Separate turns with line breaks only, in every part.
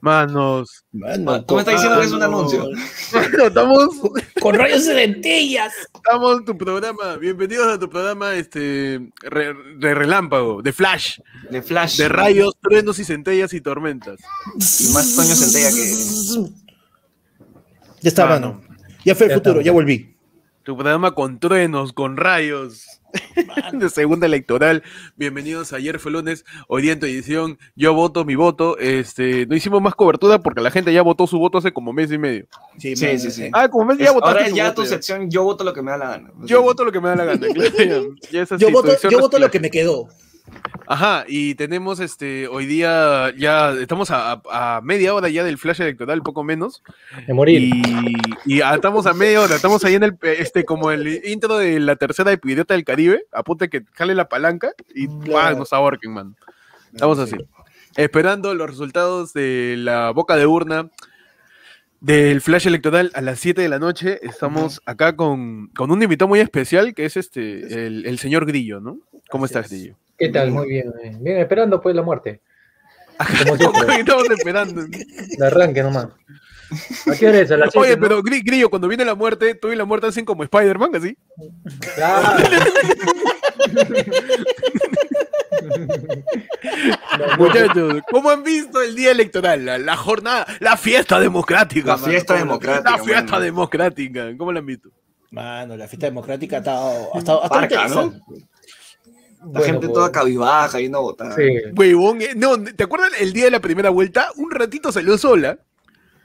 Manos. Ah,
Mano,
Tú me estás diciendo que es un anuncio.
Bueno, estamos,
Con rayos de lentillas.
estamos en tu programa. Bienvenidos a tu programa este re- de relámpago, de flash,
De Flash.
de rayos, truenos y centellas y tormentas.
Y más Toño Centella que-
Ya está,
Mano.
mano. Ya fue el
Ya
futuro,
está.
ya volví.
Tu programa con truenos, con rayos. De segunda electoral. Bienvenidos a ayer fue lunes, hoy día en tu edición. Yo voto mi voto. Este, no hicimos más cobertura porque la gente ya votó su voto hace como mes y medio.
Sí, mano, sí, sí. eh.
Ah, como mes
Es-
ya votaste
ahora
tu
ya
voto
tu
ya.
sección, yo voto lo que me da la gana.
Yo voto lo que me da la gana. claro, ya. Ya es así,
Yo,
tu
voto,
edición
yo voto
respira.
lo que me quedó.
Ajá, y tenemos este hoy día ya estamos a, a- a media hora ya del flash electoral, poco menos.
De morir.
Y, y ah, estamos a media hora, estamos ahí en el este como el intro de la tercera epidemia del Caribe, apunte que jale la palanca y ¡guau! nos ahorquen, man. Estamos así. Esperando los resultados de la boca de urna del flash electoral a las 7 de la noche. Estamos acá con, con un invitado muy especial que es este el, el señor Grillo, ¿no? ¿Cómo estás, Grillo?
¿Qué tal? Muy bien. eh. Bien, esperando pues la muerte. Como siempre,
Estamos esperando.
de arranque nomás. ¿A qué hora es? A las
Oye,
siete, ¿no?
pero Gri- Grillo, cuando viene la muerte, tú y la muerte hacen como Spider-Man, así.
Claro. La muerte.
Muchachos, ¿cómo han visto el día electoral? La, la jornada, la fiesta democrática.
La
mano.
fiesta
¿Cómo la-
democrática,
La fiesta
mano.
democrática. ¿Cómo la han visto?
Mano, la fiesta democrática ha estado, ha estado, ha estado
Parca, ¿no?
interesante.
La
Bueno,
gente
pues,
toda cabibaja y no votada.
Sí.
Huevón, eh, no, ¿te acuerdas el día de la primera vuelta? Un ratito salió sola,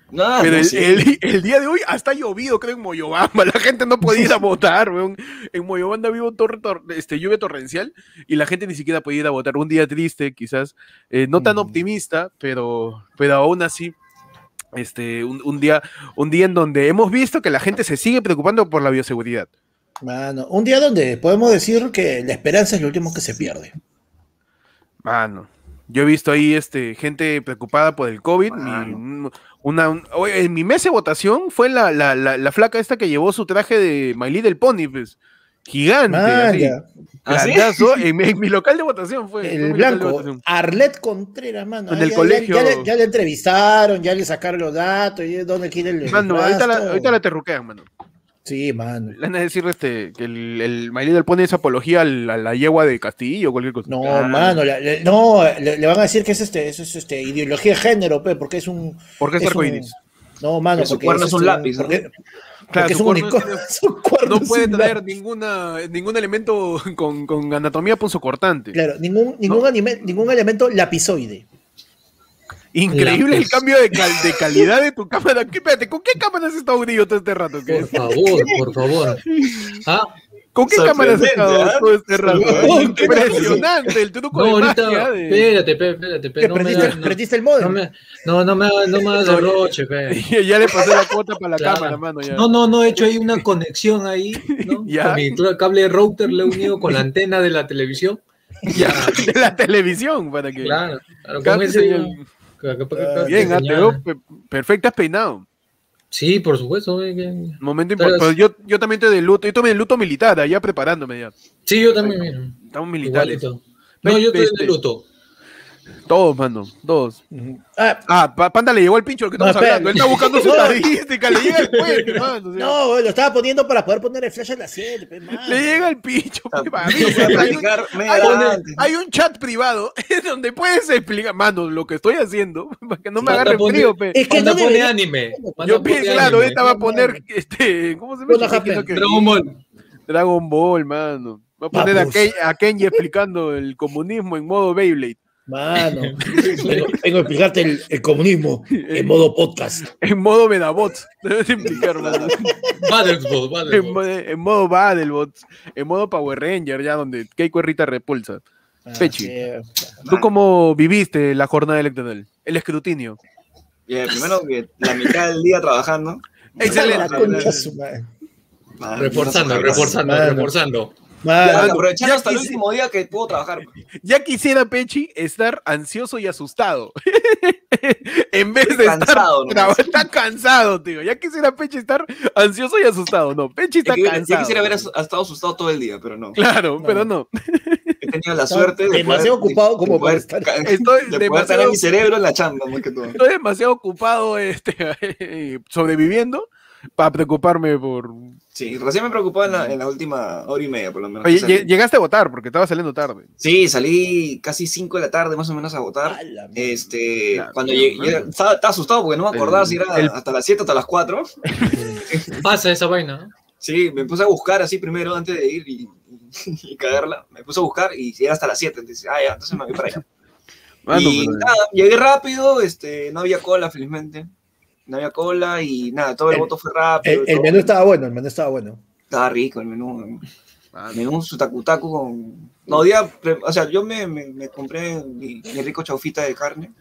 No,
pero
no
el,
sé.
el- el día de hoy hasta ha llovido, creo, en Moyobamba. La gente no podía ir a votar, weón. En Moyobamba vivo este, lluvia torrencial y la gente ni siquiera podía ir a votar. Un día triste, quizás, eh, no tan
Mm.
optimista, pero, pero aún así, este, un, un día, un día en donde hemos visto que la gente se sigue preocupando por la bioseguridad.
Mano, un día donde podemos decir que la esperanza es lo último que se pierde.
Mano. Ah, Yo he visto ahí este, gente preocupada por el COVID. mi-
Ah,
Mano.
un- una, un- oye, en mi mes de votación fue la, la, la, la flaca esta que llevó su traje de My Little Pony, pues. Gigante.
Mano,
así,
¿Ah, sí?
grandazo, en, mi- en mi local de votación fue. fue
el
mi local de
blanco,
votación.
Arlet Contreras, mano.
En
Ah,
el
ya- ya-
colegio.
Ya, le, ya le entrevistaron, ya le sacaron los datos, y dónde quiere el. el
Mano, ahorita la,
rastro.
ahorita la terruquean, mano.
Sí, mano.
Le van a decir este, que el, el My Little Pony es apología a la, la yegua de Castillo o cualquier cosa.
No,
Ah,
mano, la- le- no, le, le van a decir que es este, eso es este, ideología de género, pe, porque es un.
Porque es,
es un-
arcoíris.
No, mano,
Que su
porque
cuerno es un
este,
lápiz, ¿no?
Porque,
Claro,
porque
su
es
cuerno
un unicornio.
tiene-
su cuerno
Ah, no
es
puede
un
traer
lápiz.
ninguna, ningún elemento con, con anatomía punzocortante.
Claro, ningún, ningún, anime- ningún elemento lapizoide.
Increíble el
Lápiz.
cambio de, cal- de calidad de tu cámara. ¿Qué- espérate, ¿con qué cámara has estado grillo todo este rato? ¿Qué?
Por favor, por favor. Ah,
¿Con qué cámara has estado
Sorprendente, ¿ah?
todo este rato?
Sorprendente.
Impresionante el truco
no,
de
ahorita.
magia. De...
Espérate, pe, espérate, pe,
Que
no me
perdiste,
da- no-
perdiste el modem.
no me- No, no me hagas- no me hagas derroche, pe.
ya le pasé la cuota para la
Claro.
cámara, mano. Ya.
No, no, no, he hecho ahí una conexión ahí, ¿no?
Ya.
Con mi cl- cable router lo he unido con la antena de la televisión.
Ya, de la televisión para que.
Claro, claro, con
Cambie
ese...
señal.
ca- ca- ca- ca-
Bien, ah, te
señal.
veo pe- perfecto, has peinado.
Sí, por supuesto. eh, que-
Momento
Pero-
importante. Yo, yo también estoy de luto. Yo tomé el luto militar, allá preparándome ya.
Sí, yo también, mira.
Estamos militares. Este,
Igualito. No, yo estoy de luto.
Todos, mano. Todos.
Ah,
Ah, Pa- Panda le llegó al pincho al que
No,
estamos
espera.
hablando. Él está buscando su
No.
estadística. Le llega el puente, mano. o sea.
no, lo estaba poniendo para poder poner el flash a las 7.
Le llega el pincho, pe,
Tampoco.
avisa, hay, un,
Llegar media
hay
hora
un-
antes.
hay un chat privado donde puedes explicar, mano, lo que estoy haciendo, para que no me
Manda
agarre
pone-
frío, pe.
Es que
Manda
no
pone
debería-
anime. Manda
Yo
pone
pienso, claro,
anime.
esta va a poner, este, ¿cómo se
Bueno,
llama?
Jape.
Chiquito que-
Dragon Ball.
Dragon Ball, mano. Va a poner a,
Vamos.
Ken- a Kenji explicando el comunismo en modo Beyblade,
Mano, vengo, vengo a explicarte el, el comunismo en modo podcast.
en modo Medabot, debes explicar, mano.
Battles Ball, Battles
En,
Ball.
mo- en modo Battlebot, en modo Power Ranger, ya donde Keiko es Rita repulsa. Pechi.
Ah, sí.
¿Tú cómo viviste la jornada electoral? El escrutinio.
Ya, primero que la mitad del día trabajando.
Excelente.
La concha de su madre.
Ah,
Reforzando,
no sé.
reforzando,
Mano.
reforzando.
Ya,
Mano,
aprovechando
Ya
hasta el
quise-
último día que puedo trabajar.
Ya quisiera Pechi estar ansioso y asustado. en vez de
Cansado,
estar
nomás.
tra- está cansado, tío. Ya quisiera Pechi estar ansioso y asustado. No, Pechi
Es
está
que yo-
cansado.
Yo quisiera haber as- estado asustado todo el día, pero no.
Claro, pero no.
tenido la suerte de poder-
demasiado ocupado como
de
para
poder-
estar-
ca- de
Estoy
poder
demasiado,
tener mi cerebro en la chamba, más que todo.
estoy demasiado ocupado este, sobreviviendo para preocuparme por...
Sí, recién me preocupó en la, en la última hora y media, por lo menos.
Oye,
que salí.
lle- llegaste a votar porque estaba saliendo tarde.
Sí, salí casi 5 de la tarde más o menos a votar.
A la mierda.
Este,
Claro,
cuando
claro,
llegué,
claro.
yo estaba, estaba asustado porque no me acordaba
El-
si era
el-
hasta las 7 hasta las 4.
Pasa esa vaina. ¿no?
Sí, me puse a buscar así primero antes de ir y, y cagarla. Me puse a buscar y era hasta las 7. Entonces, ah, ya, entonces me voy para allá.
Mano,
y
pero-
nada, llegué rápido, este, no había cola, felizmente. No había cola y nada, todo el,
El-
voto fue rápido.
El, el
todo.
menú estaba bueno, el menú estaba bueno.
Estaba rico el menú.
mano.
El menú su tacutaco con. No, día, pre- o sea, yo me, me, me compré mi, mi rico chaufita de carne.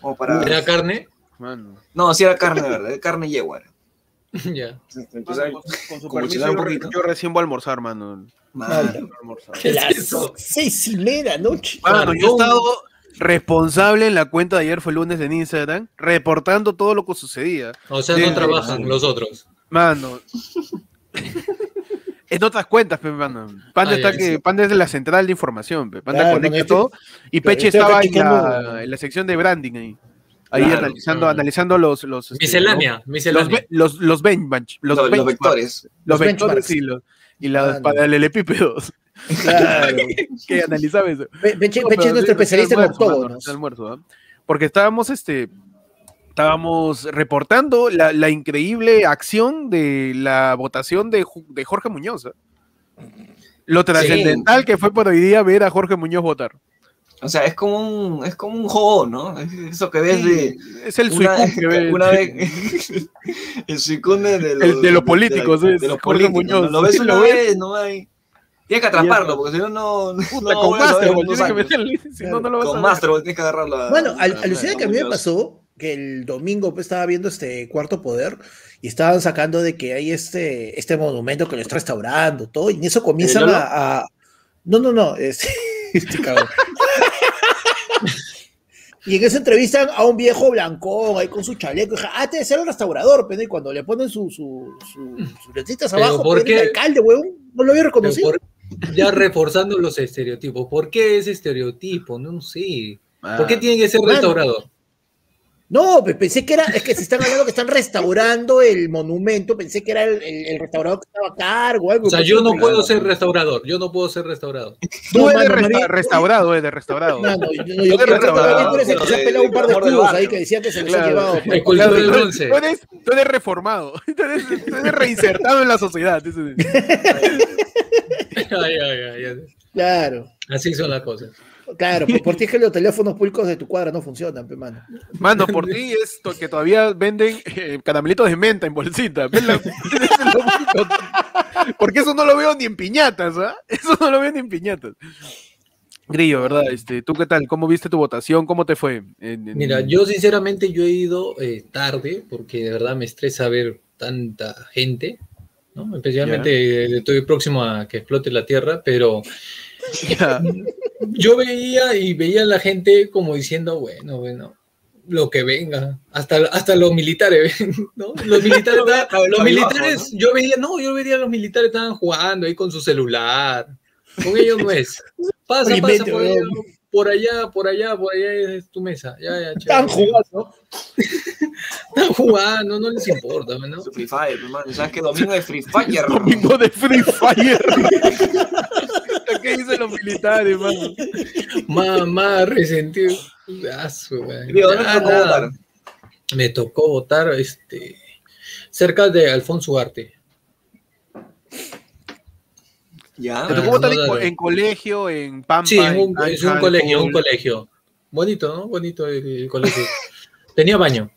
Como para.
¿Era carne?
Mano.
No, sí era carne, de verdad, carne y yegua. era.
Ya.
Entonces,
con, con su
como
permiso,
chilar un
yo, re-
poquito.
yo recién voy a almorzar, mano.
mal.
Voy a almorzar.
Las
eso?
seis y media de la noche.
Mano, yo he
Perdón.
estado responsable en la cuenta de ayer fue lunes en Instagram, reportando todo lo que sucedía.
O sea,
Sí,
no
sí,
trabajan
sí.
los otros.
Mano. en otras cuentas, pe, mano. Panda,
Ah,
está
ya,
que,
sí.
Panda es de la central de información, pe. Panda
Claro,
conecta
mano, este-
todo. Y
claro,
Peche
este acá
estaba en
chingando-
la, en la sección de branding ahí. Ahí
Claro,
analizando,
claro.
analizando los. los este,
Miscelánea,
Los,
miscelánea.
be- los, los benchmark- los,
Los, los
benchmark-
vectores.
los
Los
vectores
benchmarks.
y, los, y las
Mano.
paralelepípedos
Claro.
que analizaba eso.
Pe- Peche,
No,
Peche es
pero
nuestro
sí, recién
especialista en
almuerzo, mano,
octógonos.
recién almuerzo, ¿ah? Porque estábamos, este, estábamos reportando la, la increíble acción de la votación de, Ju- de Jorge Muñoz. ¿ah? Lo trascendental que fue por hoy día ver a Jorge Muñoz votar.
O sea, es como un, es como un juego, ¿no? Es eso que ves de.
es el
una,
suicún que ve.
una vez. el suicún de, de
El de los políticos,
de,
es
de los
Jorge
políticos.
Muñoz.
¿no? Lo ves
Sí,
una
lo ves.
vez, no hay. Tienes que atraparlo, porque si no, no.
Puta,
no
con
vuelves a
Masterwell,
ver en dos
tienes que
años.
meterle, si no, no lo vas
Con
a ver.
Master, tienes que agarrarlo. a-
Bueno, al,
a-
alucina
a
que a mí me
Muñoz.
pasó que el domingo pues, estaba viendo este Cuarto Poder y estaban sacando de que hay este, este monumento que lo está restaurando, todo, y en eso comienzan
¿El Lolo?
a, a- No, no, no, este, este cabrón. Y en eso entrevistan a un viejo blancón ahí con su chaleco. Y dije, ah, debe ser el restaurador, pero y cuando le ponen sus su, su, sus letritas
Pero
abajo,
¿por
pero
qué?
el alcalde, huevón, no lo había
Pero
reconocido.
por- ya reforzando los estereotipos. ¿Por qué ese estereotipo? No sé.
Ah.
¿Por qué tiene que ser
Mano.
restaurado?
No, pe- pensé que era, es que se están hablando que están restaurando el monumento, pensé que era el, el- el restaurador que estaba a cargo o algo.
O sea, yo no puedo ser restaurador. Yo no puedo ser restaurador.
Tú eres
mano,
resta-
no había-
restaurado, eres restaurado.
No, no, yo, yo- yo
eres
creo que
restaurador,
también tú eres el que se ha
de-
pelado
de
un par de
amor del
cubos ahí
barrio.
que decía que se los
Claro.
ha llevado.
El
Claro,
cultura del
tú,
once.
tú eres, tú eres reformado, tú eres, tú eres reinsertado en la sociedad. eso sí.
Ay, ay, ay, ay.
Claro,
Así son las cosas.
claro, por, por ti es que los teléfonos públicos de tu cuadra no funcionan, pe mano.
Mano, por ti es to- que todavía venden eh, caramelitos de menta en bolsita. Ven la- Porque eso no lo veo ni en piñatas, ¿ah? Eso no lo veo ni en piñatas. Grillo, ¿verdad? Este, ¿Tú qué tal? ¿Cómo viste tu votación? ¿Cómo te fue? En- en-
Mira, yo sinceramente yo he ido eh, tarde porque de verdad me estresa ver tanta gente, ¿no? Especialmente eh, estoy próximo a que explote la Tierra, pero
Ya.
yo veía y veía a la gente como diciendo, bueno, bueno, lo que venga, hasta, hasta los militares, ¿no? Los militares, estaban- los
cabizbajo,
militares yo veía, no, yo veía a los militares estaban jugando ahí con su celular, con ellos no es. Pasa, pasa,
Alimento,
por allá,
weón.
por allá, por allá, por allá es tu mesa, ya, ya,
Tan
chévere.
jugando.
Están jugando, no les importa, ¿no?
Free Fire, hermano. ¿Sabes qué? Domingo de Free Fire.
Domingo de Free Fire. ¿Qué dicen los militares, mano?
Más, más resentido. Ah, su madre.
Digo, no
Ah,
te tocó
nada.
votar.
Me tocó votar este, cerca de Alfonso Arte.
Ya.
¿Te tocó
Ah,
votar
no,
en, co-
dale.
en colegio, en Pampa?
Sí, es un,
en
es un
Anja, en
colegio, un
Puebla?
colegio. Bonito, ¿no? Bonito el, el colegio. Tenía baño.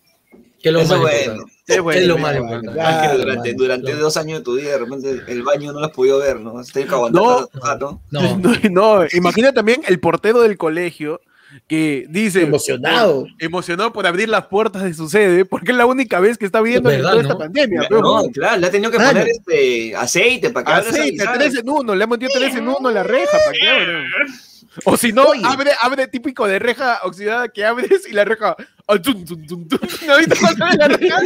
Que es lo
Eso
más
bueno.
importante.
Es bueno,
Es lo
es
más
bueno.
importante.
Claro,
Ah, que durante
mano,
durante
claro.
dos años de tu vida, de repente el baño no lo has podido ver, ¿no? Has tenido que aguantar
No.
todo el rato.
No,
No, no, imagina también el portero del colegio que dice
Emocionado.
emocionado por abrir las puertas de su sede porque es la única vez que está viendo
Es verdad,
en toda esta
¿no?
pandemia.
Ya,
pero,
no, claro, le ha tenido que
Mano.
poner este aceite para que abra esa
aceite,
guisada.
tres en uno, le ha metido tres en uno a la reja para que abra. O si no,
Oye.
abre, abre típico de reja oxidada que abres y la reja. ah, zum, zum, zum, zum. ¿No viste cuando abre la reja?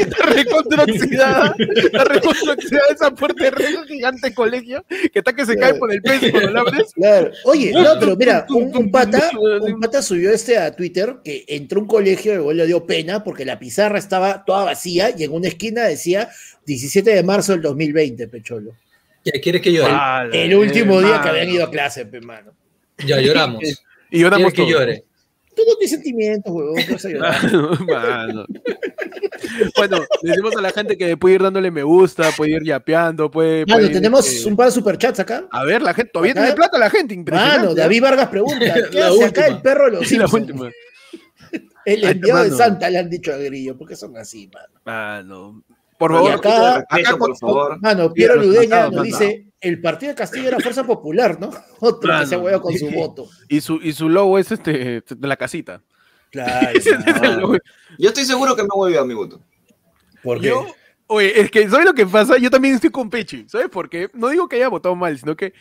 Está recontra oxidada. Está recontra oxidada esa puerta de reja gigante colegio que está que se cae por el peso cuando la abres.
Claro. Oye, no, pero mira, un, un pata, un pata subió este a Twitter que entró a un colegio y le dio pena porque la pizarra estaba toda vacía y en una esquina decía 17 de marzo del 2020, Pecholo.
Ya, ¿quieres que llore?
Ah, la
El último día que
madre.
habían ido a clase, pe, mano.
Ya lloramos.
Y ahora
¿Quieres que
todos.
llore?
Tú no tienes sentimientos, huevón. no vas a llorar.
Ah, Mano. Bueno, le decimos a la gente que puede ir dándole me gusta, puede ir yapeando, puede.
Mano,
puede ir,
tenemos
este,
un par de superchats acá.
A ver, la gente, todavía
Acá.
tiene plata la gente, impresionante.
Mano, David Vargas pregunta, ¿qué
La
hace acá
última.
el perro de los
Sí, la
Simpsons?
última.
El
Ay,
enviado de
mano.
Santa le han dicho a Grillo, porque son así, mano.
Mano. Por
Y
favor,
acá-
acá
por
con-
favor.
Mano,
Sí, a
Piero
los
Ludeña
matados,
nos
mano.
dice, el partido de Castillo era fuerza popular, ¿no? Otro que
Mano.
se huevo con su voto.
Y su, y su logo es este de la casita.
Claro.
Ese es el logo.
Yo estoy seguro que me voy a mi voto.
¿Por qué?
Yo, oye, es que ¿sabes lo que pasa? Yo también estoy con Pechi, ¿sabes por qué? No digo que haya votado mal, sino que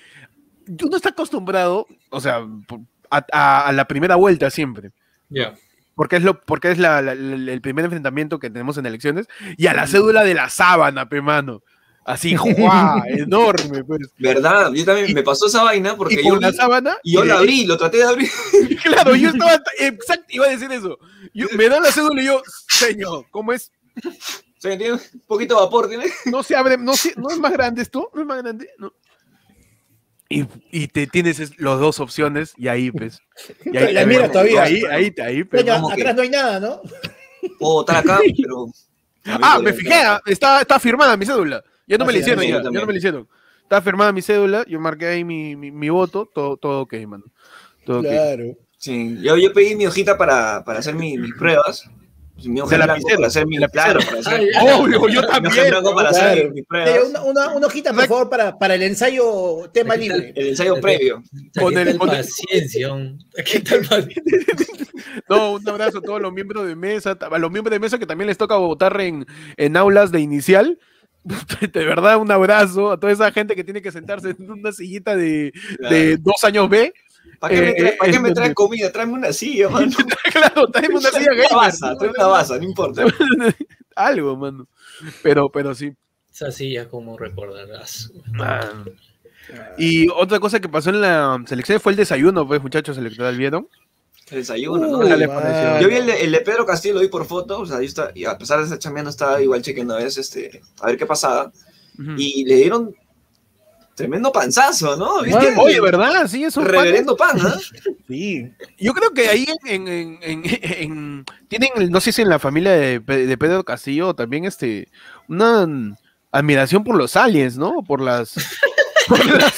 uno está acostumbrado, o sea, por- a, a- a la primera vuelta siempre.
Ya.
Porque es, lo, porque es la- la- la- el primer enfrentamiento que tenemos en elecciones. Y a la cédula de la sábana, pe mano. Así, ¡guau! enorme. Pues.
¿Verdad? Yo también me pasó esa vaina porque
Y
yo,
con la sábana.
y yo la abrí, lo traté de abrir.
Claro, yo estaba. Exacto, iba a decir eso. Yo- me dan la cédula y yo, señor, ¿cómo es?
Se me tiene un poquito de vapor, tiene.
No se abre, no, se- no es más grande esto, no es más grande. no. Y, y te tienes es- las dos opciones y ahí, pues. Y ahí,
La
te
mira
ven.
todavía.
Ahí, ahí, ahí, pues.
Coño,
¿cómo que?
atrás no hay nada, ¿no?
Puedo votar acá, pero.
Ah, me fijé, ah, está, está firmada mi cédula. Ya no me la
Ah, sí,
hicieron,
sí,
ya,
yo
ya no me
también.
la hicieron. Está firmada mi cédula, yo marqué ahí mi, mi, mi voto, todo, todo ok, mano. Todo ok.
Claro.
Sí, yo, yo pedí mi hojita para, para hacer mi- mis pruebas. Mi
De
hojita en blanco
lapicero,
para hacer mi
de lapicero.
claro, para hacer,
Ay,
Obvio, yo
mi hojita en
también.
blanco para
claro.
hacer mis- mis
Oye,
pruebas.
una, una, una hojita, por favor, para, para el ensayo tema
Aquí está
libre.
El ensayo previo.
Con
¿Qué
el-
tal
con el-
paciencia? hon? ¿Qué tal paciencia?
No, un abrazo a todos los miembros de mesa, ta- a los miembros de mesa que también les toca votar en, en aulas de inicial. De verdad, un abrazo a toda esa gente que tiene que sentarse en una sillita de, de dos años B.
¿Para qué me,
eh,
traes ¿para qué me
eh,
traes comida? Tráeme una silla, mano.
claro, tenemos una silla
Una
gamer.
baza, trae una baza, no importa.
Algo, mano. Pero, pero sí.
Esa silla, como recordarás.
Y otra cosa que pasó en la selección fue el desayuno, pues, muchachos, electoral, ¿vieron?
El desayuno, ¿no?
¿Qué tal les
mano.
pareció?
Yo vi el de, el de Pedro Castillo, lo vi por foto, o sea, yo estaba, y a pesar de estar chambeando, estaba igual chequeando a veces, este, a ver qué pasaba.
Ujú.
Y le dieron tremendo panzazo, ¿no? ¿Viste?
Mano,
Oye, ¿verdad? Sí, es un pan-
Reverendo pan, ¿ah?
Sí.
Yo creo que ahí en, en- en- en- tienen, el- no sé si en la familia de, Pe- de Pedro Castillo también este una mm, admiración por los aliens, ¿no? Por las por las,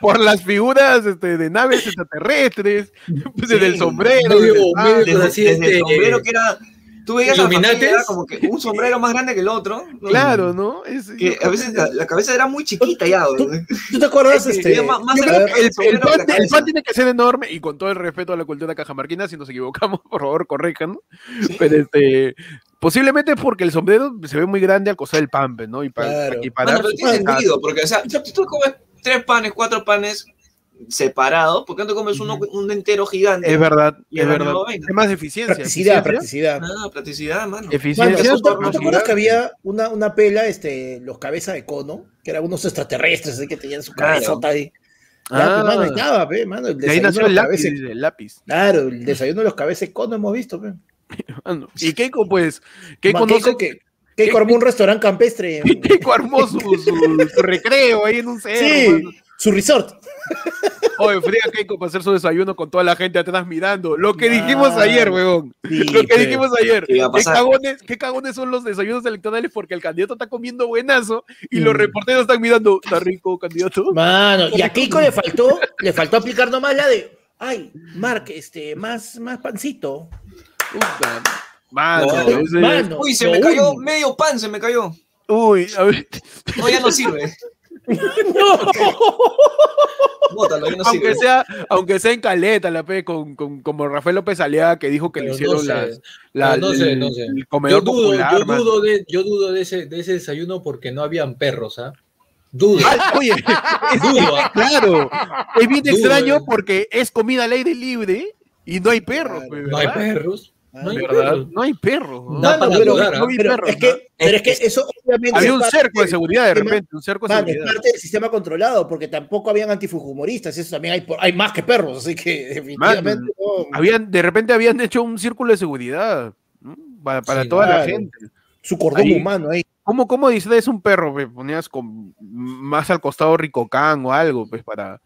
por las figuras este, de naves extraterrestres, desde el sombrero,
Medio-
desde el- ah,
medio-
Desde,
Así,
desde
este,
el sombrero que era. Tú veías a la familia,
¿Illuminates?
era como que un sombrero más grande que el otro. ¿no?
claro, ¿no? Es-
Que a veces la, la cabeza era muy chiquita ya, ¿verdad?
¿Tú te acuerdas?
Sí,
Este,
yo más- más
yo
yo
creo
creo
cerca-
que
que-
el, el
sombrero de la
pan, el
cabeza.
pan tiene que ser enorme y con todo el respeto a la cultura cajamarquina, si nos equivocamos, por favor, corrijan. Pero este, posiblemente es porque el sombrero se ve muy grande al coser el pampe, ¿no? Y para,
Claro.
y
Mano,
para
pero tiene sentido, porque, o sea, si tú comes tres panes, cuatro panes separados, ¿por qué no te comes uno, un entero gigante?
Es verdad,
Y
es
el
verdad.
amigo vaina.
Es más eficiencia.
Practicidad,
eficiencia,
practicidad.
Nada, practicidad, mano.
Mano,
eficiencia,
¿tú,
Eso
te-
es por
tú te
los
acuerdas que
velocidad.
había una, una pela, este, los cabezas de cono, que eran unos extraterrestres así que tenían su
Claro.
cabezota ahí? Ya,
Ah,
pues, mano, ahí estaba, pe, mano, el
de ahí
desayuno de
nació el
los
lápiz.
cabezas-
El lápiz.
Claro, el desayuno de los cabezas de cono hemos visto, pe.
Mano, Ah, Y Keiko, pues,
Ma-
Keiko, no sé-
Keiko que Keiko armó un restaurante campestre. en-
Keiko armó su, su- su recreo ahí en un cerro.
sí,
mano.
su resort.
Oye, fría Keiko para hacer su desayuno con toda la gente atrás mirando. Lo que dijimos
Mano.
ayer, weón.
Sí,
Lo que
pe.
dijimos ayer.
¿Qué iba a
¿Qué
pasar?
cagones, qué cagones son los desayunos electorales porque el candidato está comiendo buenazo y los
Mm.
reporteros están mirando. Está rico, candidato.
Mano, y a Keiko le faltó, le faltó aplicar nomás la de, ay, Mark, este, más, más pancito.
Puta. Mano,
Mano,
ese-
Mano,
Uy, se
lo
me cayó
único.
medio pan, se me cayó.
Uy, a ver.
No, ya no sirve. Bótalo, ya no
aunque
sirve.
sea, aunque sea en caleta la P con, con- como Rafael López Alea que dijo que
Pero
le
no
hicieron
sé,
las- la-
no sé, no sé.
el
Yo
comedor
dudo,
popular,
yo
mano.
dudo, de, yo dudo de, ese, de ese desayuno porque no habían perros, ¿ah? Dudo.
Oye, es-
Dudo, ah.
claro, es bien
Dudo, eh.
extraño porque es comida al aire libre y no hay perros.
Claro,
pues,
No hay
¿verdad?
perros. No hay
¿Verdad?
perros.
No hay perros. ¿no?
Da
Mano,
para
pero-
dudar,
no
¿ah?
vi
Pero
perros,
es que,
¿no?
pero es que eso obviamente.
Había un
es parte
cerco de
del-
seguridad de
tema-
repente, un cerco de
Mano, es
seguridad.
parte del sistema controlado, porque tampoco habían antifujumoristas, eso también hay, por- hay más que perros, así que definitivamente no.
Habían, de repente habían hecho un círculo de seguridad ¿no? para, para
Sí,
toda la
claro.
gente.
su cordón
ahí-
humano ahí.
¿Cómo, cómo dices es un perro? Pues, ponías con, más al costado ricocán o algo, pues para,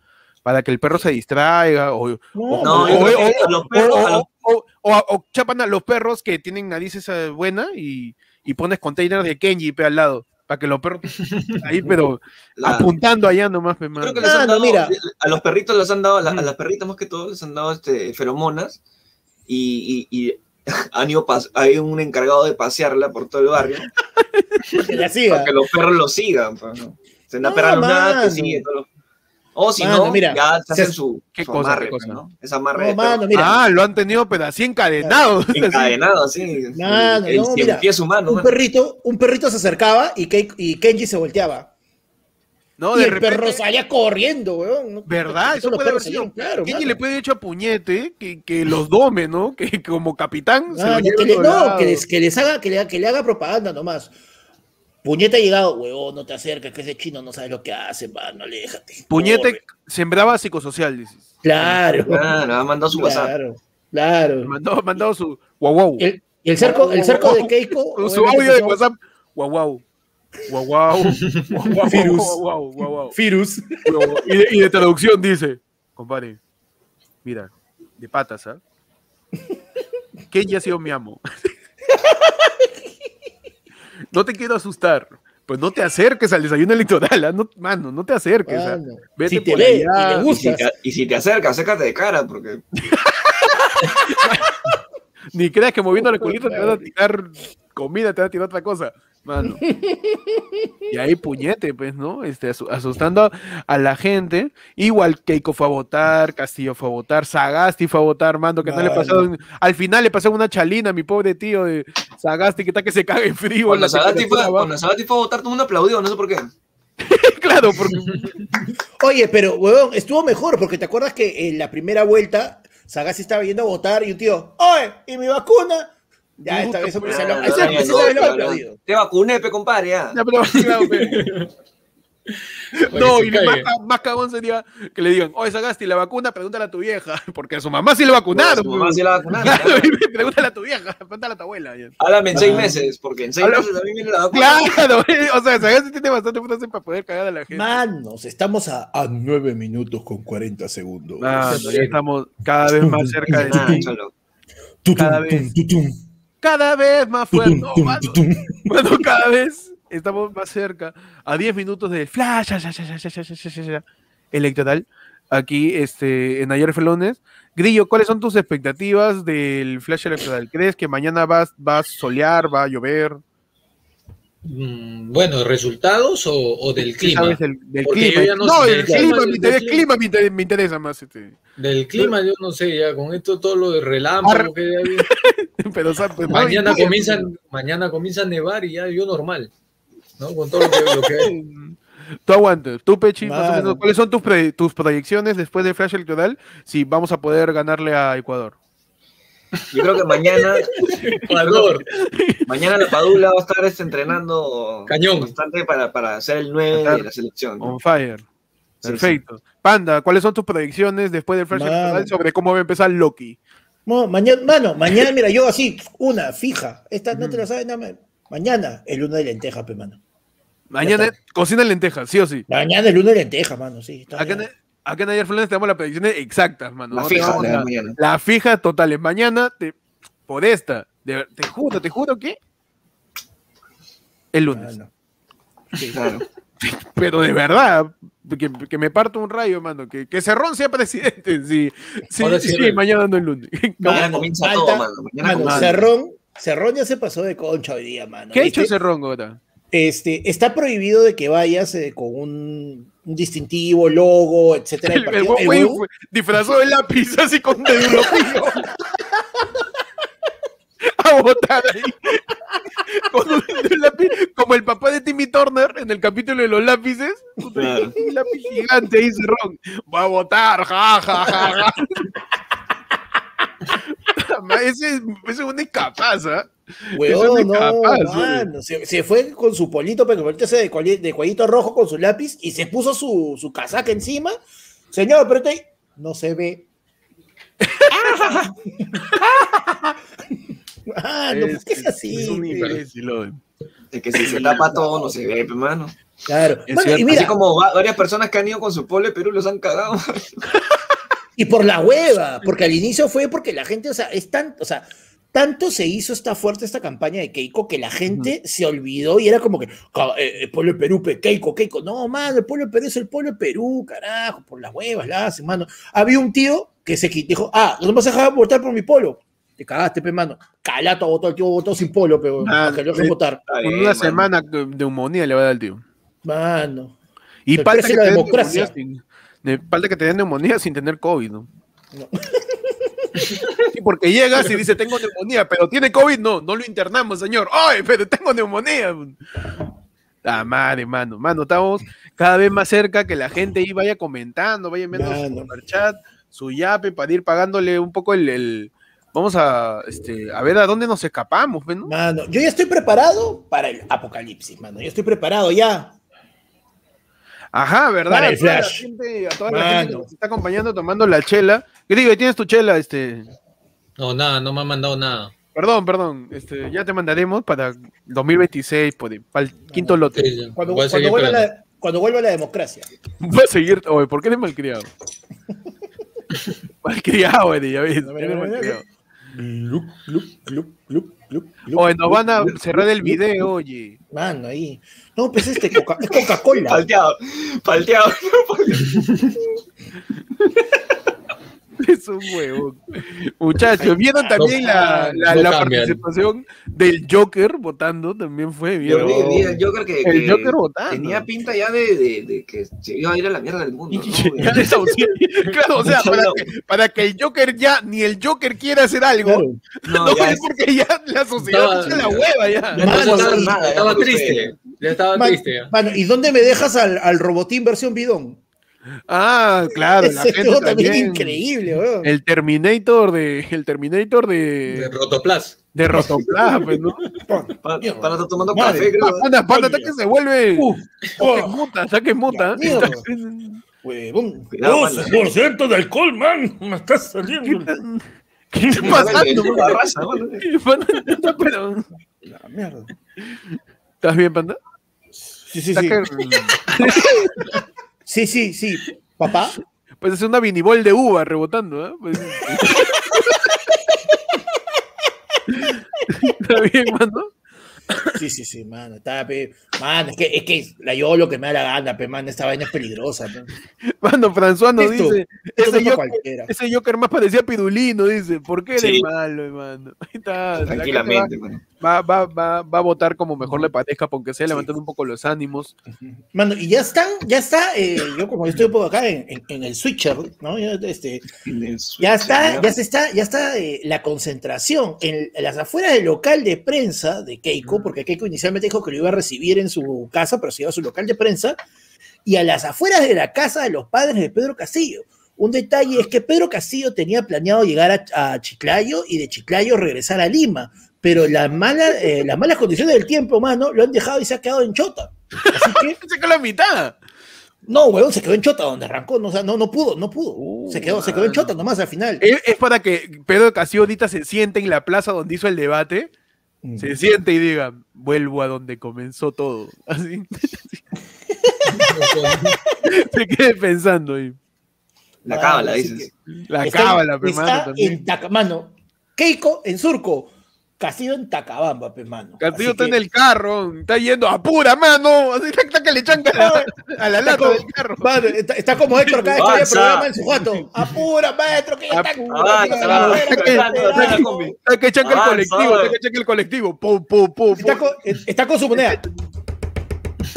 para que el perro se distraiga o,
No,
No,
mano,
yo creo
oye,
que a los
O,
perros, a los-
o- o- o- o chapan a los perros que tienen narices eh, buenas y, y pones containers de Kenji pe, al lado, para que los perros ahí, pero
la-
apuntando allá nomás, pe, mano.
creo que les
Ah,
han
no,
dado-
mira.
a los perritos les han dado, a, la-
Mm.
a las perritas más que todo les han dado este, feromonas y, y- y han ido pas- hay un encargado de pasearla por todo el barrio
que la
para
siga.
que los perros lo sigan. pues, ¿no? Se anda
No,
perrando nada,
Ah, mano.
te sigue. todo lo- O si
Mano,
no,
mira,
ya se
se-
hacen su,
¿Qué
su
cosa,
amarre,
qué
pues,
cosa?
¿no? Esa amarre de
No, mano,
perro.
mira,
ah, lo han tenido, pero así encadenado.
encadenado así.
Mano,
el
no,
cien
mira,
pies humano. pues.
un
mano.
perrito, un perrito se acercaba y, Ke- y Kenji se volteaba.
no,
y
de
el
repente,
perro salía corriendo, weón. No-
¿Verdad?
todos
Eso
los
puede haber
perros
sido.
salieron, claro,
Kenji
mano.
le puede haber hecho a puñete que, que los dome, ¿no? Que como capitán se lo
Mano,
lleve
Ah, que
a
le-
otro
no,
lado.
que les, que les haga, que le, que le haga propaganda nomás. Puñeta ha llegado, huevón, no te acerques, que ese chino no sabe lo que hace, mano, aléjate.
Puñete
Corre.
sembraba psicosocial, dices.
Claro,
Claro, ha mandado su WhatsApp.
claro, claro.
Mandó, mandado su guau guau.
El, y el cerco, el cerco de Keiko.
Su- su
obviamente,
audio de
son
WhatsApp. Guau, guau. Guau, guau. Guau, guau,
Virus.
guau, guau, guau, guau.
Firus.
Guau, guau. Y de, y de traducción dice, compadre, mira, de patas, ¿ah? Kenji ha sido mi amo. No te quiero asustar. Pues no te acerques al desayuno electoral, ¿ah? No- mano, no te acerques. ¿ah?
Mano,
Vete
si te
por
ve
allá.
y le
Y si,
gustas,
te, y si te acercas, acércate de cara, porque
Ni creas que moviendo la
Uy,
colita te van a
madre.
tirar comida, te van a tirar otra cosa, mano. Y ahí puñete, pues, ¿no? Este, asu- asustando a la gente. Igual Keiko fue a votar, Castillo fue a votar, Sagasti fue a votar, mando, que no le
Mano.
pasaron. Al final le pasaron una chalina a mi pobre tío de Sagasti, que está que se caga en frío.
cuando
la
Sagasti fue,
temperatura
cuando Sagasti fue a votar, todo el mundo aplaudió, no sé por qué.
baja. claro, porque
Oye, pero, huevón, estuvo mejor, porque te acuerdas que en la primera vuelta Sagasti estaba yendo a votar y un tío, ¡oye! ¿Y mi vacuna? Ya, esta vez hombre, se lo-
Ah,
esa-
no,
esa vez lo
no,
aplaudido.
Te vacuné, pe, compadre, ya.
Ya, pero- claro, pero-
Para
no,
que se
y más,
caiga.
ca- más cagón sería que le digan, oye, Sagasti, la vacuna, pregúntale a tu vieja, porque a su mamá sí le vacunaron.
Su mamá
pues.
sí la vacunaron,
Claro,
claro.
y pregúntale a tu vieja, pregúntale a tu abuela. ya.
Háblame en seis meses, porque en seis
Habla-
meses también viene la vacuna.
Claro, o sea, Sagasti tiene bastante frase para poder cagar a la gente.
Manos, estamos a, 9 minutos con 40 segundos.
Ah, no, ya estamos cada vez más cerca de
Nah,
ti.
cholo.
cada vez. Cada vez más fuerte. No, mano, mano, cada vez estamos más cerca. A 10 minutos del flash ya, ya, ya, ya, ya, ya, ya, ya, ya, electoral. Aquí este, en Ayer Felones. Grillo, ¿cuáles son tus expectativas del flash electoral? ¿Crees que mañana vas, vas a solear, va a llover?
Mm, Bueno, ¿resultados o, o del
¿Qué
clima?
sabes del, del
Porque
clima?
yo ya no
no,
sé,
el
ya,
clima,
del-
me
del
interesa,
clima.
clima me inter- me interesa más. Este.
Del clima, yo no sé, ya con esto todo lo de relámpago
Arre.
que ya vi.
Pero, o sea, pues, mano,
mañana
lluvia.
comienzan, mañana comienza a nevar y ya yo normal, ¿no? Con todo lo que, lo que hay.
Tú aguantes, tú Pechi, más o
Mano.
menos, ¿cuáles son tus, pre- tus proyecciones después del flash electoral si vamos a poder ganarle a Ecuador?
Yo creo que mañana,
Ecuador,
mañana la Padula va a estar este, entrenando
Cañón.
bastante para, para ser el 9 de la selección. ¿no?
On fire.
Sí,
Oh, Perfecto. Panda, ¿cuáles son tus predicciones después del flash
Mano.
electoral sobre cómo va a empezar Loki?
No, mañana, mano, mañana, mira, yo así, una, fija. Esta no te la sabes nada más. Mañana, el uno de lenteja, pe, mano.
Mañana
está.
cocina lentejas, sí o sí.
Mañana el uno de lenteja, mano, sí. está
Acá
bien.
en, acá en Ayer Fernández tenemos las predicciones exactas, mano.
La
No
fija,
tenemos
la de
la-
mañana.
la fija total es mañana, te, por esta, de- te juro, te juro que el lunes.
Mano.
Claro.
Pero de verdad, que, que me parto un rayo, mano. Que, que Cerrón sea presidente. Sí, sí,
Ahora sí,
sí,
Rey.
mañana no el lunes. No.
Mañana
Mano,
comienza
falta-
todo, mano. Mañana
Mano,
comienza.
Cerrón, Cerrón ya se pasó de concha hoy día, mano.
Este
¿Qué ha
¿viste?
hecho Cerrón ahora?
Este, está prohibido de que vayas eh, con un, un distintivo, logo, etcétera. del
El, el
partido.
buen
El
güey
huevón-
fue- disfrazó de lápiz así con dedo lo pidió. A votar ahí. con un- un lápiz, como el papá de Timmy Turner en el capítulo de los lápices. Puta,
Claro.
Un lápiz gigante dice Ron. Va a votar, ja, ja, ja, ja. Puta madre, Ese es, ese es un incapaz, ¿ah? Eso es
Huevón, no,
incapaz,
mano. Se, se fue con su polito, pero ahorita se de, cuelli- de cuellito rojo con su lápiz y se puso su, su casaca encima. Señor, pero te- no se ve. ah, no, ¿por qué es así?
es un
pe?
imbécil, Oden.
De que si se tapa todo no se ve, hermano.
Claro.
Es
Bueno,
cierto.
y
Así
mira,
como va- varias personas que han ido con su polo de Perú los han cagado.
y por la hueva, porque al inicio fue porque la gente, o sea, es tan, o sea, tanto se hizo esta fuerte esta campaña de Keiko que la gente se olvidó y era como que "Ca- eh, el pueblo de Perú, pe, Keiko, Keiko, no, mano, el pueblo de Perú es el pueblo de Perú, carajo, por las huevas, la hacen, mano. Había un tío que se qui- dijo, ah, no me vas a dejar votar por mi polo. Te cagaste, pe, mano. Calato votó, el tío votó sin polo, pero
Ah,
que lo dejen
sí.
votar.
Está
Con
bien,
una
mano.
semana de neumonía le va a dar al tío.
Mano.
Y
El
falta
precio
que, te
de la
den
democracia.
neumonía sin- de- falta que te den neumonía sin tener COVID, ¿no?
No.
Sí, porque llegas y dice tengo neumonía, pero tiene COVID, no, no lo internamos, señor. ¡Ay, pero tengo neumonía! Ah, madre, mano, mano, estamos cada vez más cerca que la gente ahí vaya comentando, vaya enviando su
Mano.
superchat, su yape, para ir pagándole un poco el, el- vamos a este, a ver a dónde nos escapamos, pues, ¿no?
Mano, yo ya estoy preparado para el apocalipsis, mano. Yo estoy preparado ya.
Ajá, ¿verdad?
Para el
A toda la
flash.
gente- a toda la gente que
Mano.
nos está acompañando tomando la chela. Grigo, ahí tienes tu chela, este.
No, nada, no me han mandado nada.
Perdón, perdón. Este, ya te mandaremos para 2026, por, para el pues, quinto lote.
Sí, ya.
Cuando,
Voy
cuando
a seguir
vuelva
esperando.
la, cuando vuelva la democracia.
Va a seguir. Oye, ¿por qué eres malcriado? malcriado, Eddie, ya ves.
A ver,
eres
a ver, a ver.
malcriado.
Glup, glup, glup, glup, glup, glup,
Oye, nos
glup,
van a
glup,
cerrar
glup,
el
glup,
video,
glup.
oye.
Mano, ahí. No, pues este Coca- es Coca-Cola.
Palteado, palteado.
Es un huevón. Muchachos, ¿vieron también la, la-
No
la
cambian.
participación del Joker votando? También fue, ¿vieron?
Yo, creo que- yo creo que,
El
que
Joker votando.
tenía pinta ya de, de- de que se iba a ir a la mierda del mundo. ¿no?
Ya desahucié. Claro, o sea, para que, para que el Joker ya, ni el Joker quiera hacer algo.
Claro.
No,
No,
ya
es porque ya la sociedad
Estaba-
echa la hueva
Ya
ya.
Mano,
estaba-
no,
estaba,
nada, ya,
triste. Ya estaba
Man-
Ah, triste. ya.
mano, ¿y dónde me dejas al, al robotín versión bidón?
Ah, claro, la
Ese
gente
juego
también.
también es increíble, weón.
El Terminator de el Terminator
De
de
Rotoplas.
de Rotoplas, pues, ¿no?
Para, estar tomando
Madre.
café, creo.
Panda, panda, hasta que se vuelve.
Uh,
Saque muta, saque muta.
Ya, mierda.
¿Qué
Huevón.
Cuidado,
12% de alcohol, man. Me estás saliendo. la-
tan- ¿Qué está pasando?
Pasando, la raza, bueno.
Panda, está- pero-
La mierda.
¿Estás bien, panda?
Sí, sí, sí.
Saca-
Sí, sí, sí. Papá.
Pues es una vinibol de uva rebotando, ¿eh? Pues- Está bien, mano.
Sí, sí, sí, mano. Está, pe. Mano, es que, es que la yo lo que me da la gana, pe, mano. Esta vaina es peligrosa, pe.
Mano, François nos
Esto,
dice,
esto
ese
no es
Joker,
cualquiera.
ese Joker más parecía a Pirulino, dice, ¿por qué eres
Sí.
malo, hermano? Ahí está, la gente
Tranquilamente, mano.
Va, va, va, va a votar como mejor le parezca, aunque sea levantando un poco los ánimos.
Mano, y ya están, ya está, eh, yo como estoy un poco acá en, en- en el switcher, ¿no? Ya, este, ya está, ya se está, ya está eh, la concentración en, en las afueras del local de prensa de Keiko, porque Keiko inicialmente dijo que lo iba a recibir en su casa, pero se iba a su local de prensa, y a las afueras de la casa de los padres de Pedro Castillo. Un detalle es que Pedro Castillo tenía planeado llegar a, a Chiclayo y de Chiclayo regresar a Lima, pero la mala, eh, las malas condiciones del tiempo, mano, lo han dejado y se ha quedado en Chota. Así que
Saca la mitad.
no, huevón, se quedó en Chota donde arrancó. No, o sea, no, no pudo, no pudo.
Uh,
se quedó, se quedó en
mano.
Chota nomás al final.
Es, es para que Pedro Castillo ahorita se siente en la plaza donde hizo el debate,
Mm.
se siente y diga, vuelvo a donde comenzó todo. Así, se quede pensando ahí.
La cábala,
Así
dices.
La
Está-
cábala, pe, mano,
está
también.
en Taca- mano, Keiko en Surco. Castillo en Tacabamba, pe, mano.
Castillo
Así
está
que-
en el carro, está yendo a pura mano, así tac, tac, que le chanca la- a la lata
como-
del carro.
Mano, está, está como Héctor cada vez que había
Avanza.
programa en su jato. Apura, maestro, que ya está.
Avanza,
Ah, Está que- está que- está que chanca el
Avanza,
colectivo,
avanza.
está que chanca el colectivo. Pum, pum, pum, pum.
Está con, está con su moneda.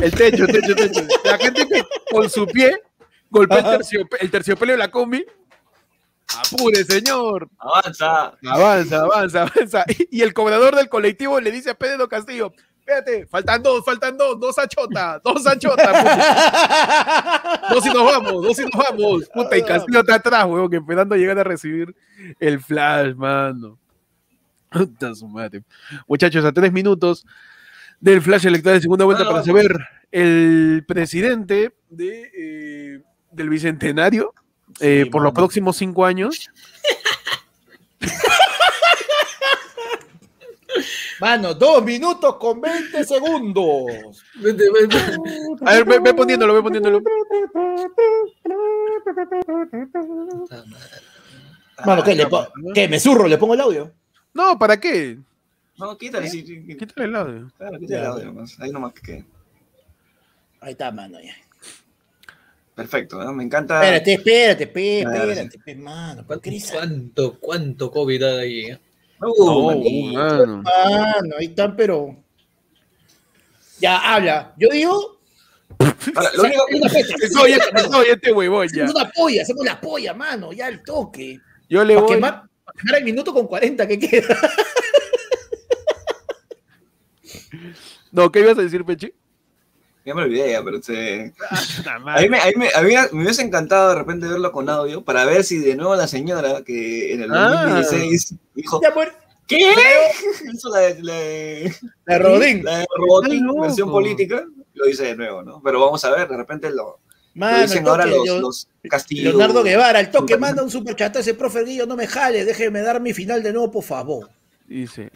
El techo, el techo, el techo. La gente que con su pie golpea el,
Ajá.
terciope- el terciopelo de la combi. Apure, señor.
Avanza.
Avanza, avanza, avanza. Y, y el cobrador del colectivo le dice a Pedro Castillo, espérate, faltan dos, faltan dos, dos achota, dos achota. dos y nos vamos, dos y nos vamos. Puta, y Castillo está atrás, weón, que esperando llegar a recibir el flash, mano. Puta su madre. Muchachos, a tres minutos del flash electoral de segunda vuelta
Bueno,
para saber el presidente de, eh, del Bicentenario eh,
Sí,
por los
mano.
próximos cinco años.
Mano, dos minutos con 20 segundos.
Vete, vete.
A ver, ve, ve poniéndolo, ve poniéndolo.
Puta madre.
Mano, ¿qué, le
no,
po- qué, ¿Me zurro? ¿Le pongo el audio?
No, ¿para qué?
no, quítale, sí, sí, sí.
Quítale el audio.
Claro, quítale el audio nomás. Ahí nomás que quede.
Ahí está, mano. ya.
Ah.
Perfecto, ¿no? me encanta.
Espérate, espérate, pe,
Ah, ya,
espérate, pe, mano. ¿Por
¿Cuánto,
qué eres así,
cuánto, cuánto COVID hay ahí? eh?
No,
Uh,
mano.
Mano, Ah, ahí están, pero. Ya, habla. Yo digo.
Ahora, lo único
una fecha,
Se oye, se oye este huevón ya.
hacemos una polla, hacemos la polla, mano. Ya el toque.
Yo le
Para
voy.
quemar, pa' quemar el minuto con 40 que queda.
No, ¿qué ibas a decir, Pechi?
ya me olvidé ya, pero se...
Puta
a mí,
madre.
me, a mí me, a mí me hubiese encantado de repente verlo con audio para ver si de nuevo la señora que en el
Ah.
2016 dijo
Ya, pues,
¿Qué? Hizo la de, la de-
La Rodín.
la de Robotín,
Está loco.
versión política, lo dice de nuevo, ¿no? Pero vamos a ver, de repente lo, lo
Mano, el
dicen ahora
toque,
los,
Leo-
los Castillo.
Leonardo Guevara, el toque,
Super-
manda un superchat a ese profe Guillo, no me jale, déjeme dar mi final de nuevo, por favor.
Dice.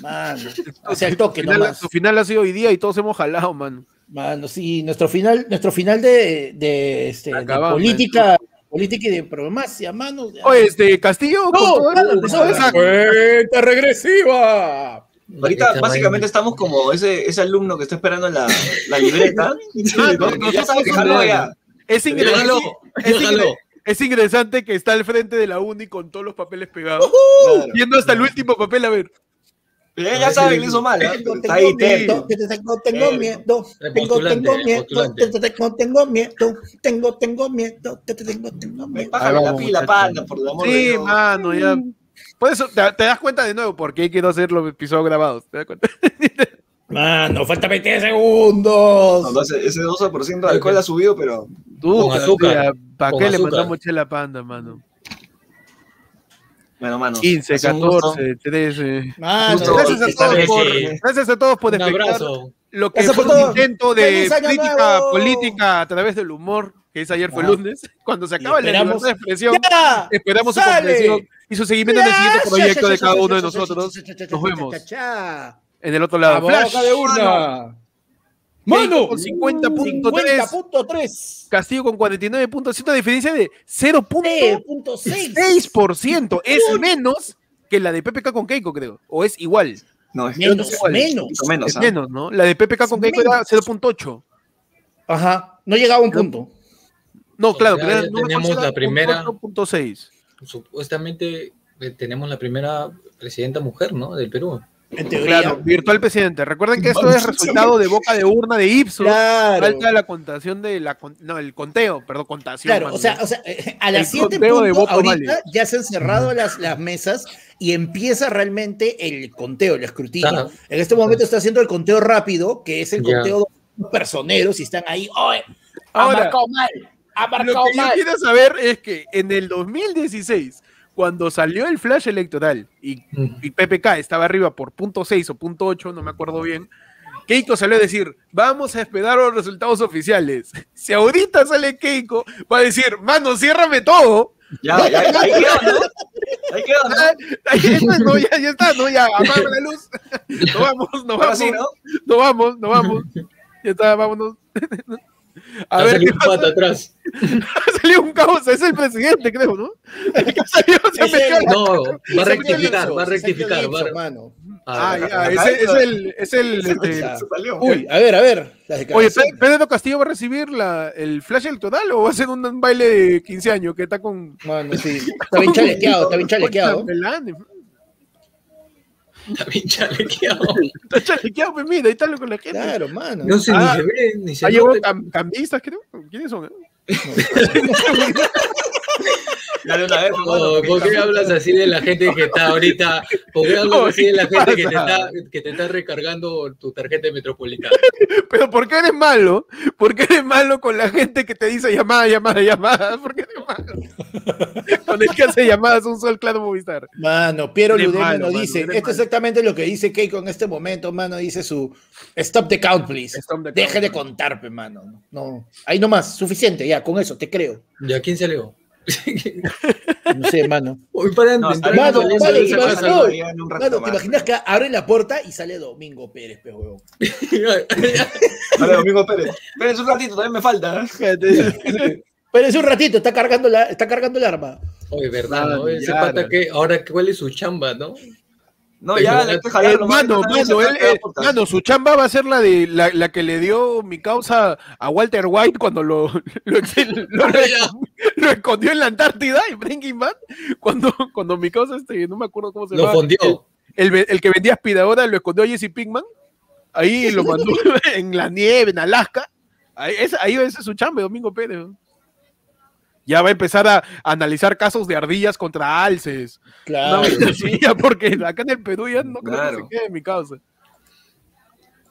Mano, o sea, el toque
Su final,
nomás.
su final ha sido hoy día y todos hemos jalado, mano.
Mano, sí, nuestro final, nuestro final de, de, este, de
Acabamos,
política, política y de diplomacia, mano.
Oye, este, Castillo. con
no,
todo el-
mano, empezó
Esa-
esa cuenta regresiva.
Este
Ahorita básicamente estamos como ese, ese alumno que está esperando la, la libreta.
Mano,
que ya sabe que
nosotros
jaló
somos-
ya.
es,
Yo
ingresante,
jaló,
es,
yo jaló.
ingre- es ingresante que está al frente de la uni con todos los papeles pegados.
Claro.
Viendo hasta el último papel, a ver.
Ya, ya sabe que le hizo mal. ¿ah?
Tengo,
Pero Está ahí,
tengo miedo,
terco.
tengo, tengo
Terco.
miedo,
El
tengo,
postulante,
tengo
el
miedo,
postulante.
tengo, tengo miedo, tengo, tengo miedo, tengo, tengo miedo.
Bájale
Ahí
la
vamos,
pila,
muchachos.
panda, por el amor de
Sí,
Dios.
mano, ya. Por eso te, te das cuenta de nuevo por qué quiero hacer los episodios grabados. ¿Te das cuenta?
Mano, falta 20
No,
segundos.
entonces, ese 12% de alcohol ha subido, pero
Tú,
Con azúcar,
¿Para
con
qué le
azúcar.
mandamos chela panda, mano?
bueno, mano.
15,
hace un gusto.
14, 13.
Mano,
Justo.
Gracias a
Esta
todos
vez
por,
sí.
gracias a todos por
Un
espectar
abrazo.
lo que
Gracias
fue
por
un
todo.
intento de
¡Feliz año
crítica
nuevo!
política a través del humor, que es ayer fue
Ah.
lunes, cuando se
Y
acaba la
esperamos-
libertad de expresión.
ya,
Esperamos su
sale.
comprensión y su seguimiento en el siguiente
Ya,
proyecto
cha,
de
cha,
cada
cha,
uno de
cha, cha,
nosotros.
cha, cha, cha, cha,
Nos
cha,
vemos.
cha, cha.
En el otro lado, Flash.
boca de urna.
Keiko
Mano,
con 50.3.
50.3.
Castillo con 49.7, diferencia de 0.6%.
3.6.
Es menos que la de PPK con Keiko, creo. O es igual.
No, es
Menos,
es-
menos.
es menos,
Es
¿ah?
menos, ¿no? La de PPK con
Es
Keiko era
menos.
0.8.
Ajá, no llegaba a un punto.
No,
O
claro,
sea,
pero era
Pues ya
no me
tenemos
acuerdo,
la
era
primera.
4.6.
Supuestamente eh, tenemos la primera presidenta mujer, ¿no? Del Perú.
En teoría.
Claro, virtual presidente. Recuerden que esto es resultado de boca de urna de Ipsos.
Claro,
Falta la contación de la. con- No, el conteo, perdón, contación.
claro,
mano.
o sea, o sea, eh, a
El
las 7
conteo de votos
ahorita
válidos.
ya se han cerrado las, las mesas y empieza realmente el conteo, el escrutinio.
Claro.
En este momento está haciendo el conteo rápido, que es el
Ya.
conteo de los personeros y están ahí, ¡oye! Ha
Ahora,
marcado mal, ha
Lo
marcado
que yo
mal.
quiero saber es que en el 2016, cuando salió el flash electoral y,
Mm.
y PPK estaba arriba por punto .6 o punto .8, no me acuerdo bien, Keiko salió a decir, vamos a esperar los resultados oficiales. Si ahorita sale Keiko, va a decir, mano, ciérrame todo.
Ya, ya, ahí quedó, ¿no? Ahí quedó, ¿no?
Ah, ahí está, no, ya, ya está, no, ya, apaga la luz. No vamos, no
Ahora
vamos,
sí, ¿no?
no vamos, no vamos. Ya está, vámonos. A
Ha
ver, ¿qué
salido un
pasa?
pato atrás.
Ha salido un caos, es el presidente, creo, ¿no? El que ha salido, se ha
Es
metido
él.
la-
No, va a rectificar,
Eso,
va a rectificar.
Sergio
Va
Gibson,
a...
mano.
Ah,
Ah,
ya.
ya, ese- es el, es el, este,
Ya.
Se salió.
Uy, a ver, a ver.
Oye,
las declaraciones.
¿Pe- ¿Pedro Castillo va a recibir la, el flash electoral o va a ser un, un baile de 15 años que está con...
Mano, sí. Está bien chalequeado, está bien chalequeado.
con chambelanes?
Está bien chalequeado.
Está chalequeado, pues mira, ahí está lo con la gente.
Claro, mano.
No sé,
Ah,
ni se ve, ni se
Ahí llegó
nota.
cam- cambistas, creo. ¿Quiénes son? eh?
Dale una vez, hermano,
No,
porque
¿Por qué
está-
hablas así de la gente que está ahorita? ¿Por qué hablas
No,
así de la
¿qué
gente que te,
pasa?
está, que te está recargando tu tarjeta de metropolitana?
Pero ¿por qué eres malo? ¿Por qué eres malo con la gente que te dice llamada, llamada, llamada? ¿Por qué eres malo? con el que hace llamadas un sol claro Movistar.
Mano, Piero
Eres
Ludema
malo,
nos
mano,
dice,
eres
esto
malo.
es exactamente lo que dice Keiko en este momento, mano, dice su stop the count, please.
Stop the
Deje
count,
de
mano.
contar, pe, mano. No, ahí nomás, suficiente, ya, con eso, te creo.
¿Y a quién salió?
No sé, mano.
Hoy para
No,
de
está
entrar
bien,
Mano,
salió-
mano,
salió esa
mano,
casa,
no.
¿no?
ya en un rato
Mano, ¿te
más.
imaginas que abre la puerta y sale Domingo Pérez, pe, huevón?
Dale, Domingo Pérez. Pérez, un ratito, también me falta. ¿eh?
Pero es un ratito, está cargando, la, está cargando el arma.
Oye, verdad,
Mano,
¿no? Ese
ya,
pata
no.
que ahora cuál es su chamba, ¿no?
No, ya,
Pero-
le deja
Eh,
jalarlo,
Mano,
mano,
mano, él- él- mano, su chamba va a ser la de la, la que le dio mi causa a Walter White cuando lo, lo, lo- lo- lo escondió en la Antártida en Breaking Bad. Cuando, cuando mi causa, este, no me acuerdo cómo se
Lo
llama. El,
fondió.
el ve- el que vendía aspiradora lo escondió a Jesse Pinkman. Ahí lo mandó en la nieve, en Alaska. Ahí es, ahí ese es su chamba, Domingo Pérez. ¿no? Ya va a empezar a analizar casos de ardillas contra alces. Una
Claro.
vaina así, ya, porque acá en el Perú ya no creo
Claro.
que se quede mi causa.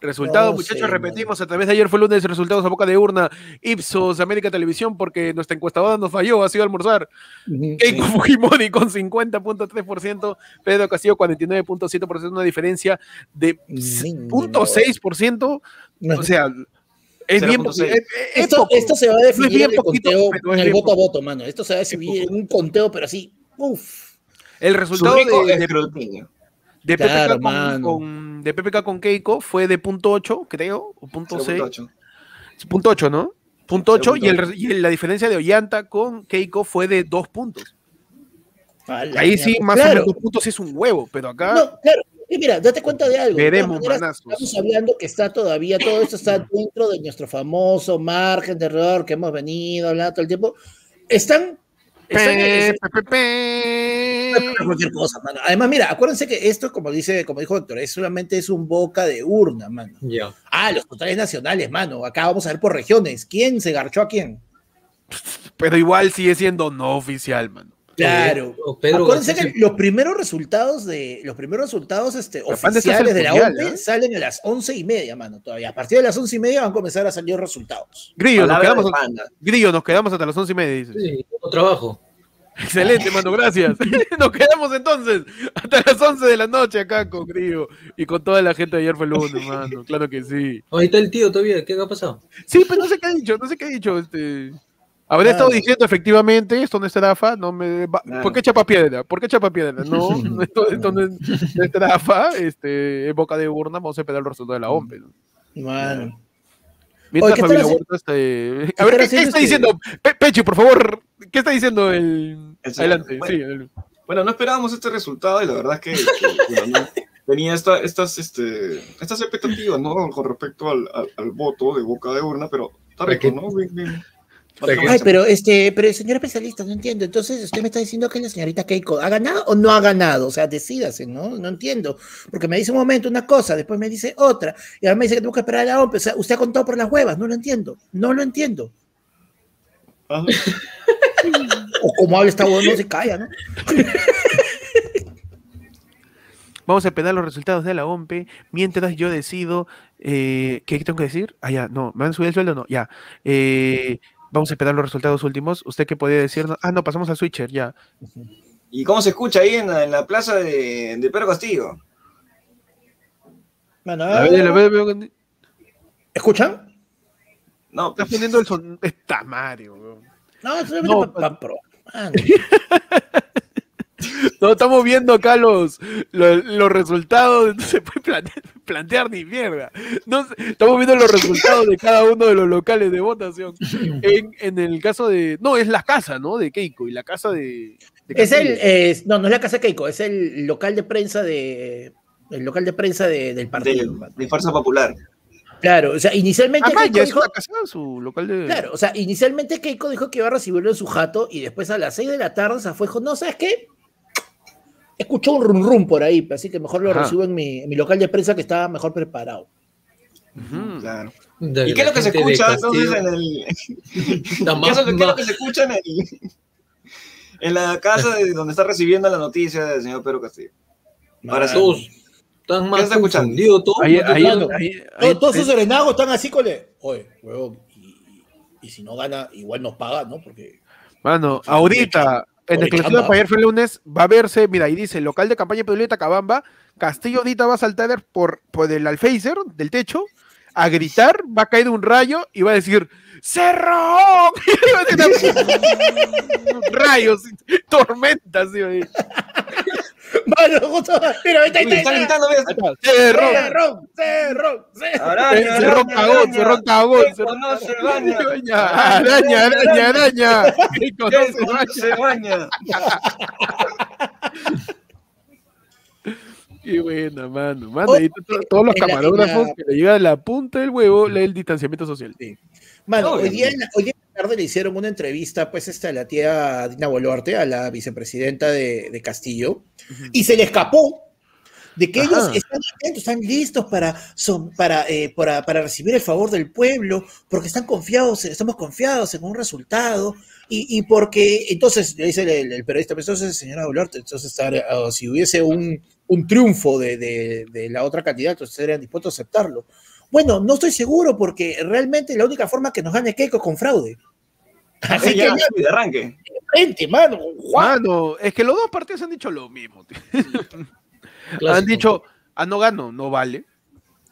Resultados,
No
muchachos,
sé,
repetimos a través de ayer fue lunes, resultados a boca de urna, Ipsos, América Televisión, porque nuestra encuestadora nos falló, ha sido almorzar. Keiko Fujimori con 50.3%, Pedro Castillo 49.7%, una diferencia de
Niño.
0.6%. O sea, es bien,
0.6.
es- es
esto,
poco.
esto se va a
No es
definir
bien
en el
poquito,
conteo,
pero es
en el
bien
voto a
poco.
voto, mano. Esto se va a decidir en un conteo, pero así, uff.
El
Su
resultado
rico
de, de-
escrutinio.
de
Claro,
PPK con,
mano.
con- de PPK con Keiko fue de .8, creo, o .6.
0.8.
Punto ocho, ¿no? Punto ocho,
Punto
y, el re- y la diferencia de Ollanta con Keiko fue de dos puntos. Ahí sí, más o menos dos puntos es un huevo, pero acá
No, claro. Y mira, date cuenta de algo. De todas
Ah. Veremos,
maneras,
manazos.
Estamos hablando que está todavía, todo esto está dentro de nuestro famoso margen de error que hemos venido hablando todo el tiempo. Están. están-
Pe, pe, pe,
Pero
pe.
cualquier cosa, mano. Además, mira, acuérdense que esto, como dice, como dijo Héctor, es solamente es un boca de urna, mano.
Ya.
Ah, los totales nacionales, mano. Acá vamos a ver por regiones. ¿Quién se garchó a quién?
pero igual sigue siendo no oficial, mano.
Claro.
O Pedro
Acuérdense
García
que los primeros resultados de los primeros resultados este,
Capaz de este es el
oficiales de la
mundial,
ONU
¿eh?
salen a las once y media, mano, todavía. A partir de las once y media van a comenzar a salir resultados.
Grillo, nos
Palabra
quedamos,
de
hasta-
pana.
Grillo, nos quedamos hasta las once y media, dice.
Sí, poco trabajo.
Excelente, mano, gracias. nos quedamos entonces hasta las 11 de la noche acá con Grillo y con toda la gente de ayer fue lunes, mano. Claro que sí.
Ahí está el tío todavía, ¿qué ha pasado?
Sí, pero no sé qué ha dicho, no sé qué ha dicho. Este... Habré
Claro.
estado diciendo efectivamente, esto no es trafa, no me... va-
Claro.
¿por qué chapa piedra? ¿Por qué chapa piedra? No, no, esto, esto no es, no es trafa, este, es boca de urna, vamos a esperar el resultado de la OMP. ¿no?
Mano.
Mientras
¿qué tal
Fabiola
hace-
Huerta este... A
tal
ver, ¿qué,
haciendo
qué está
este-
diciendo? Pe- Pechi, por favor, ¿qué está diciendo el...
El señor.
Adelante,
Bueno.
sí. el-
Bueno, no esperábamos este resultado y la verdad que, que- que no- tenía esta- estas, este, estas expectativas, ¿no? Con respecto al, al- al voto de boca de urna, pero está
Pero
rico,
que-
¿no? Bien, bien.
pero que-
Ay, pero este, pero señora especialista, no entiendo. Entonces, usted me está diciendo que la señorita Keiko ha ganado o no ha ganado. O sea, decídase, ¿no? No entiendo. Porque me dice un momento una cosa, después me dice otra, y ahora me dice que tengo que esperar a la OMP. O sea, usted ha contado por las huevas, no lo entiendo. No lo entiendo.
Ajá.
O como habla esta huevón, no se calla, ¿no?
Vamos a esperar los resultados de la OMP mientras yo decido. eh, ¿Qué tengo que decir? Ah, ya, no. ¿Me han subido el sueldo? No, ya. Eh, vamos a esperar los resultados últimos. ¿Usted qué podía decirnos? Ah, no, pasamos al switcher, ya.
¿Y cómo se escucha ahí en la, en la plaza de, de Pedro Castillo?
Mano,
A ver, a ver, a ver,
¿Escuchan?
No,
Estás poniendo el son. Está Mario, weón.
No, es solamente
No,
pa- pa- pro. Ah, Mano,
No, estamos viendo acá los, los, los resultados. No se puede plane- plantear, ni mierda. No, se- estamos viendo los resultados de cada uno de los locales de votación. En, en el caso de. No, es la casa, ¿no? De Keiko y la casa de. de
Es el,
Castillo.
es- no, no es la casa Keiko, es el local de prensa de, el local de prensa de- del
de,
partido. mano.
de Fuerza Popular.
Claro, o sea, inicialmente
Ah,
Keiko
ya es
dijo,
una casa, su local de.
claro, o sea, inicialmente Keiko dijo que iba a recibirlo en su jato y después a las 6 de la tarde se fue dijo, no, ¿sabes qué? Escuchó un rum rum por ahí, así que mejor lo
Ajá.
recibo en mi, en mi local de prensa que estaba mejor preparado. Mm.
Ujú.
Claro.
De
¿Y qué es lo que
la
se
gente de
escucha
Castillo.
entonces en el.
La
¿Qué es lo que- qué es lo
mamá-
que se escucha en el. En la casa de donde está recibiendo la noticia del señor Pedro Castillo. Ahora
Todos están más
está escuchando?
confundidos, todos.
Ahí-
no te-
ahí-
claro.
ahí- ahí-
Todos, todos esos serenagos están así, cole. Oye, huevón, y, y si no gana, igual nos paga, ¿no? Porque.
Mano, ahorita, en
Oye,
exclusiva
chamba.
para el lunes, va a verse, mira, ahí dice, local de campaña Peduleta Cabamba, Castillo ahorita va a saltar por, por el alféizar del techo, a gritar, va a caer un rayo y va a decir, ¡Cerro! Y va a tener Rayos, tormentas, sí, ahí.
Mano, justo. Mira, ahí está, ahí
Uy,
está,
está
ahí
gritando, mira.
¡Cerro!
Cerrón, cerrón, cerrón.
Araña, araña,
¡Cerro cagón!
araña.
¡Cerro cagón!
Que
cerrón
no se baña.
Araña, araña, araña, araña. Que no
Que
se
no
baña.
se baña.
Qué buena, mano. Mano,
Oh,
ahí to- todos los
en la- en
camarógrafos
la-
que le llega a la punta del huevo lee el distanciamiento social.
Mano,
Obvio.
hoy día, en la, hoy día en la tarde le hicieron una entrevista, pues, esta, a la tía Dina Boluarte, a la vicepresidenta de, de Castillo, y se le escapó de que
Ajá.
ellos están atentos, están listos para, son, para, eh, para, para recibir el favor del pueblo, porque están confiados, estamos confiados en un resultado, y, y porque, entonces, le dice el, el- el periodista, "Pues, entonces, señora Boluarte, entonces, ahora, ah, si hubiese un, un triunfo de, de- de la otra candidata, ustedes serían dispuestos a aceptarlo. Bueno, no estoy seguro porque realmente la única forma que nos gane Keiko es con fraude. Así
Ey,
que
ya,
ya,
de arranque.
vente, mano, Juan.
Mano, es que los dos partidos han dicho lo mismo. tío. Han
Clásico.
dicho, ah, no gano, no vale.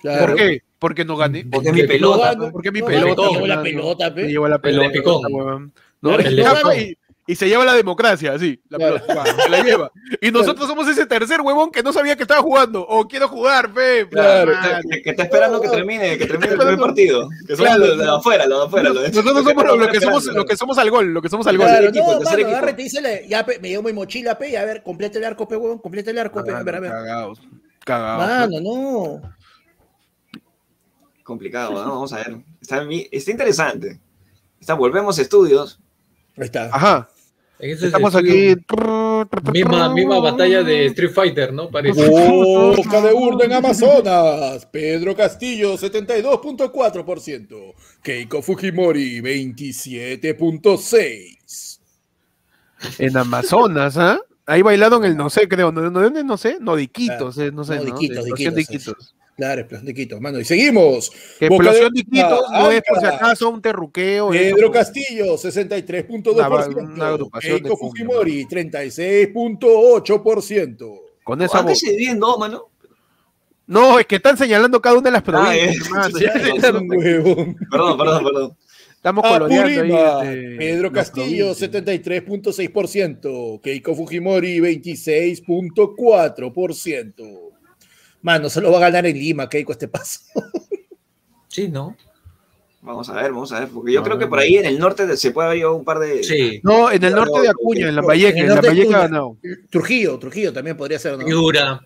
¿Por qué? Porque no gané.
Porque mi
Que
pelota.
gano.
Porque mi
No
pelota.
gano, me llevo la
mano,
pelota, pe.
Me llevo la
El
pelota.
lepicón.
esa huevón. ¿No?
El
Y
lepicón.
escapa Y, y se lleva la democracia, así. La
Claro.
pelota. va, se la lleva. Y nosotros somos ese tercer huevón que no sabía que estaba jugando. O quiero jugar, fe.
Claro,
mano.
Ah, que- que, que está esperando que termine, que termine el primer partido. Que son
Claro,
los de
claro.
afuera, los de afuera. los de-
Nosotros
los
somos lo,
están
lo que somos,
esperando.
lo que somos al gol, lo que somos al gol.
Claro,
Tercer equipo,
no,
tercer
mano,
equipo.
agárrate y dícele, ya pe, me llevo mi mochila, pe, y a ver, completa el arco, pe, huevón, completa el arco, pe, a ver, a ver.
Cagados. Cagados.
Mano, no.
Complicado, ¿no? Vamos a ver. Está, mi- está interesante. Está, volvemos a estudios.
Ahí está.
Ajá.
Ese es el
Estamos aquí.
estudio. Misma, misma batalla de Street Fighter, ¿no? Parece.
Oh.
Busca de urna en Amazonas. Pedro Castillo, 72.4%. Keiko Fujimori, 27.6%.
En Amazonas, ¿ah? Ahí bailaron el no sé, creo. ¿No no- dónde? No sé. No, de Iquitos, eh, no sé.
No, de
¿no?
Iquitos, de
Explosión de
Iquitos,
Iquitos.
Claro, explosión de Quito, mano. Y seguimos.
Que
Boca de Eh,
explosión de
Urna,
Iquitos no es por si
Anca.
acaso un terruqueo. eh, es
Pedro
un-
Castillo,
Una- una
63.2%.
agrupación de
Keiko
cumbia,
Fujimori, 36.8%.
Con esa
Antes
voz.
Ah, se dividen dos, mano.
No, es que están señalando cada una de las
eh.
provincias. hermano.
Ya,
Es un huevón.
Perdón, perdón, perdón.
Estamos coloreando ahí.
Apurímac,
este,
Pedro
las
Castillo,
provincias.
73.6%. Keiko Fujimori, 26.4%.
Mano, solo va a ganar en Lima, Keiko, este paso.
Sí, ¿no?
Vamos a ver, vamos a ver. Porque yo creo que por ahí en el norte se puede haber llevado un par de.
Sí.
No, en el norte de Acuña, en la Valleca.
En el
En la
norte de
Valleca ha
Acuña.
ganado.
Trujillo, Trujillo también podría ser, ¿no?
Piura,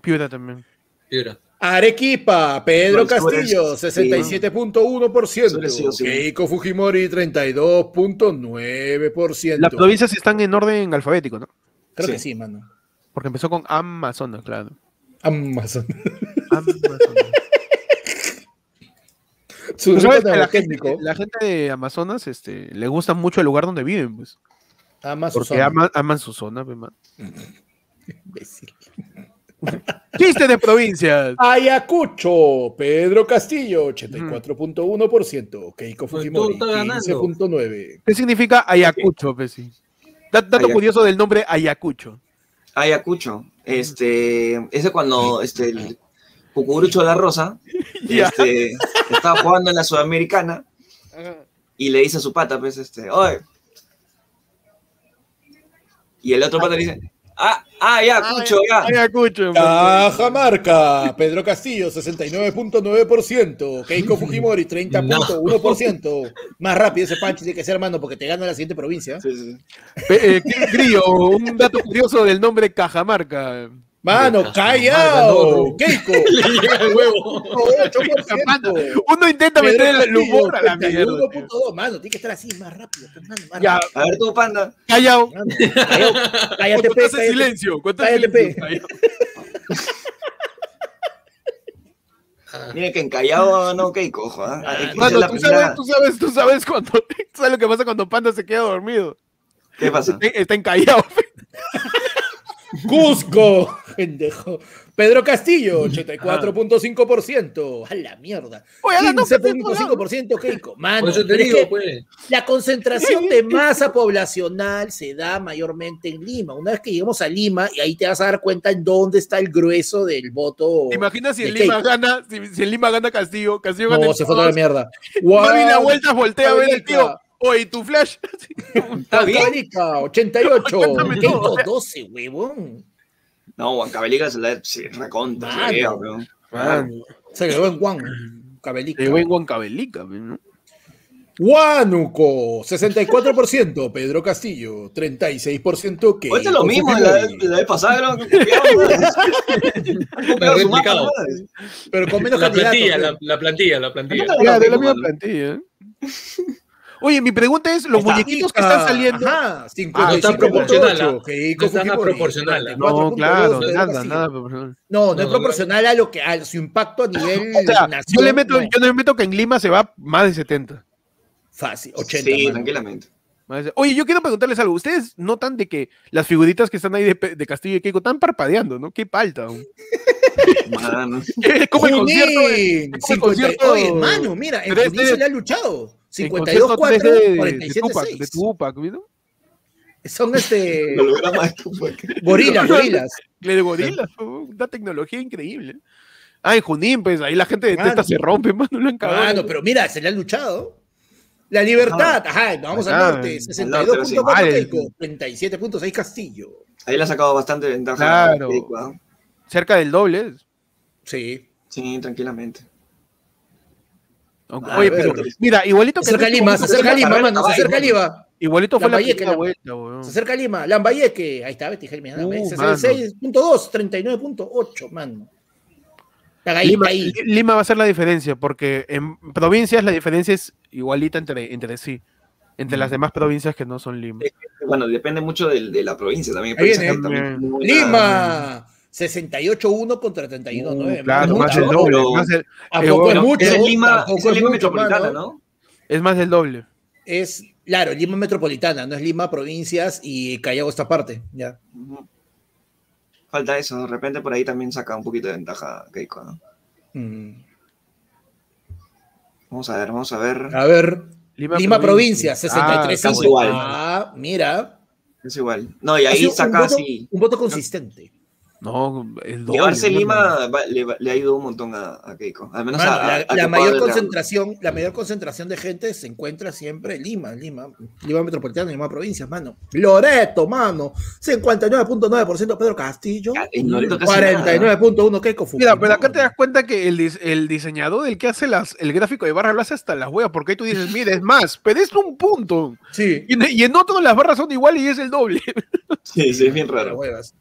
Piura también.
piura.
Arequipa, Pedro
Los sures,
Castillo,
Sures, sí
67.1%.
o sí.
Keiko Fujimori, 32.9%.
Las provincias están en orden alfabético, ¿no?
Creo
Sí.
que sí, mano.
Porque empezó con Amazonas, claro.
Amazon.
Amazonas.
Su
Tú sabes que la, gente,
técnico.
la gente de Amazonas este, le gusta mucho el lugar donde viven, pues.
Amazon.
Porque ama- aman su zona, pe, man. Chiste de provincias.
Ayacucho, Pedro
Mm.
Castillo, 84.1%. Keiko
Pues tú
Fujimori,
estás ganando.
15.9%.
¿Qué significa Ayacucho, Pesi? Dato
Ayacucho.
curioso del nombre Ayacucho.
Ah, Ayacucho. Este, ese cuando este, el Cucurucho de la Rosa
Ya.
este, estaba jugando en la Sudamericana y le dice a su pata, pues, este, oye. Y el otro pata le dice, ah, ah, ya, Cucho, ya.
Ayacucho. man.
Cajamarca, Pedro Castillo, 69.9%. Keiko Fujimori, 30.1%.
Más rápido ese punch tiene que ser, mano, porque te gana la siguiente provincia.
Sí, sí, sí.
Pe- eh, qué Grillo, un dato curioso del nombre Cajamarca.
Mano, callao. Keiko,
Le llega el huevo.
8%.
Uno intenta meter el humor a la mierda. tío.
1.2, mano, tiene que estar así, más rápido. pe, Mano, más
Ya,
rápido,
A ver, tú, panda.
callao.
mano. Cállate, Cállate,
¿Cuánto
pe,
te hace
cállate.
silencio? ¿Cuánto hace
Cállate,
silencio?
Ah,
Mira que en Callao no Keiko, ojo, ¿ah? Hay que hacer
Mano,
la
tú
primera-
sabes, tú sabes, tú sabes cuando, tú sabes lo que pasa cuando Panda se queda dormido.
¿Qué pasa?
Está, está encallado.
Cusco, pendejo. Pedro Castillo, 84.5%. A la mierda.
Oye, ahora no, pues,
15.5% Keiko. Mano,
Por eso te
pero es
digo,
que
pues.
la concentración de masa poblacional se da mayormente en Lima. Una vez que lleguemos a Lima, y ahí te vas a dar cuenta en dónde está el grueso del voto.
¿Te imaginas si
de
en Lima
Keiko?
gana, si, si en Lima gana Castillo, Castillo gana
No,
el
se fue toda la mierda.
Mami, la vuelta voltea a ver el
Ahorita.
tío. Oye, tu flash.
¿Está bien?
Huancabelica, 88.
Cuéntame todo,
Keiko,
o sea.
12, huevón.
No, Huancabelica se la se recontra, se
Mano.
vea, weón.
Mano, Se quedó en Juan. Cabelica.
Llegó en Huancabelica, ¿no?
Huánuco, 64%, Pedro Castillo, 36% que.
Ahorita Pues es lo mismo de la, vez- de la vez pasada, ¿no? Han copiado su mapa,
replicado.
¿no?
Pero con menos
La plantilla,
¿eh?
candidatos.
la, la plantilla, la plantilla.
Puta,
Ya, de la
mismo,
misma
mano.
plantilla. ¿eh? Oye, mi pregunta es, los
Está.
muñequitos que están saliendo...
Ajá,
Ah, no está
55.8,
proporcional, ah.
Keiko
No está nada
Fujimori,
proporcional, ah.
44.2, Pedro Castillo.
pero-
No, no,
No,
es
no,
proporcional a lo que a su impacto a nivel
O sea, yo
nación,
le meto,
no.
yo le meto que en Lima se va más de 70.
fácil, 80.
Sí,
mano.
tranquilamente.
Más de- Oye, yo quiero preguntarles algo. Ustedes notan de que las figuritas que están ahí de, Pe- de Castillo y Keiko están parpadeando, ¿no? Qué palta. aún.
Mano.
Es como el concierto de-
Junín,
es como el
50
concierto-
Oye, hermano, mira, en
3D.
Junín se le ha luchado.
el concierto
52-4,
3D de- de Tupac, de
47-6.
Tupac, ¿vieron?
Son este.
Lo logra más que fue.
gorilas, gorilas.
Le de gorilas, po, una tecnología increíble. Ah, en Junín, pues ahí la gente de
Mano.
teta se rompe, mano, lo han cagado.
Mano, pero mira, se le ha luchado. La libertad, ajá, nos vamos
Ajá,
al norte,
al norte, pero sí,
62.4
vale.
Keiko, 37.6 Castillo.
Ahí le ha sacado bastante ventaja.
Claro.
Keiko, ¿ah?
Cerca del doble. es.
Sí.
Sí, tranquilamente.
Aunque-
Ah,
oye,
a ver,
pero
pero-
mira, igualito
Se acerca a Lima, se acerca a Lima, mano, se acerca a Lima.
Igualito fue la
Lambayeque,
primera
Lam-
vuelta, weón.
Se acerca a Lima, Lambayeque, ahí está, Betty Germán,
Uh,
66.2, 39.8, mano. Está ahí,
Lima,
está ahí.
Li- Lima va a ser la diferencia, porque en provincias la diferencia es igualita entre, entre sí, entre las demás provincias que no son Lima.
Este,
Bueno, depende mucho del- de, la provincia también.
Ahí
Puede
viene.
sacar también muy buena-
Lima, 68.1 contra
Uh,
31.9.
Uh, Claro,
mano.
más del
¿no?
doble.
Pero-
más del-
¿A
Eh,
poco es
bueno,
mucho?
Es el Lima,
Tampoco
es el Lima
mucho, mano.
metropolitana, ¿no?
es más del doble.
Es, claro, Lima metropolitana, no es Lima provincias y Callao esta parte, ya.
Ujú. Falta eso, de repente por ahí también saca un poquito de ventaja Keiko, ¿no?
Mm.
Vamos a ver, vamos a ver.
A ver, Lima, provincia,
Ah,
63
casi igual.
Ah, mira.
Es igual. No, y
Ha
ahí
sido un
saca Ah.
voto,
así.
un voto consistente.
no, el doble.
Llevarse
mano.
Lima va- le, va- le ha ido un montón a, a Keiko. Al menos
Mano,
a- a-
la,
a
la
que
mayor
pueda ver-
concentración, la mayor concentración de gente se encuentra siempre en Lima, en Lima, Lima metropolitana, Lima provincia, mano. Loreto, mano, 59.9% Pedro Castillo,
Ah, en Loreto casi nada.
49.1 Keiko Fujimori.
Mira, pero acá te das cuenta que el, dis- el diseñador, el que hace las, el gráfico de barra, lo hace hasta las huevas, porque ahí tú dices, mira, es más, pero es un punto.
Sí.
Y en, y en otros las barras son iguales y es el doble.
Sí, sí, es bien
Pero
raro.
huevas.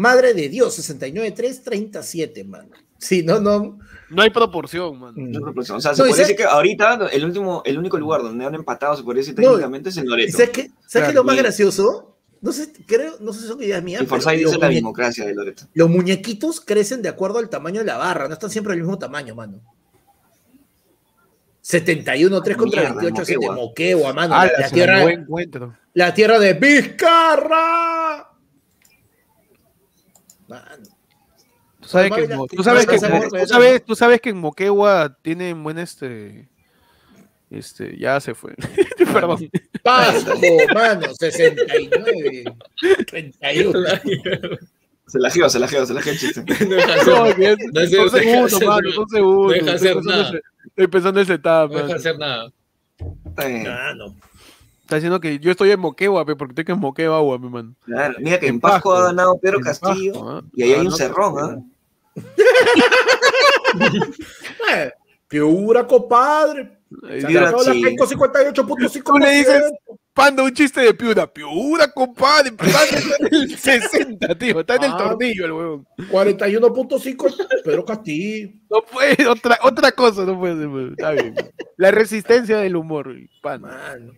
Madre de Dios, 69.337, mano. Sí, no, no.
No hay proporción, man.
Mm.
No hay proporción. O sea, se
No, y
podría
sé-
decir que ahorita el, último, el único lugar donde han empatado, se podría decir
No,
técnicamente, es en
¿Y
Loreto.
¿Sabes qué, ¿sabes qué es lo más
Claro.
gracioso? No sé, creo, no sé si son ideas mías.
Y
pero
Forsyth
los,
dice la
muñe-
democracia de Loreto.
los muñequitos crecen de acuerdo al tamaño de la barra, no están siempre del mismo tamaño, mano. 71, 3 contra
Mierda,
28, 7,
Moquegua.
Moquegua, mano.
Ah,
la,
la-
tierra,
buen encuentro.
la tierra de Vizcarra. Mano,
Tú sabes,
Pero
que, en
Mávila-
Mo- tú, sabes que, en
Mávila
Mo-
se
tú sabes- tú sabes que en Moquegua tienen buen este. Este, ya se fue. Perdón.
Ah,
Pasco, mano, 69, 31.
Se la geo, se la geo, se la geo el chiste.
No deja hacer-
No, que es-
no deja
dos
hacer-
segundos, mano, dos segundos.
deja
Estoy
hacer
pensando
nada.
ese- Estoy pensando en setup,
no deja
mano.
hacer nada.
Está bien.
Mano,
Está diciendo que yo estoy en Moquegua, pe, porque estoy que en Moquegua, agua, mi mano.
Claro, Mira que en
En
Pasco
Pasco.
ha ganado Pedro
En
Castillo
Pasco, ¿ah?
y ahí
Ah,
hay un
no te
cerrón,
creo.
¿ah?
eh, figura, compadre.
Ahí
Se
dice,
Mira,
acabó la
sí.
Keiko 58.5%.
Eh, Tú le dices, panda, un chiste de piuda. Piuda, compadre. Está en el 60, tío. Está en el
Ah.
tornillo el huevón.
41.5 Pedro Castillo.
No puede, otra, otra cosa no puede ser. mano. Está bien. La resistencia del humor, pana.
Mano.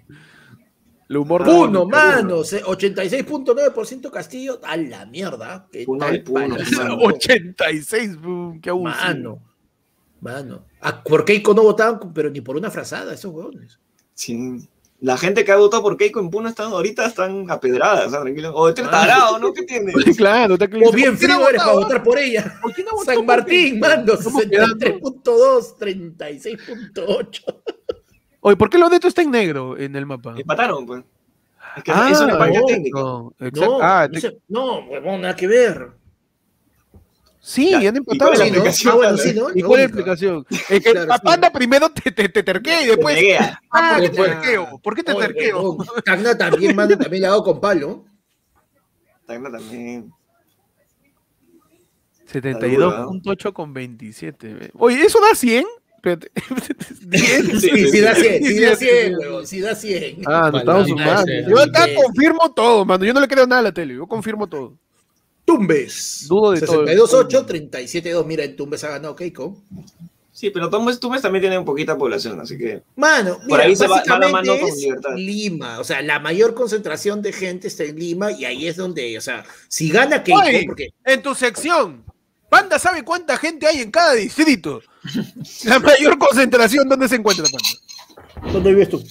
El humor de-
Puno, mano. se- 86.9% Castillo. A la mierda. ¿Qué
Puno
tal
de Puno,
palazo?
mano.
86, boom, qué abuso.
Mano. Mano. Ah, por Keiko no votaban, pero ni por una frazada, esos huevones.
Sí. La gente que ha votado por Keiko en Puno están ahorita están apedradas, o sea, tranquilo. O
Ah.
este tarado, ¿no? ¿Qué tiene?
Claro, está
O bien
¿Por qué no
frío eres
votaba?
para votar por ella.
¿Por qué no votó
San
por
Martín,
Keiko?
mando,
Estamos quedando.
63.2, 36.8.
Oye, ¿por qué lo neto está en negro en el
Ah.
mapa? Ah,
Empataron, pues. Es que es una falla
no,
Pues,
técnica.
exacto.
No,
Ah,
no,
te-
sé- no, huevón, nada que ver.
Sí,
Ya,
han
¿y cuál
empatado.
es la
Sí, ¿no?
explicación?
Ah, bueno, sí, ¿no?
¿Y cuál es la
Lógica.
explicación? Es que
Claro,
la
sí.
panda primero te, te, te terquea y
pues.
después.
Neguea.
Ah, te
Después.
terqueo. ¿Por qué te
Oye,
Este terqueo?
huevón, Tacna también, mando, también le ha dado con palo.
Tacna también.
72.8 con 27. ve. Oye, ¿eso da 100? Espérate. 10.
Sí,
Sí,
sí,
sí da
sí.
100, sí da
sí,
100, huevón, sí da 100.
Ah, no estamos
Maldita
sumando.
sea.
Yo acá
Sí.
confirmo todo, mano. Yo no le creo nada a la tele. Yo confirmo todo.
Tumbes.
Dudo de todo.
62.8, 37.2. Mira, en Tumbes ha ganado Keiko.
Sí, pero Tumbes, Tumbes también tienen poquita población, así que.
Mano,
Por
mira,
ahí se va- va la
básicamente
mano con
es
libertad.
Lima, o sea, la mayor concentración de gente está en Lima y ahí es donde, o sea, si gana Keiko,
Oye.
porque
En tu sección, Panda sabe cuánta gente hay en cada distrito. La mayor concentración, ¿dónde se encuentra, Panda?
¿dónde vives tú?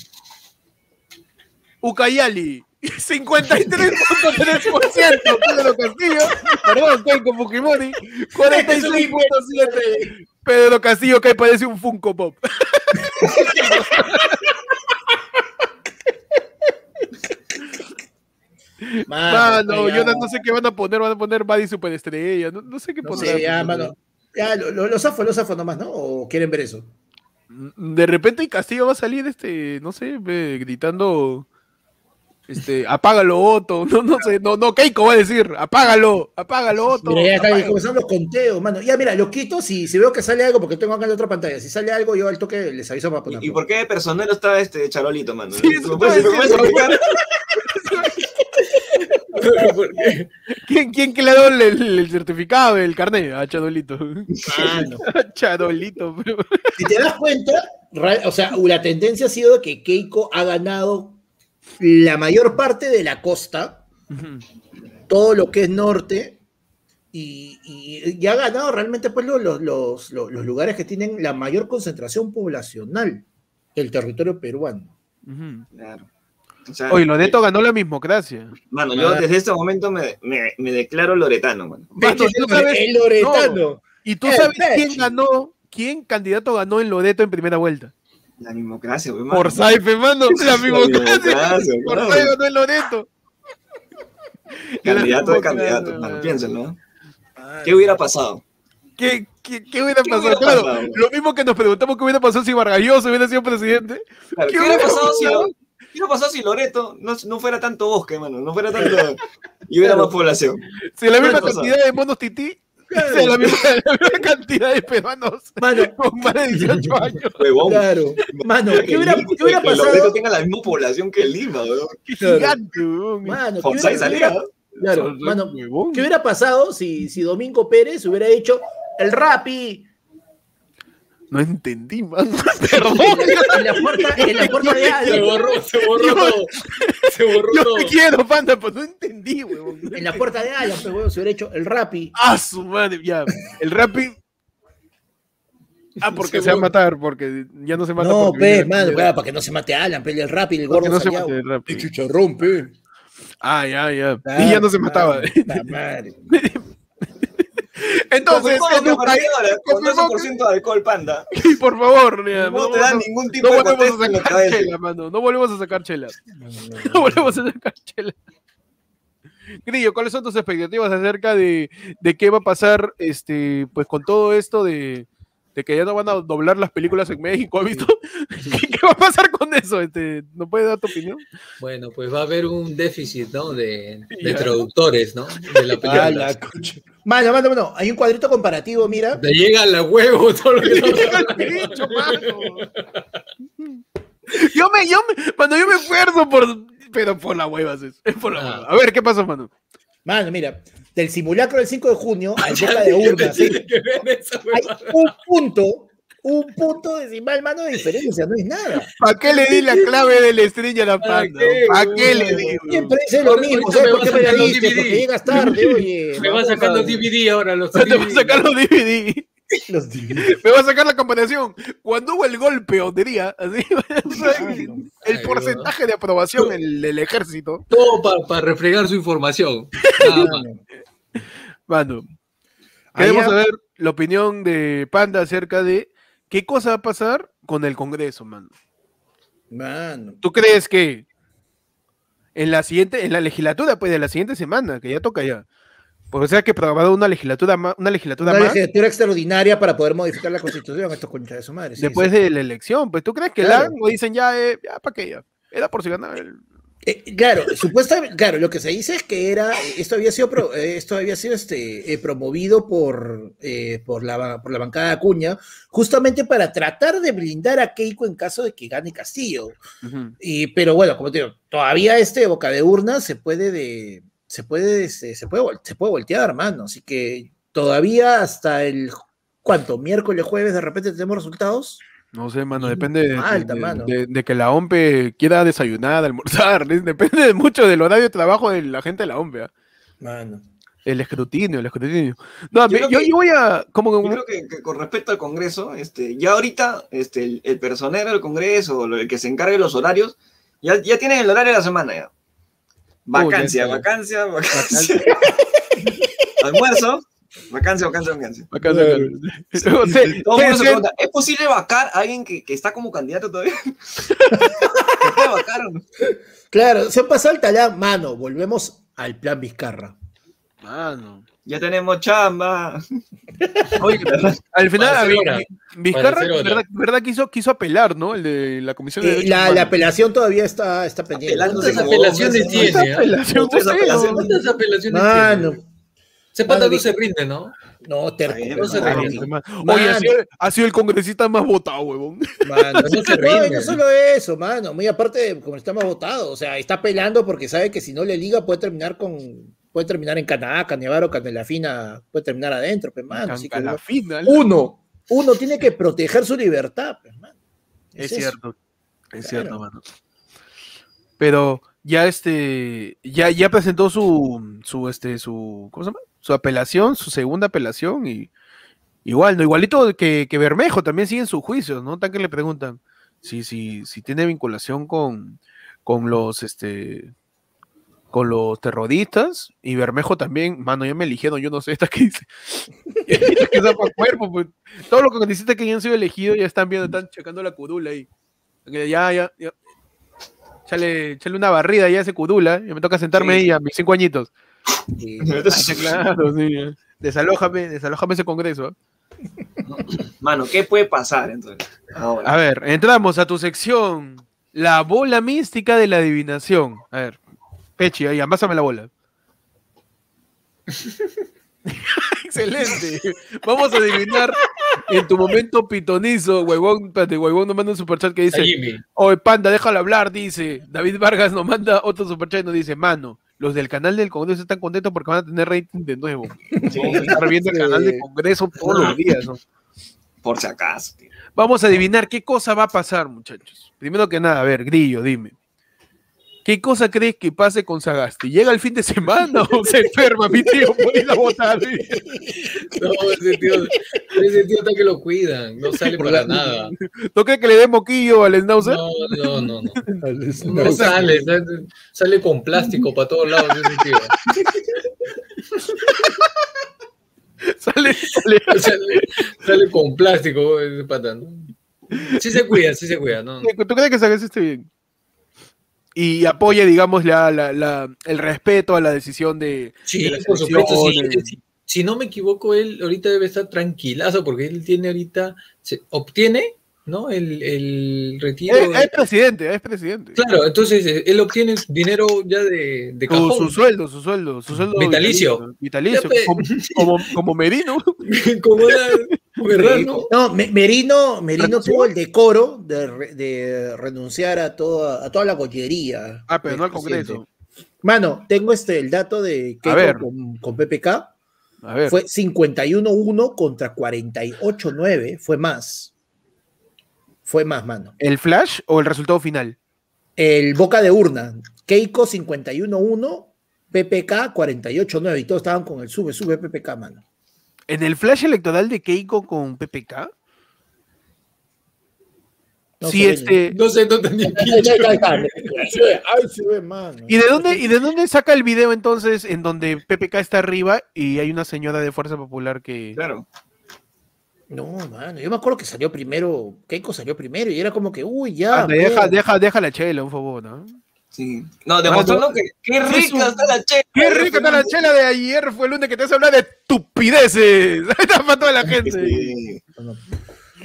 Ucayali. 53.3% Pedro Castillo, perdón, Keiko Fujimori,
Este
46.7% Pedro Castillo, que ahí parece un Funko Pop. Mano,
Ah, ya.
yo no, no sé qué van a poner, van a poner Buddy Superestrella, no, no sé qué
No
poner.
sé, ya, mano. Ya, lo, lo, lo zafo, lo zafo nomás, ¿no? ¿O quieren ver eso?
Mm, De repente Castillo va a salir, este, no sé, ve, gritando, este, apágalo Otto, no, no sé, no, no, Keiko va a decir, apágalo, apágalo Otto.
Mira, ya están
apágalo".
comenzando los conteos, mano. Ya, mira, lo quito si, si veo que sale algo, porque tengo acá en la otra pantalla. Si sale algo, yo al toque les aviso para ponerlo.
¿Y, y por qué de personero está este Charolito, mano?
Sí, eso te iba
¿Me
a
puedes- me puedes
decir,
explicar?
¿Quién, quién que le ha dado el, el- el certificado, el carnet? A Chadolito.
Mano.
A Chadolito, pero-
Si te das cuenta, ra- o sea, la tendencia ha sido que Keiko ha ganado la mayor parte de la costa, todo lo que es norte, y, y- y ha ganado realmente pues, los, los- los- los- los lugares que tienen la mayor concentración poblacional del territorio peruano.
Ujú.
Claro. O sea,
Oye, Loreto ganó la mismocracia.
Mano, yo desde este momento me, me, me declaro loretano, mano.
Mano,
Pechi,
¿tú sabes?
el loretano.
¿Y tú
El
sabes quién
Pechi.
ganó? ¿Quién candidato ganó en Loreto en primera vuelta?
La democracia, weón.
Por Saife, mano. La mismocracia.
mismocracia,
Por
claro.
Saife ganó en Loreto.
Candidato de
La
candidato,
democracia,
mano.
weón.
Piénsenlo. ¿no? ¿Qué hubiera pasado?
¿Qué, qué, qué hubiera
¿Qué
pasado?
hubiera
Claro,
pasado?
lo mismo que nos preguntamos qué hubiera pasado si Vargas Llosa hubiera sido presidente.
Claro,
¿Qué
¿Qué, hubiera
hubiera
pasado si,
pasado?
¿Qué hubiera pasado si Loreto no, no fuera tanto bosque, mano? No fuera tanto. Y hubiera más población.
Si la misma
¿Qué hubiera pasado?
cantidad de monos tití,
Claro.
si la misma, la misma cantidad de peruanos
Mano,
con más de 18 años.
Huevón.
claro. Mano,
Que
¿qué hubiera,
Lima-
qué hubiera
que Loreto
pasado?
tenga la misma población que Lima, weón.
¡Qué
Claro.
gigante, weón!
Mano, ¿qué
Fonsai
hubiera- qué hubiera-
salía. ¿no?
Claro,
Son-
mano,
huevón.
¿Qué hubiera pasado si, si Domingo Pérez hubiera hecho el rapi
No entendí, mano. Perdón.
en la puerta, en la puerta de
Se
Alba?
borró, se borró todo. Se borró
Yo
todo.
te quiero, panda, pero no entendí, weón.
En la puerta de Alba, pues, huevón, se hubiera hecho el rapi.
Ah, su madre, ya. El Rappi. Ah, porque
Seguro.
se va a matar, porque ya no se mata.
No,
porque
pe,
viene
mano,
la-
claro, para que no se mate Alan, pe, el rapi, el
porque
gordo
no se
Sabiao.
mata el Rappi.
chicharrón, pe.
Ah, ya, ya. y ya no se mataba.
La Ah, madre.
Entonces, en
Coca-Cola,
un país-
perdedora, con
Coca-Cola-
12% de alcohol, panda.
Sí, por favor, ya,
Eh, No,
no,
te dan
no-
ningún tipo
no
de
volvemos
contexto
a
en la
sacar
cabeza.
chela, mano. No volvemos a sacar chela. No volvemos a sacar chela. Grillo, ¿cuáles son tus expectativas acerca de, de qué va a pasar este, pues con todo esto de, de que ya no van a doblar las películas en México? ¿Has visto? ¿Qué, qué va a pasar con eso? Este, ¿No puedes dar tu opinión?
Bueno, pues va a haber un déficit, ¿no? De, de
Ya.
traductores, ¿no? De la
Ah,
película.
la concha. Mano, mano, mano, hay un cuadrito comparativo, mira.
Te llega la huevo todo lo que
Llega el bicho, mano. Yo me, yo me, mano, yo me esfuerzo por, pero por la hueva, es es por la
Ah.
hueva. A ver, ¿qué pasó, mano?
Mano, mira, del simulacro del 5 de junio al boca de urna, ¿sí?
que ver esa
Hay
huevada.
un punto, un punto decimal, mano, de diferencia, no es nada.
¿Para qué le di la clave de la estrella a la
¿Para
panda?
qué,
¿Para qué
huevón?
le di?
Siempre dice lo
Ahora,
mismo,
ahorita
¿sabes
me
por
va
qué me la
sacando
diste?
DVD.
Porque llegas tarde, oye.
Me va
vamos
sacando
a-
DVD ahora los
Te voy a
DVD.
sacar los DVD.
Los di-
Me va a sacar la comparación. Cuando hubo el golpe, o diría, así, el
Ay,
porcentaje de aprobación en el, el ejército.
Todo para refregar su información. Nada más.
Mano,
Ahí
queremos
ya-
saber la opinión de Panda acerca de qué cosa va a pasar con el Congreso, mano.
Mano.
¿Tú crees que en la siguiente, en la legislatura, pues, de la siguiente semana, que ya toca ya, porque sea que programado una legislatura más, una legislatura
Una
más,
legislatura extraordinaria para poder modificar la constitución. Estos conchas de su madre. sí,
después
sí.
de la elección, pues, ¿tú crees que
Claro.
la lo dicen ya, eh, ya, para qué ya? Era por si ganaba el...
Eh, claro, supuestamente, claro, lo que se dice es que era, esto había sido, pro- eh, esto había sido este, eh, promovido por, eh, por, la, ba- por la bancada de Acuña, justamente para tratar de blindar a Keiko en caso de que gane Castillo.
Ujú.
Y, pero bueno, como te digo, todavía este boca de urna se puede de, se puede, este, se puede, vol- se puede voltear, hermano. Así que todavía hasta el ¿cuánto? miércoles, jueves, de repente tenemos resultados.
No sé, mano, depende de,
Alta,
de-
mano.
de- de que la OMPE quiera desayunar, almorzar, ¿sí? depende de mucho del horario de trabajo de la gente de la OMPE. ¿ah?
Mano.
El escrutinio, el escrutinio. No,
Yo
yo,
creo
yo,
que-
yo voy a. Como,
Yo creo que, que con respecto al Congreso, este, ya ahorita este, el, el personero del Congreso, lo- el que se encargue de los horarios, ya, ya tienen el horario de la semana ya. Vacancia,
está.
vacancia, vacancia. Almuerzo, vacancia, vacancia, vacancia.
Acá se- Luego, se-
Todo
se-
el mundo se
se-
pregunta, ¿es posible vacar a alguien que, que está como candidato todavía? ¿Se puede vacar o no?
Claro, se han pasado el talán, mano. Volvemos al plan Vizcarra.
Mano.
Ya tenemos chamba.
Oye, al final,
Para hacer
Vi-
hora.
Vi- Vizcarra,
Para hacer hora.
¿verdad, verdad quiso, quiso apelar, ¿no? El de la Comisión de
Eh,
Derechos
la, la
Humanos.
apelación todavía está, está pendiente.
Apelándose
¿Cuántas
como hombres,
apelaciones
¿no?
tiene? ¿ah?
Esa apelación,
Otra
no sé,
apelación.
¿no?
¿Cuántas apelaciones
Mano,
tiene? Ese pata
Mano,
no se rinde, ¿no?
no, terco.
Ay,
pero,
no se
mano.
rinde.
Oye,
Mano.
ha sido, ha sido el congresista más votado, huevón.
Mano,
No se
no, y
rinde.
no solo eso, mano. Muy aparte de como está más votado. O sea, está pelando porque sabe que si no le liga puede terminar con. Puede terminar en Canadá, Canevaro, Canelafina, puede terminar adentro, pues, mano. Así que
a la
uno-
final.
Uno.
uno tiene que proteger su libertad, pues, mano.
Es,
eso.
cierto. Es
Claro.
cierto, mano. Pero ya este ya ya presentó su su este su ¿cómo se llama? Su apelación, su segunda apelación y igual, no igualito que, que Bermejo también sigue en sus juicios, ¿no? Tan que le preguntan si si si tiene vinculación con con los este con los terroristas y Bermejo también, mano, ya me eligieron, yo no sé, esta que dice. Esta que zapa cuerpo, pues. Todos los congresistas que hayan sido elegidos ya están viendo, están checando la curula ahí. Que Ya, ya, ya. Chale, chale una barrida ya a ese curula. Ya me toca sentarme
Sí.
ahí a mis cinco añitos.
Sí.
Ah, claro, sí, ya. Desalójame, desalójame ese congreso. ¿eh?
Mano, ¿qué puede pasar entonces? Ahora.
A ver, entramos a tu sección. La bola mística de la adivinación. A ver, Pechi, ahí, amásame la bola. Excelente. Vamos a adivinar en tu momento pitonizo, huevón. Espérate, huevón, nos manda un superchat que dice.
A Jimmy.
Oye, panda, déjalo hablar, dice. David Vargas nos manda otro superchat y nos dice, mano, los del canal del Congreso están contentos porque van a tener rating de nuevo. Vamos a estar viendo el canal del Congreso todos los días, ¿no?
Por si acaso. tío.
Vamos a adivinar qué cosa va a pasar, muchachos. Primero que nada, a ver, Grillo, dime. ¿Qué cosa crees que pase con Sagasti? ¿Llega el fin de semana o se enferma mi tío por ir a votar?
No, ese tío, ese tío está que lo cuidan, no sale para nada.
¿No crees que le dé moquillo al Snauzer?
No, no, no, no. No sale, sale- sale con plástico para todos lados ese tío.
Sale, sale.
Sale, sale con plástico ese pata. ¿no? Sí se cuida, sí se cuida. No,
¿Tú tú crees que Sagasti esté bien? Y apoya, digamos, la, la- la- el respeto a la decisión de...
Sí,
de la
por supuesto. sí,
selección,
sí. si no me equivoco, él ahorita debe estar tranquilazo porque él tiene ahorita, se obtiene, ¿no? El, el retiro.
Es, es presidente, es presidente.
eh. Claro, entonces eh, él obtiene dinero ya de, de
Su,
cajón.
su sueldo, su sueldo, su sueldo.
Vitalicio.
Vitalicio,
Ya, pues. pe.
como, como, como Merino.
Como era Berrano.
No, Me- Merino, Merino tuvo el decoro de, re- de renunciar a toda, a toda la Este, gollería.
Ah, pero no al
del presidente.
Congreso.
Mano, tengo este el dato de
A ver.
que con, con PPK.
A ver.
Fue 51-1 contra 48-9. Fue más. Fue más, mano.
¿El flash o el resultado final?
El boca de urna. Keiko 51-1, PPK 48-9. Y todos estaban con el sube, sube PPK, mano.
¿En el flash electoral de Keiko con PPK?
No
sí,
sé.
este.
No sé, no entendí.
Ay, ay, ay, ay.
Sí, ay, sí, ve, mano.
¿Y de dónde, y de dónde saca el video entonces en donde PPK está arriba y hay una señora de Fuerza Popular que.
Claro.
No, mano, yo me acuerdo que salió primero, Keiko salió primero y era como que, uy, ya. pues".
Anda, deja,
mano.
deja, deja la chela, por favor, ¿no?
Sí. No, demostrando que qué rica está la chela.
¡Qué rica está la chela de ayer! Fue el lunes que te hace hablar de estupideces. Ahí está para toda la gente.
Sí.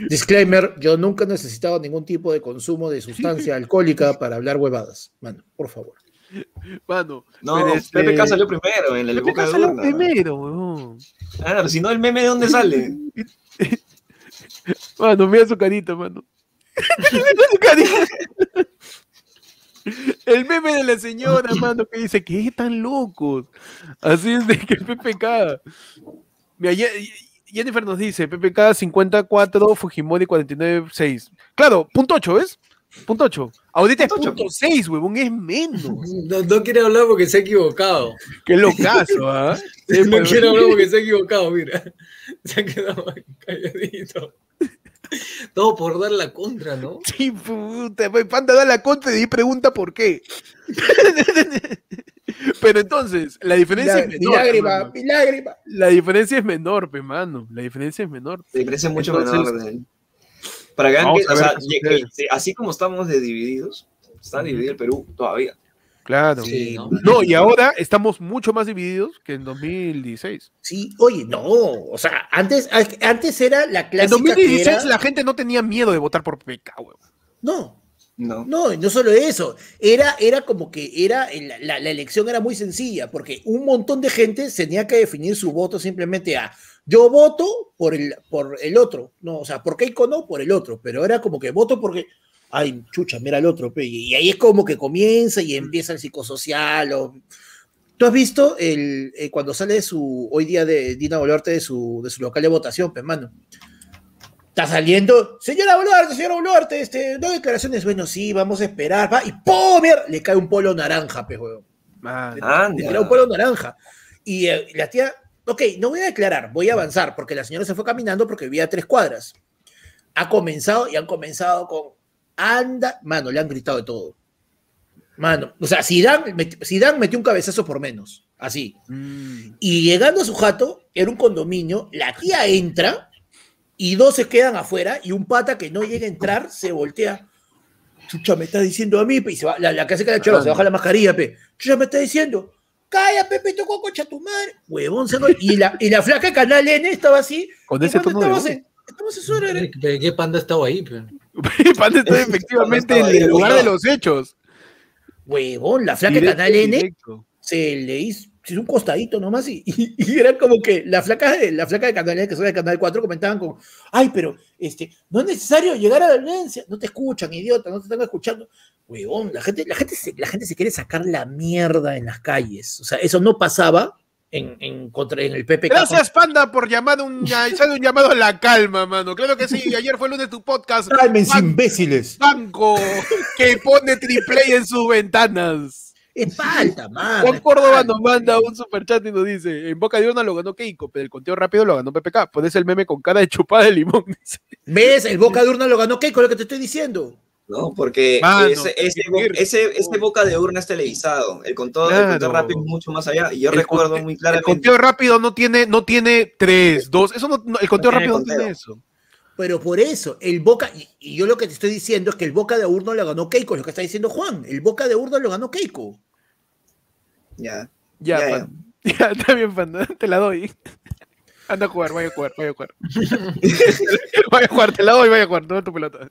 Disclaimer, yo nunca he necesitado ningún tipo de consumo de sustancia alcohólica para hablar huevadas. Mano, por favor.
Mano,
No,
pero este-
PPK salió primero en el
PPK
boca de
salió
urna.
primero, weón.
Claro, si no, el meme de dónde sale.
Mano, mira su carita, mano. mira su carita. El meme de la señora, mano, que dice que están locos. Así es de que PPK. Mira, Ye- Jennifer nos dice, PPK 54, Fujimori 49, 6. Claro, punto 8, ¿ves? Punto 8. Ahorita es
Punto ocho.
punto 6, huevón, es menos.
No, no quiere hablar porque se ha equivocado.
Qué locazo, ¿ah? Sí,
No
pues,
quiere hablar porque se ha equivocado, mira. Se ha quedado calladito. Todo por dar la contra, ¿no?
Sí, puta, pues, Panda da la contra y pregunta por qué. Pero entonces, la diferencia
Milagre-
es
Mi
menor.
lágrima,
mano.
mi lágrima.
La diferencia es menor, pe mano. La diferencia es menor.
Se crece mucho
Entonces-
menor de él. Para que vean
Vamos
que,
a
o
ver
sea,
qué
ye-
sucede.
que- así como estamos de divididos, está dividido el Perú todavía.
Claro.
Sí, ¿no?
No, y ahora estamos mucho más divididos que en 2016.
Sí, oye, no, o sea, antes, antes era la
En
clásica que
2016
era-
la gente no tenía miedo de votar por PPK, weón.
No,
No.
No, y no solo eso, era, era como que era, la, la- la elección era muy sencilla, porque un montón de gente tenía que definir su voto simplemente a yo voto por el, por el otro, no, o sea, por Keiko no, por el otro, pero era como que voto porque, ay, chucha, mira el otro, pe, y ahí es como que comienza y empieza el psicosocial. o- ¿Tú has visto el, eh, cuando sale su, hoy día de Dina Boluarte de su, de su local de votación, pe, mano? Está saliendo, señora Boluarte, señora Boluarte, este, no declaraciones, bueno, sí, vamos a esperar, va, y ¡pum! mierda, le cae un polo naranja, pe, huevón.
Mano.
Anda.
Le cae un polo naranja. Y eh, la tía, ok, no voy a declarar, voy a avanzar, porque la señora se fue caminando porque vivía a tres cuadras. Ha comenzado y han comenzado con, anda, mano, le han gritado de todo. Mano, o sea, Zidane, met- Zidane metió un cabezazo por menos, así.
Mm.
Y llegando a su jato, era un condominio, la tía entra y dos se quedan afuera y un pata que no llega a entrar se voltea. Chucha, me está diciendo a mí, pe, y se va- la, la que hace que la chava se baja la mascarilla, pe. Chucha, me está diciendo, calla, Pepe, tocó concha tu madre. Huevón, se y la, y la flaca de Canal N estaba así.
Con
y
ese tono
cuando
de
estamos
voz.
en, estamos en ¿eh? su hora, era-
Pero ¿Qué panda ha estado ahí? pe?
Panda está efectivamente en el lugar de los hechos.
Huevón, la flaca de
Directo,
Canal N
directo.
se le hizo se hizo un costadito nomás y, y- y era como que la flaca de, la flaca de Canal que son de Canal 4 comentaban como, ay, pero este, no es necesario llegar a la violencia, no te escuchan, idiota, no te están escuchando. Huevón, la gente, la gente, se, la gente se quiere sacar la mierda en las calles. O sea, eso no pasaba en, en contra, en el PPK.
pues.
Gracias, Panda, por llamar un, hacer un llamado a la calma, mano. Claro que sí, ayer fue el lunes tu podcast.
Cálmense,
Ban-
imbéciles.
Banco que pone triple A en sus ventanas.
Es falta,
Ah,
mano.
Juan
es
Córdoba
falta.
nos manda un superchat y nos dice: En Boca de Urna lo ganó Keiko, pero el conteo rápido lo ganó PPK. Pones el meme con cara de chupada de limón. dice.
¿Ves? El Boca de Urna lo ganó Keiko, lo que te estoy diciendo.
No, porque
Mano,
ese, ese,
qué
bo-
mierda.
ese- ese boca de urna es televisado. El conteo, el
Claro.
conteo rápido es mucho más allá. Y yo
El
recuerdo
conte-
muy
El
claramente.
conteo rápido no tiene, no tiene tres, dos. Eso no, no- el conteo
tiene
rápido
conteo.
no tiene eso.
Pero por eso, el Boca, y, y yo lo que te estoy diciendo es que el Boca de Urno lo ganó Keiko, es lo que está diciendo Juan. El Boca de Urno lo ganó Keiko.
Ya,
Ya,
ya,
Panda. Ya, está bien, Panda, te la doy. Anda a jugar, vaya a jugar, vaya a jugar. vaya a jugar, te la doy, vaya a jugar, toma tu pelota.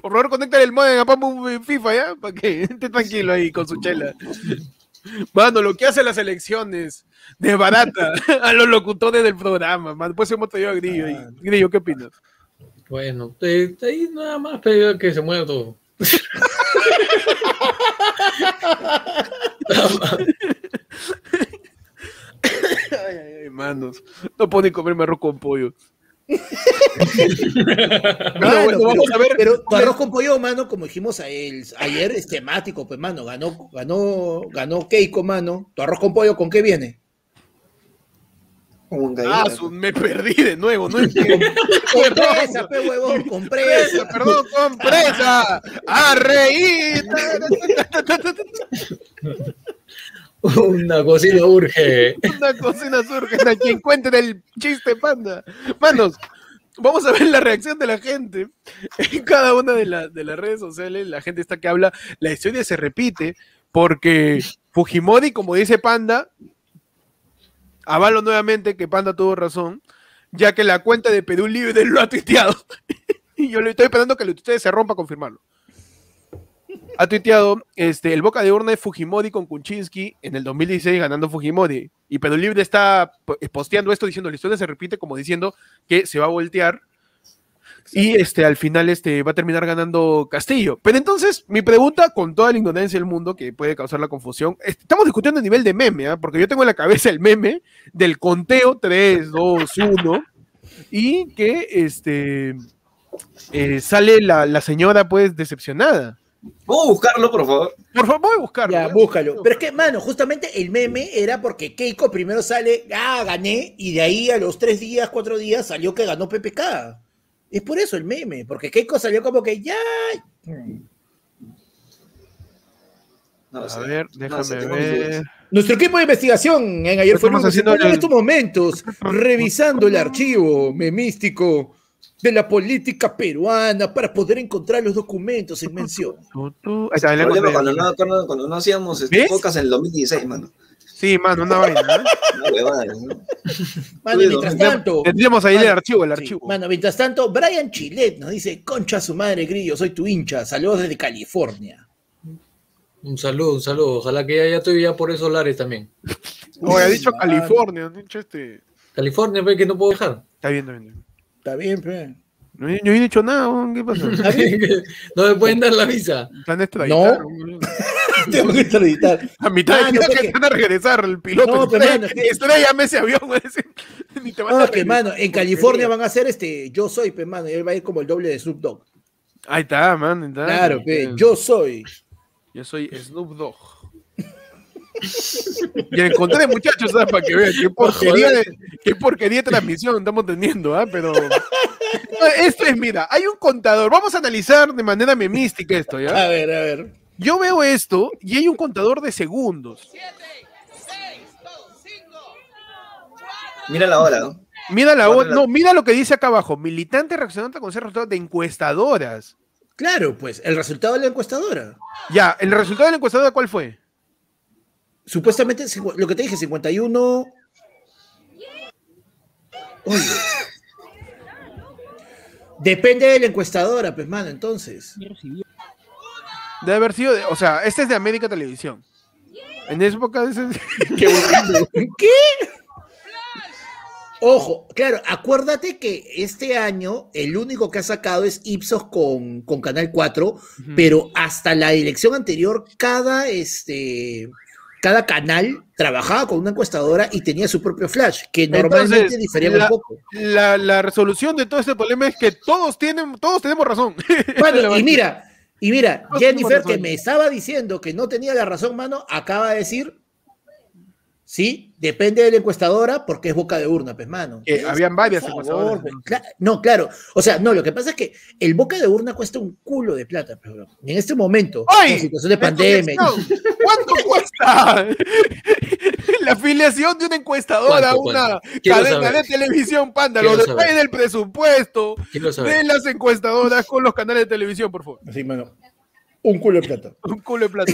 Por favor, conecta el modem a Pamu en FIFA, ¿ya? Para que esté tranquilo ahí con su chela. Mano, lo que hace las elecciones de barata a los locutores del programa, man. Después hemos traído a Grillo. ahí. Grillo, ¿qué opinas?
Bueno, eh, ahí nada más pero que se mueva todo.
Ay, ay, ay, manos. No puedo ni comerme arroz con pollo.
Mano,
bueno, vamos a ver.
Pero tu arroz con pollo, mano, como dijimos a él- ayer, es temático, pues, mano. Ganó, ganó, ganó Keiko, mano. Tu arroz con pollo, ¿con qué viene?
Como un gallina.
Ah, su- me perdí de nuevo, no entiendo.
Compresa, pe huevón,
Presa,
compresa.
perdón, son presa. A reír.
Una cocina urge.
Una cocina surge a quien cuente el chiste, panda. Manos, vamos a ver la reacción de la gente. En cada una de, la- de las redes sociales, la gente está que habla, la historia se repite, porque Fujimori, como dice Panda, avalo nuevamente que Panda tuvo razón, ya que la cuenta de Perú Libre lo ha tuiteado. y yo le estoy esperando que ustedes se rompa a confirmarlo. Ha tuiteado, este, el boca de urna es Fujimori con Kuczynski en el 2016 ganando Fujimori. Y Perú Libre está po- eh, posteando esto diciendo, la historia se repite como diciendo que se va a voltear. Y este, al final este, va a terminar ganando Castillo. Pero entonces, mi pregunta, con toda la ignorancia del mundo que puede causar la confusión, est- estamos discutiendo a nivel de meme, ¿ah? porque yo tengo en la cabeza el meme del conteo 3, 2, 1, y que este, eh, sale la, la señora pues decepcionada.
¿Puedo buscarlo, por favor?
Por favor, voy a buscarlo. ¿eh?
Ya, búscalo. Pero es que, mano, justamente el meme era porque Keiko primero sale, ah, gané, y de ahí a los tres días, cuatro días salió que ganó PPK. Es por eso el meme, porque Keiko salió como que ya.
No,
A
sé.
ver,
No sé,
déjame
tengo mis
ver.
dudas.
Nuestro equipo de investigación en ayer fue
Estamos
Lunes, se
haciendo
encuentra en
el-
estos momentos revisando el archivo memístico de la política peruana para poder encontrar los documentos en mención.
Tú, tú. Ahí está, ahí la
Problema
encontré.
cuando no, cuando, cuando no hacíamos este,
¿Ves?
podcast en el 2016, mano.
Sí, mano, una vaina. ¿eh?
Una huevada, ¿no?
Mano,
Bueno,
mientras tanto,
Tendríamos ahí el
Mano,
archivo, el
Sí,
archivo.
Mano, mientras tanto, Brian Chilet nos dice, concha su madre, Grillo, soy tu hincha. Saludos desde California.
Un saludo, un saludo. Ojalá que ya, ya estoy ya por esos lares también.
Oye, ha dicho
Mano.
California, ha dicho este.
California, ve que no puedo dejar.
Está bien, está bien.
Está bien, pe.
No, he- yo he dicho nada, weón, ¿qué pasa?
no me pueden dar la visa.
Están extraditar.
Tengo que extraditar.
A mitad de
Mano,
vida
pues
que
que-
te van a regresar el piloto.
No, pues,
estrella,
mano, es que-
estrellame ese avión, weón, ese- Ni te van a
No, es que,
regresar.
mano, en California van a hacer este Yo Soy, pe, mano, y él va a ir como el doble de Snoop Dogg.
Ahí está, man. está.
Claro, pe,
Ah, Bien.
Yo Soy.
Yo soy Snoop Dogg. Ya encontré, muchachos, ¿sabes? para que vean qué porquería de, qué porquería de transmisión estamos teniendo, ¿ah? Pero. No, Esto es, mira, hay un contador. Vamos a analizar de manera memística esto, ¿ya?
A ver, a ver.
Yo veo esto y hay un contador de segundos.
Mira la hora, ¿no?
Mira la
Guarda
o- no, mira lo que dice acá abajo. Militante reaccionante con ser resultado de encuestadoras.
Claro, pues, el resultado de la encuestadora.
Ya, ¿el resultado de la encuestadora cuál fue?
Supuestamente, cincu- lo que te dije, 51. Oye. Depende de la encuestadora, pues, mano, entonces.
Debe haber sido, de- o sea, este es de América Televisión. En esa época, ese- qué bonito.
¿Qué? Ojo, claro, acuérdate que este año el único que ha sacado es Ipsos con, con Canal 4, pero hasta la elección anterior, cada, este, cada canal trabajaba con una encuestadora y tenía su propio flash, que normalmente
Entonces,
difería
la-
un poco.
la, la resolución de todo este problema es que todos tienen, todos tenemos razón.
Mano,
La
y
verdad.
mira, y mira,
No,
Jennifer,
tengo razón.
que me estaba diciendo que no tenía la razón, mano, acaba de decir, sí, depende de la encuestadora porque es boca de urna, pues, mano.
Que
Es-
habían varias
por
encuestadoras,
favor, pues,
¿no?
cla- no, claro. O sea, no, lo que pasa es que el boca de urna cuesta un culo de plata, pero en este momento,
¡Ay!
en situación de
Esta
pandemia,
elección, ¿Cuánto cuesta la afiliación de una encuestadora a
¿Cuánto,
una
cuánto? Quiero
cadena
saber.
de televisión, panda?
Quiero
Los
saber.
detalles del presupuesto
Quiero saber.
de las encuestadoras con los canales de televisión, por favor.
sí, mano, un culo de plata.
Un culo de plata.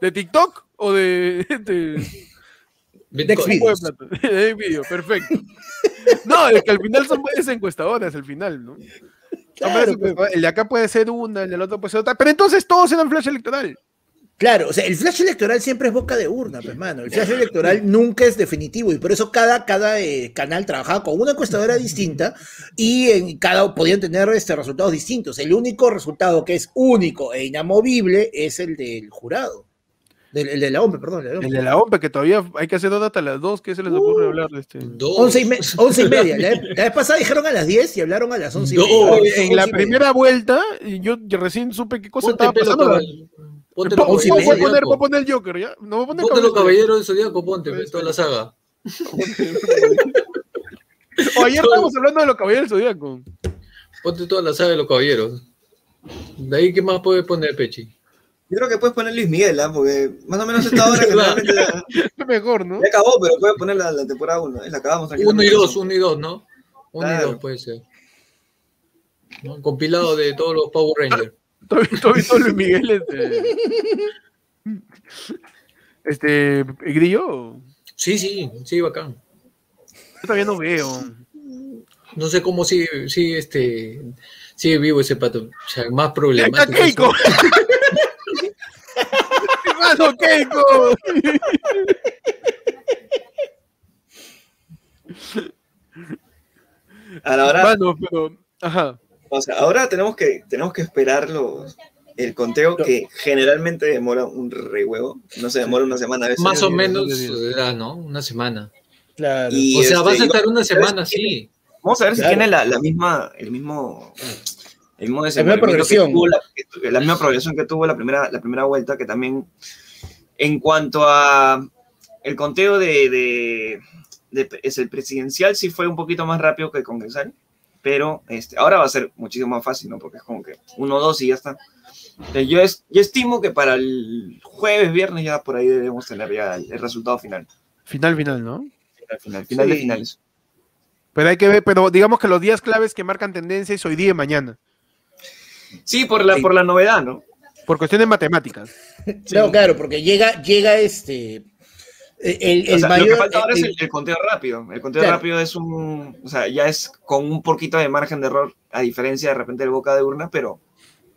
¿De TikTok o de, de-
Bitcoin.
Next
Juego de plata. Hay video, perfecto. No, es que al final son varias encuestadoras, al final, ¿no? Son varias
Claro, pues.
encuestadoras. el de acá puede ser una, el del otro puede ser otra, pero entonces todos eran flash electoral.
Claro, o sea, el flash electoral siempre es boca de urna, pues, mano. El flash electoral nunca es definitivo y por eso cada, cada eh, canal trabajaba con una encuestadora distinta y en cada podían tener este, resultados distintos. El único resultado que es único e inamovible es el del jurado. Del, el de la OMP, perdón. el de la
El
OMP.
de la OMPE, que todavía hay que hacer dos hasta las dos, ¿qué se les
Uh.
ocurre hablar de este?
Dos.
Once y, me- once y media. La, la vez pasada dijeron a las 10 y hablaron a las 11 y
No,
media. Ahora son
En la
once y media.
primera vuelta, y yo yo recién supe qué cosa
Ponte
estaba
pelo,
pasando.
cabal- Ponte
Po-
lo
once y
voy a poner-
media,
Voy a
caballero.
poner el Joker, ¿ya? No voy a poner
Ponte los
caballero.
caballeros del zodiaco, ponte, ve, toda la saga.
Oye, estamos hablando de los caballeros del Zodíaco.
Ponte toda la saga de los caballeros. De ahí, ¿qué más puedes poner, Pechi?
Yo creo que puedes poner Luis Miguel, ¿ah? porque más o menos esta hora que normalmente ya,
Mejor, ¿no?
ya acabó, pero puedes poner la, la temporada 1. La acabamos
Uno y
tranquilamente.
dos, uno y dos, ¿no? Uno y
Claro.
dos puede ser. ¿No? Compilado de todos los Power Rangers.
¿Tú has visto- has visto Luis Miguel? Este, este ¿el Grillo.
Sí, sí, sí, bacán.
Yo todavía no veo.
No sé cómo sigue, sigue este, sigue vivo ese pato. O sea, más
¡Ahí ¡Está
problemático.
Keiko! ¡Hermano Keiko!
A la hora,
Mano, pero. Ajá.
o sea, ahora tenemos que, tenemos que esperar los, el conteo que generalmente demora un re huevo. No se demora una semana a veces.
Más o
Sí,
menos,
sí, sí.
eh, ¿no? Una semana.
Claro.
Y,
o sea,
este,
vas a
y-
estar una
¿sabes
semana,
qué?
sí.
Vamos a ver si
Claro.
tiene la, la misma, el mismo, el mismo
misma
desenvolvimiento
progresión.
que tuvo la, que- la misma progresión que tuvo la primera, la primera vuelta, que también en cuanto a el conteo de, de- de- es el presidencial sí fue un poquito más rápido que el congresal, pero este, ahora va a ser muchísimo más fácil, ¿no? Porque es como que uno, dos y ya está. Entonces, yo, es, yo estimo que para el jueves, viernes ya por ahí debemos tener ya el, el resultado final,
Final, final, ¿no?
final, final, final de
Sí.
finales.
Pero hay que ver, pero digamos que los días claves que marcan tendencia es hoy día y mañana.
Sí, por la,
Sí.
por la novedad, ¿no?
Por cuestiones matemáticas.
Claro, claro, porque llega, llega este. El, el
O sea,
mayor. eh,
lo que falta ahora
el-
es el, el conteo rápido. El conteo
Claro.
rápido es un. O sea, ya es con un poquito de margen de error, a diferencia de repente del boca de urna, pero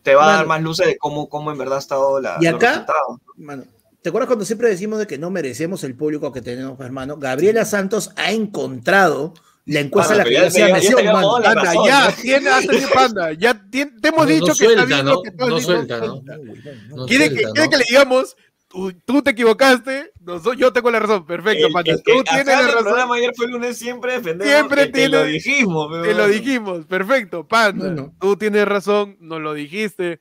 te va a dar
Claro.
más luces de cómo, cómo en verdad ha estado la,
¿Y
los
acá?
resultados.
Mano, ¿te acuerdas cuando siempre decimos de que no merecemos el público que tenemos, hermano? Gabriela Santos ha encontrado la encuesta a
Mano,
la que
Ah,
yo
pero ya te-
hacía
ya
mención,
te había
mano.
modo la-
Panda,
razón,
ya,
¿no?
tiene, has tenido panda. Ya tien- te hemos
No, no
dicho que
suelta,
está bien
¿no?
lo que tú has
No
dicho.
suelta, ¿no? No
¿Quiere, que,
suelta,
quiere
¿no?
que le digamos, tú, tú te equivocaste, noso- yo tengo la razón. Perfecto,
El-
panda.
el que
tú
acá
tienes
en
la
el
razón.
programa ayer fue lunes, siempre defendemos.
Siempre
el que lo
tiene-
dijimos. pero
Te lo
bueno.
dijimos. Perfecto, panda.
No, no.
Tú tienes razón, nos lo dijiste.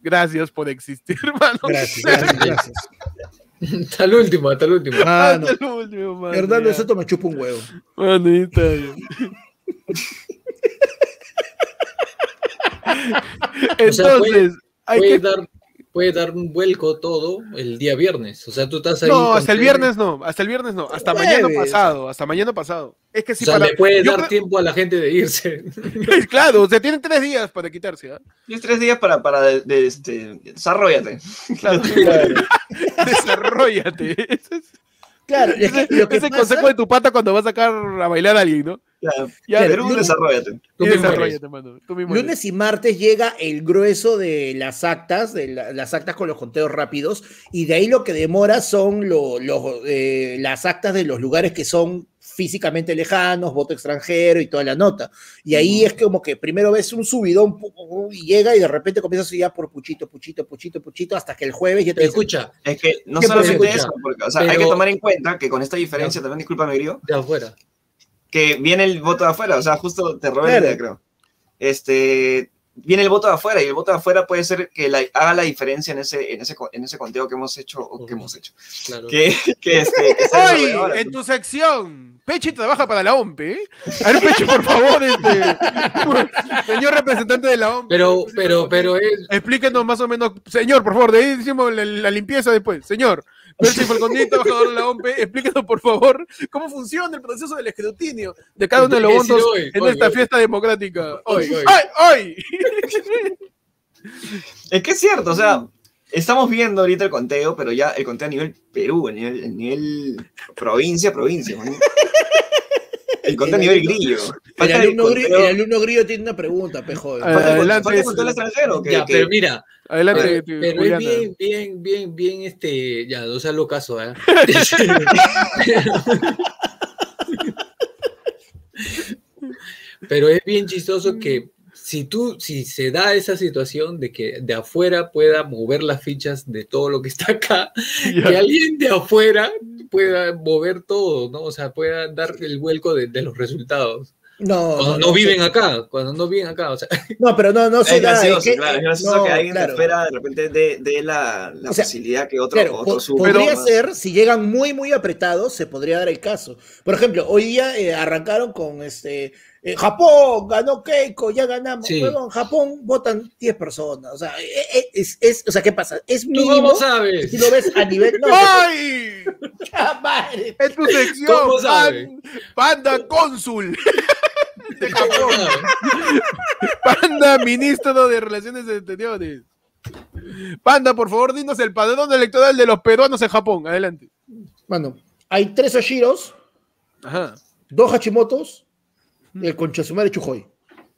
Gracias por existir, hermano.
Gracias, gracias, gracias.
Hasta el último, hasta el último.
Mano,
Hasta lo Ah, último, mano,
Hernando
ya.
Soto me chupa un huevo.
Mano, ahí está bien.
O sea, fue-
Entonces, hay
Puede
que
dar, puede dar un vuelco todo el día viernes. O sea, tú estás ahí.
No,
con
hasta el
que-
viernes no, hasta el viernes no, hasta
Jueves.
mañana pasado, hasta mañana pasado. Es que
O
si
sea,
para
le puede
yo
dar
creo-
tiempo a la gente de irse.
claro, se tienen tres días para quitarse, ¿ah?
Tienes tres días para, para de, de, este, desarrollate.
Claro. Desarrollate. Ese es,
Claro, es que lo que
ese
pasa-
consejo de tu pata cuando vas a sacar a bailar a alguien, ¿no?
Claro,
Ya,
Claro,
Perú,
lunes-
desarrollate.
y
Tú mismo eres.
desarrollate, mano. Tú mismo eres.
Lunes y martes llega el grueso de las actas, de la- las actas con los conteos rápidos, y de ahí lo que demora son lo- los, eh, las actas de los lugares que son físicamente lejanos, voto extranjero y toda la nota. Y ahí es como que primero ves un subidón pu- pu- pu- y llega y de repente comienzas ya por puchito, puchito, puchito, puchito, hasta que el jueves ya te dicen,
Escucha,
Es que no
Siempre
solamente
escucha,
eso, porque, o sea, hay
pero-
que tomar en cuenta que con esta diferencia, también disculpa, mi grillo,
de afuera.
que viene el voto de afuera, o sea, justo te robé la
Claro.
idea, creo. Este, viene el voto de afuera y el voto de afuera puede ser que la- haga la diferencia en ese, en ese, co- en ese conteo que hemos hecho o que hemos hecho.
Claro.
Que, que, este, que sea
Hoy,
desarrolladora.
en tu sección, Pechi trabaja para la OMP. ¿eh? A ver, Pechi, por favor, este, señor representante de la OMP,
Pero, pero, pero es.
explíquenos más o menos. Señor, por favor, de ahí hicimos la, la limpieza después. Señor, Percy Falconi, trabajador de la OMP, explíquenos, por favor, cómo funciona el proceso del escrutinio de cada uno de los
Tiene que
votos
decir hoy,
en
hoy,
esta
hoy.
fiesta democrática. Hoy,
Hoy,
hoy,
hoy.
hoy.
Es que es cierto, o sea, estamos viendo ahorita el conteo, pero ya el conteo a nivel Perú, a nivel, a nivel provincia, provincia. ¿no? El conteo a nivel grillo.
el,
Falta el
alumno grillo, el
conteo-
alumno grillo tiene una pregunta,
A
pejo.
ver.
falta el conteo-
Adelante,
falta el conteo al
sí.
extranjero. que-
ya,
que-
pero mira,
Adelante,
pero,
tu-
pero es
Juliana.
bien, bien, bien, bien, este, ya, no sea lo caso, ¿eh? pero es bien chistoso que si tú, si se da esa situación de que de afuera pueda mover las fichas de todo lo que está acá, que
Ya.
alguien de afuera pueda mover todo, ¿no? O sea, pueda dar el vuelco de, de los resultados.
No,
Cuando no viven acá, cuando no viven acá. O sea,
No, pero no, no se
Es
da.
gracioso,
es que- eh,
claro, es gracioso
no,
que alguien
claro.
te espera de repente de, de la, la
O sea,
facilidad que otro,
Claro,
otro
po-
sube.
podría
¿no?
ser, si llegan muy, muy apretados, se podría dar el caso. Por ejemplo, hoy día eh, arrancaron con este eh, Japón, ganó Keiko, ya ganamos.
Sí.
huevón, Japón votan 10 personas. O sea, eh, eh, es, es- o sea, ¿qué pasa? Es
¿Tú
mínimo.
cómo sabes?
si lo ves a nivel. No,
¡Ay!
puta madre.
Es tu sección,
¿Cómo sabe?
pan- Panda Cónsul,
¿Tú cómo sabes?
Panda Ministro de Relaciones Exteriores. Panda, por favor, dinos el padrón electoral de los peruanos en Japón. Adelante.
Mano, hay tres Oshiros,
Ajá.
dos Hachimotos, el Conchasumare Chujoy.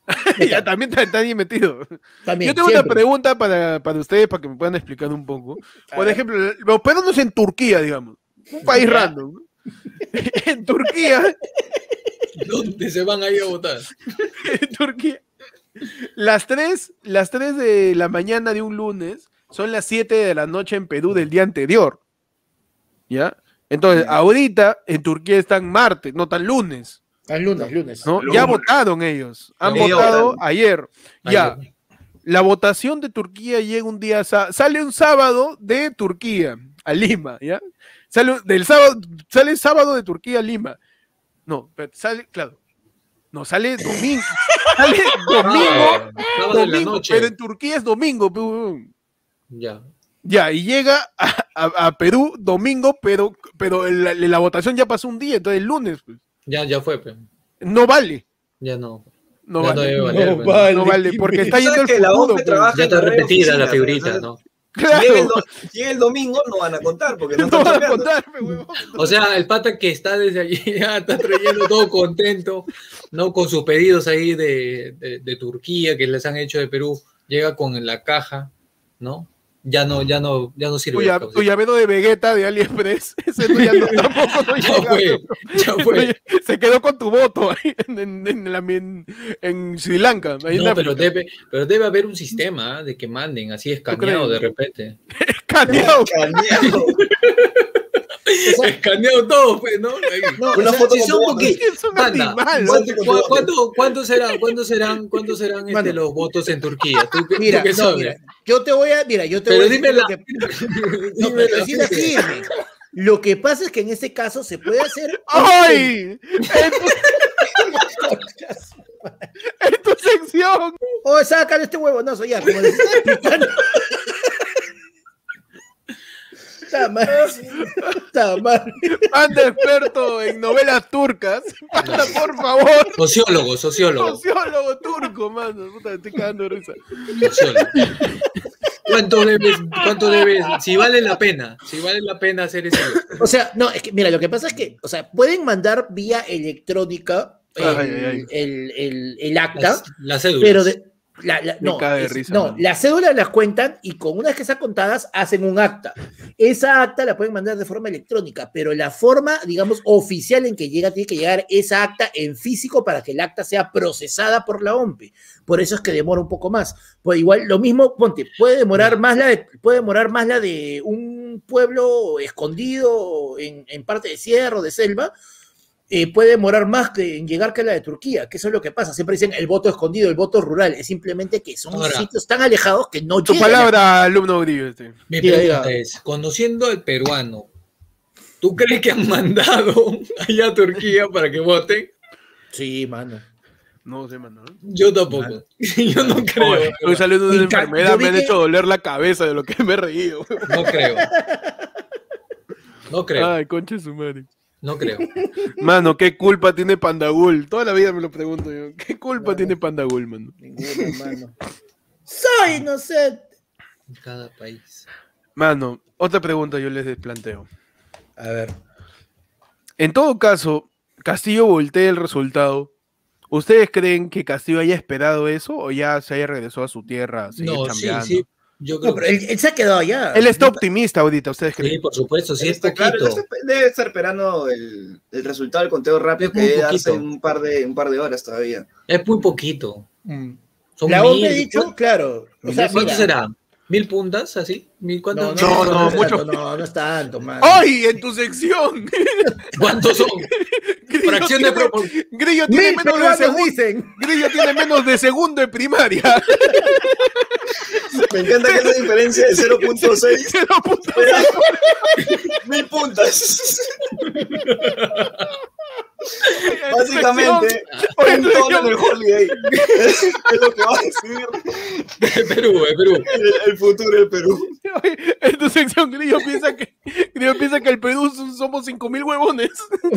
ya también está, está ahí metido.
También,
Yo tengo una
siempre.
pregunta para, para ustedes, para que me puedan explicar un poco. Por ejemplo, los peruanos en Turquía, digamos. Un país random. en Turquía,
¿Dónde se van a ir a votar?
en Turquía. Las 3, las 3 de la mañana de un lunes son las 7 de la noche en Perú del día anterior. ¿Ya? Entonces, ahorita en Turquía están martes, no tan lunes.
Ah, lunes, lunes.
¿no?
Lunes.
Ya votaron ellos. Han
Ellos
votado
votaron.
ayer. Ya. La votación de Turquía llega un día, sa- sale un sábado de Turquía a Lima, ¿ya? Sale un- del sábado, sale sábado de Turquía a Lima. No, pero sale, claro. No, sale domingo. sale domingo,
Ah, sábado en la
domingo,
noche.
pero en Turquía es domingo. pe, huevón.
Ya.
Ya, y llega a, a- a Perú domingo, pero, pero la, la votación ya pasó un día, entonces el lunes, pues.
Ya, ya fue, pe.
No vale.
Ya no.
No
Ya
vale.
no debe
No,
valer, pe.
vale, porque está
¿Sabes
yendo el
que la
futuro.
OMP
pues.
trabaja
Ya está
en horario
repetida la
oficina,
figurita,
entonces,
¿no?
Llega el,
Claro.
do- llega el domingo, no van a contar porque no,
No
están
van a
chambeando.
contar, pe, huevón.
O sea, el pata que está desde allí ya está trayendo todo contento, ¿no? Con sus pedidos ahí de, de- de Turquía que les han hecho de Perú, llega con la caja, ¿no? Ya no, ya no, ya no sirve.
Tu, lla-
cabrón.
tu llavero de Vegeta de AliExpress, ese no, ya no- tampoco no
ya
llega,
fue, ya fue.
pe. Se quedó con tu voto ahí en, en- en la- en- en Sri Lanka. ahí en
No, pero
África.
debe, pero debe haber un sistema ¿ah? de que manden así escaneado de
crees?
repente.
Escaneado.
Cañado.
Escaneado todo, pues, ¿no? Ahí.
No, o
Una
sea,
foto
si
con
son
bono.
poquitos,
Es un
Banda,
animal.
banda.
¿cu- cu- ¿Cuánto, cuánto serán, cuánto serán, cuánto serán este,
Mano.
los votos en Turquía? ¿Tú, qué- tú
Mira,
qué
no,
sabes?
mira, yo te voy a, mira, yo te
Pero
voy a decir
dime
lo
la-
que- no,
Dime
pero
la
sí la
gente.
firme. Lo que pasa es que en este caso se puede hacer.
¡Ay! ¡En tu, en tu sección!
O sácalo este huevonazo ya, como les estaba explicando. Está mal. Está mal.
Anda experto en novelas turcas. Anda, por favor.
Sociólogo, sociólogo.
Sociólogo turco, mano. Puta, estoy cagando de risa.
sociólogo. ¿Cuánto debes? ¿Cuánto debes? Si vale la pena, si vale la pena hacer eso.
O sea, no, es que mira, lo que pasa es que, o sea, pueden mandar vía electrónica el,
Ay, ay, ay.
el- el- el acta,
Las, las cédulas.
pero de. la- la- no,
cago de
es-
risa,
no
mano.
las cédulas las cuentan y con una vez que están contadas hacen un acta. Esa acta la pueden mandar de forma electrónica, pero la forma, digamos, oficial en que llega tiene que llegar esa acta en físico para que el acta sea procesada por la OMP. Por eso es que demora un poco más. Pues igual, lo mismo, ponte, puede demorar más la de, puede demorar más la de un pueblo escondido en, en parte de sierra o de selva. eh, puede demorar más que en llegar que la de Turquía, que eso es lo que pasa. Siempre dicen el voto escondido, el voto rural. Es simplemente que son
Ahora.
sitios tan alejados que no
Tu
llegan.
palabra, alumno Uribe. este.
Mi
Diga,
pregunta
diga.
es, conociendo al peruano, ¿tú crees que han mandado allá a Turquía para que voten?
Sí, mano.
No sé, mano. ¿no?
Yo tampoco. Yo no creo.
Oye, Estoy saliendo de una
Y ca-
enfermedad,
yo
me han
dije-
hecho doler la cabeza de lo que me he reído.
No creo. No creo.
Ay, concha de su madre.
No creo.
Mano, ¿qué culpa tiene Pandagul? Toda la vida me lo pregunto yo. ¿Qué culpa tiene Pandagul, mano?
Ninguna, mano. Soy inocente.
Cada país.
Mano, otra pregunta yo les planteo.
A ver.
En todo caso, Castillo voltea el resultado. ¿Ustedes creen que Castillo haya esperado eso o ya se haya regresado a su tierra? a seguir
No, sí,
chambeando?
sí. Yo creo
No, pero él, él se ha quedado allá.
Él está optimista ahorita, ¿ustedes
que sí,
creen?
por supuesto, sí es
Está claro,
poquito.
entonces debe estar esperando el, el resultado del conteo rápido
Es
que
muy
debe darse
poquito.
en un par de un par de horas todavía.
Es muy poquito.
Mm.
Son
La OMP ha
mil.
dicho, claro. O sea,
¿Cuánto
mira,
será? ¿Mil puntas así? ¿Mil cuántas?
No, no,
es
mucho.
tanto, No, no es tanto, mano.
¡Ay! En tu sección.
¿Cuántos son? fracción de
tiene-
propo-
Grillo tiene
Mil
menos de
peruanos
segundo.
dicen.
Grillo tiene menos de segundo en primaria.
Me encanta que esa diferencia de 0.6
Cero puntos.
mil puntas. Básicamente,
Oye,
un tono en
Grillo,
el holiday. Es lo que va a decidir
de Perú, de Perú.
el, el futuro del Perú.
oye, en tu sección Grillo piensa que Grillo piensa que el Perú son- somos 5000 huevones.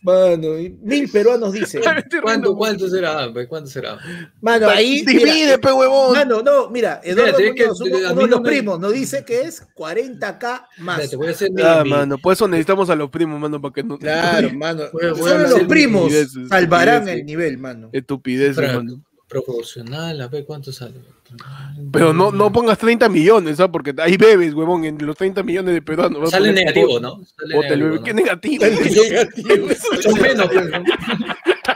Mano, y mil peruanos dicen.
Este
¿Cuánto, cuánto será? pues? ¿Cuánto será?
Mano, ahí. mira, eh,
divide, pe huevón.
Mano, no, mira,
Espérate,
Eduardo
es que
Muñoz, uno,
a mí
uno de
no
los
me-
primos, nos dice que es 40k
Espérate,
más.
voy a hacer mi-
Ah,
mi-
mano, por eso necesitamos a los primos, mano, para que no
Claro, mano.
Bueno, bueno,
Solo los
sí,
primos
estupideces,
salvarán
estupideces.
el nivel, mano.
estupidez,
Fra-
mano.
proporcional, a ver cuánto sale.
Pero no, no pongas 30 millones, ¿sabes? Porque hay bebés, huevón, en los 30 millones de peruanos. Vas a
Sale
poner
negativo,
bot-
¿no? Sale
bota el bebé.
negativo, ¿no?
Qué negativo.
Son menos, pues, ¿no?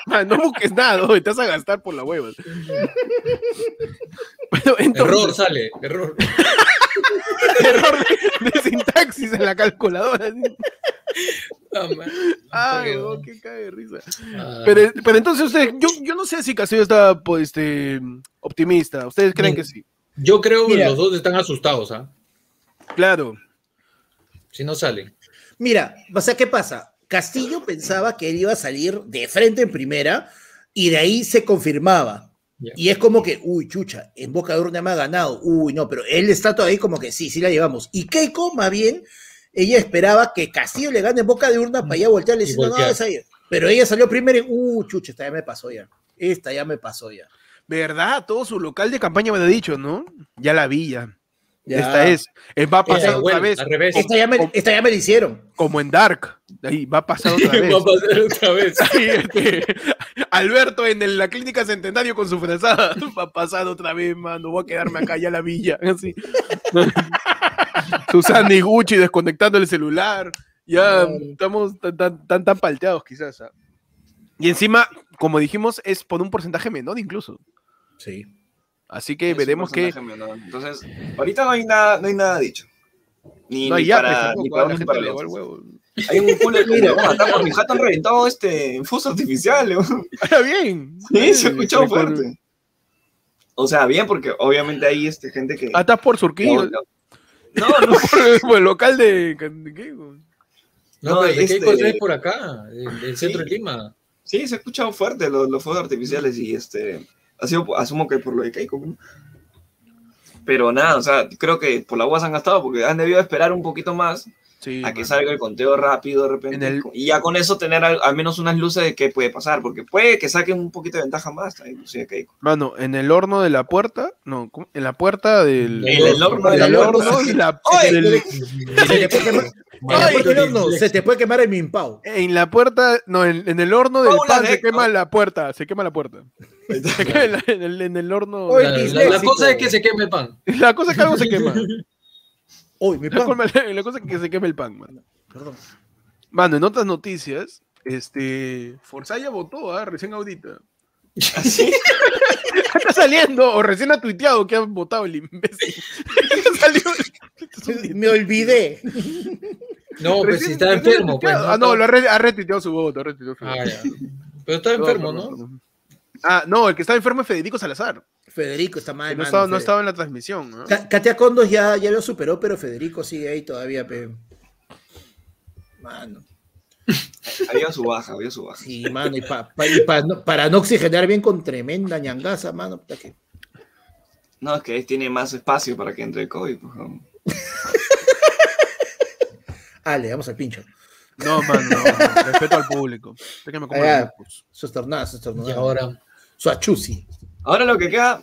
Man, no busques nada, oye, te vas a gastar por la hueva. Pero
Error
entonces,
sale, error.
error de, de sintaxis en la calculadora. así.
Ah, man.
Ay,
Qué
huevón,
bueno.
qué cae de risa.
Ah,
Pero, pero entonces ustedes, yo, yo no sé si Casillo está pues, este, optimista. ¿Ustedes creen
Mm.
que sí?
Yo creo que
Mira.
los dos están asustados, ¿ah?
Claro.
Si no salen.
Mira, o sea, ¿qué pasa? Castillo pensaba que él iba a salir de frente en primera y de ahí se confirmaba.
Ya.
Y es como que, uy, chucha, en Boca Durna me ha ganado. Uy, no, pero él está todavía como que sí, sí la llevamos. Y Keiko, más bien, ella esperaba que Castillo le gane en Boca de Urna para allá voltearle y
Y
decir, no, no,
voltear.
es ahí. Pero ella salió primero y, uy, chucha, esta ya me pasó ya. Esta ya me pasó ya.
¿Verdad? Todo su local de campaña me lo ha dicho, ¿no? Ya la vi, ya.
Ya.
Esta es. Eh, va a
Esa,
pasar otra
bueno,
vez,
al revés.
Esta ya me, esta ya me la hicieron.
como en Dark. Ahí va a pasar otra vez.
Va a pasar otra vez.
Ahí, este, Alberto en el- la clínica Centenario con su frazada. Va a pasar otra vez, mano. Voy a quedarme acá ya en la villa. Así. Susana y Gucci desconectando el celular. Ya estamos tan, tan, tan, tan palteados, quizás. ¿ah? Y encima, como dijimos, es por un porcentaje menor incluso.
Sí.
Así que
Es un
veremos que.
personaje menor. Entonces, ahorita no hay nada, no hay nada dicho. Ni,
No
ni
hay ya, pues,
para,
tampoco,
ni
a la
para uno ni
gente
para
le
los
va el
otros.
huevo.
Hay un culo de culo. Bueno, acá por mi jato han reventado este en fuegos artificiales. weón.
Está bien.
Sí, se ha escuchado
Recuerdo-
fuerte. O sea, bien, porque obviamente hay este, gente que.
Ah, estás por Surquillo.
No, no, no.
por, por el local de. de qué, güey?
No,
No,
pero ¿de qué
este-
cosa es por acá? Del del
Sí.
centro de Lima.
Sí, se ha escuchado fuerte los, los fuegos artificiales y este. Ha sido, asumo que por lo de Keiko. ¿no? Pero nada, o sea, creo que por la UAS han gastado porque han debido esperar un poquito más
Sí,
a que
mano.
salga el conteo rápido de
En
repente.
el-
Y ya con eso tener al, al menos unas luces de qué puede pasar, porque puede que saquen un poquito de ventaja más, también, inclusive Keiko.
Mano, en el horno de la puerta, no, ¿cómo? en la puerta del
En el
horno de
del
la
horno
puerta.
y la
¡Ay!
del-
Se te puede quemar,
Bueno,
se te puede
pero-
quemar- no, se te puede quemar el mimpao.
en la puerta, no, en, en el horno del
Paula
pan se
Deco.
quema la puerta, se quema la puerta. Se quema en la- en, el, en el horno.
Oye,
La, la- la
disléxico.
cosa es que se queme el pan.
La cosa es que algo se quema.
Uy, mi
La,
pan.
cosa- la cosa es que se quema el pan, mano.
Perdón.
Mano, en otras noticias, este. Forzaya votó, ah, recién ahorita.
¿Ah,
Así.
Está saliendo, o recién ha tuiteado que ha votado el imbécil. Salió-
Me olvidé.
No, pero
recién-
si está
recién ha
enfermo, pues.
tuiteado. Ah, no,
Está-
lo ha, re- ha retuiteado su voto, ha retuiteado su voto.
Ah, ya. Pero está
No,
enfermo,
no, no,
¿no?
no. Ah, no, el que estaba enfermo es Federico Salazar.
Federico está mal.
que no,
mano,
estaba, no
Fede.
estaba en la transmisión. ¿no?
Ca- Katia Condos ya, ya lo superó, pero Federico sigue ahí todavía, pe. Mano.
Había su baja, había su baja.
Sí, mano. Y, pa- pa- y pa- no- para no oxigenar bien con tremenda ñangaza, mano. puta que-
No, es que ahí tiene más espacio para que entre el COVID. pues, ¿no?
Ah, le damos al pincho.
No, mano, no, no, respeto al público. pues. Es que me como
Ah,
los mocos.
Sostornada, sostornada.
Y ahora.
Suachusi.
Ahora lo que queda,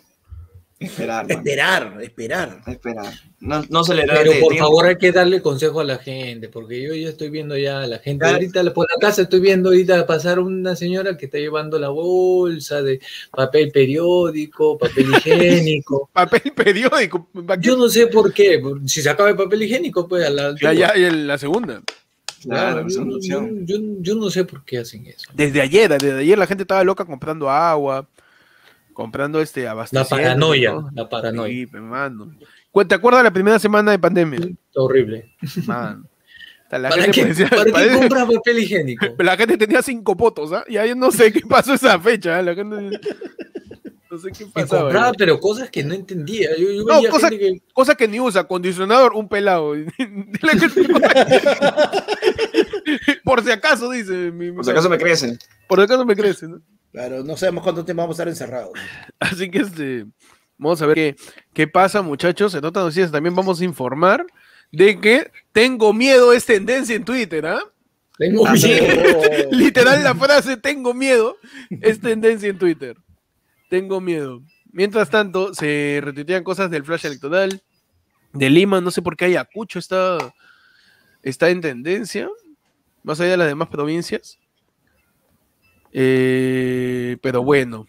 esperar. man.
Esperar, esperar.
Esperar. No, no acelerar
Pero
de
por
tiempo.
favor hay que darle consejo a la gente, porque yo ya estoy viendo ya a la gente.
Claro.
Ahorita la- por la casa estoy viendo ahorita pasar una señora que está llevando la bolsa de papel periódico, papel higiénico.
Papel periódico. ¿pa' qué?
Yo no sé por qué, si se acaba el papel higiénico, pues a la
Ya, ya, y en la segunda.
Claro, es
yo,
una opción.
yo- yo- yo no sé por qué hacen eso.
Desde ayer, desde ayer la gente estaba loca comprando agua, comprando este
La
abastecimiento. pues,
paranoia,
¿no?
la paranoia.
Sí, pe, mano. Cu- ¿Te acuerdas la primera semana de pandemia?
Está horrible.
Mano. Puta, La
¿Para
gente,
qué,
parecía-
¿para qué
parece-
compras papel higiénico?
la gente tenía cinco potos, ¿ah? Y ahí no sé qué pasó esa fecha, ¿ah? La gente... No sé qué
Que
pasaba.
compraba,
¿eh?
pero cosas que no entendía. Yo, yo
No,
veía
cosas-
gente que-
Cosa que ni usa, acondicionador, un pelado. Dile que- Por si acaso, dice. mi-
Por si acaso me crecen.
Por si acaso me crece, ¿no?
Claro, no sabemos cuánto tiempo vamos a estar encerrados.
Así que este, vamos a ver qué, qué pasa, muchachos. En otras noticias también vamos a informar de que tengo miedo es tendencia en Twitter, ¿ah?
Tengo
Ah,
miedo.
Literal la frase tengo miedo es tendencia en Twitter. Tengo miedo. Mientras tanto, se retuitean cosas del flash electoral de Lima, no sé por qué Ayacucho está, está en tendencia, más allá de las demás provincias. Eh, pero bueno,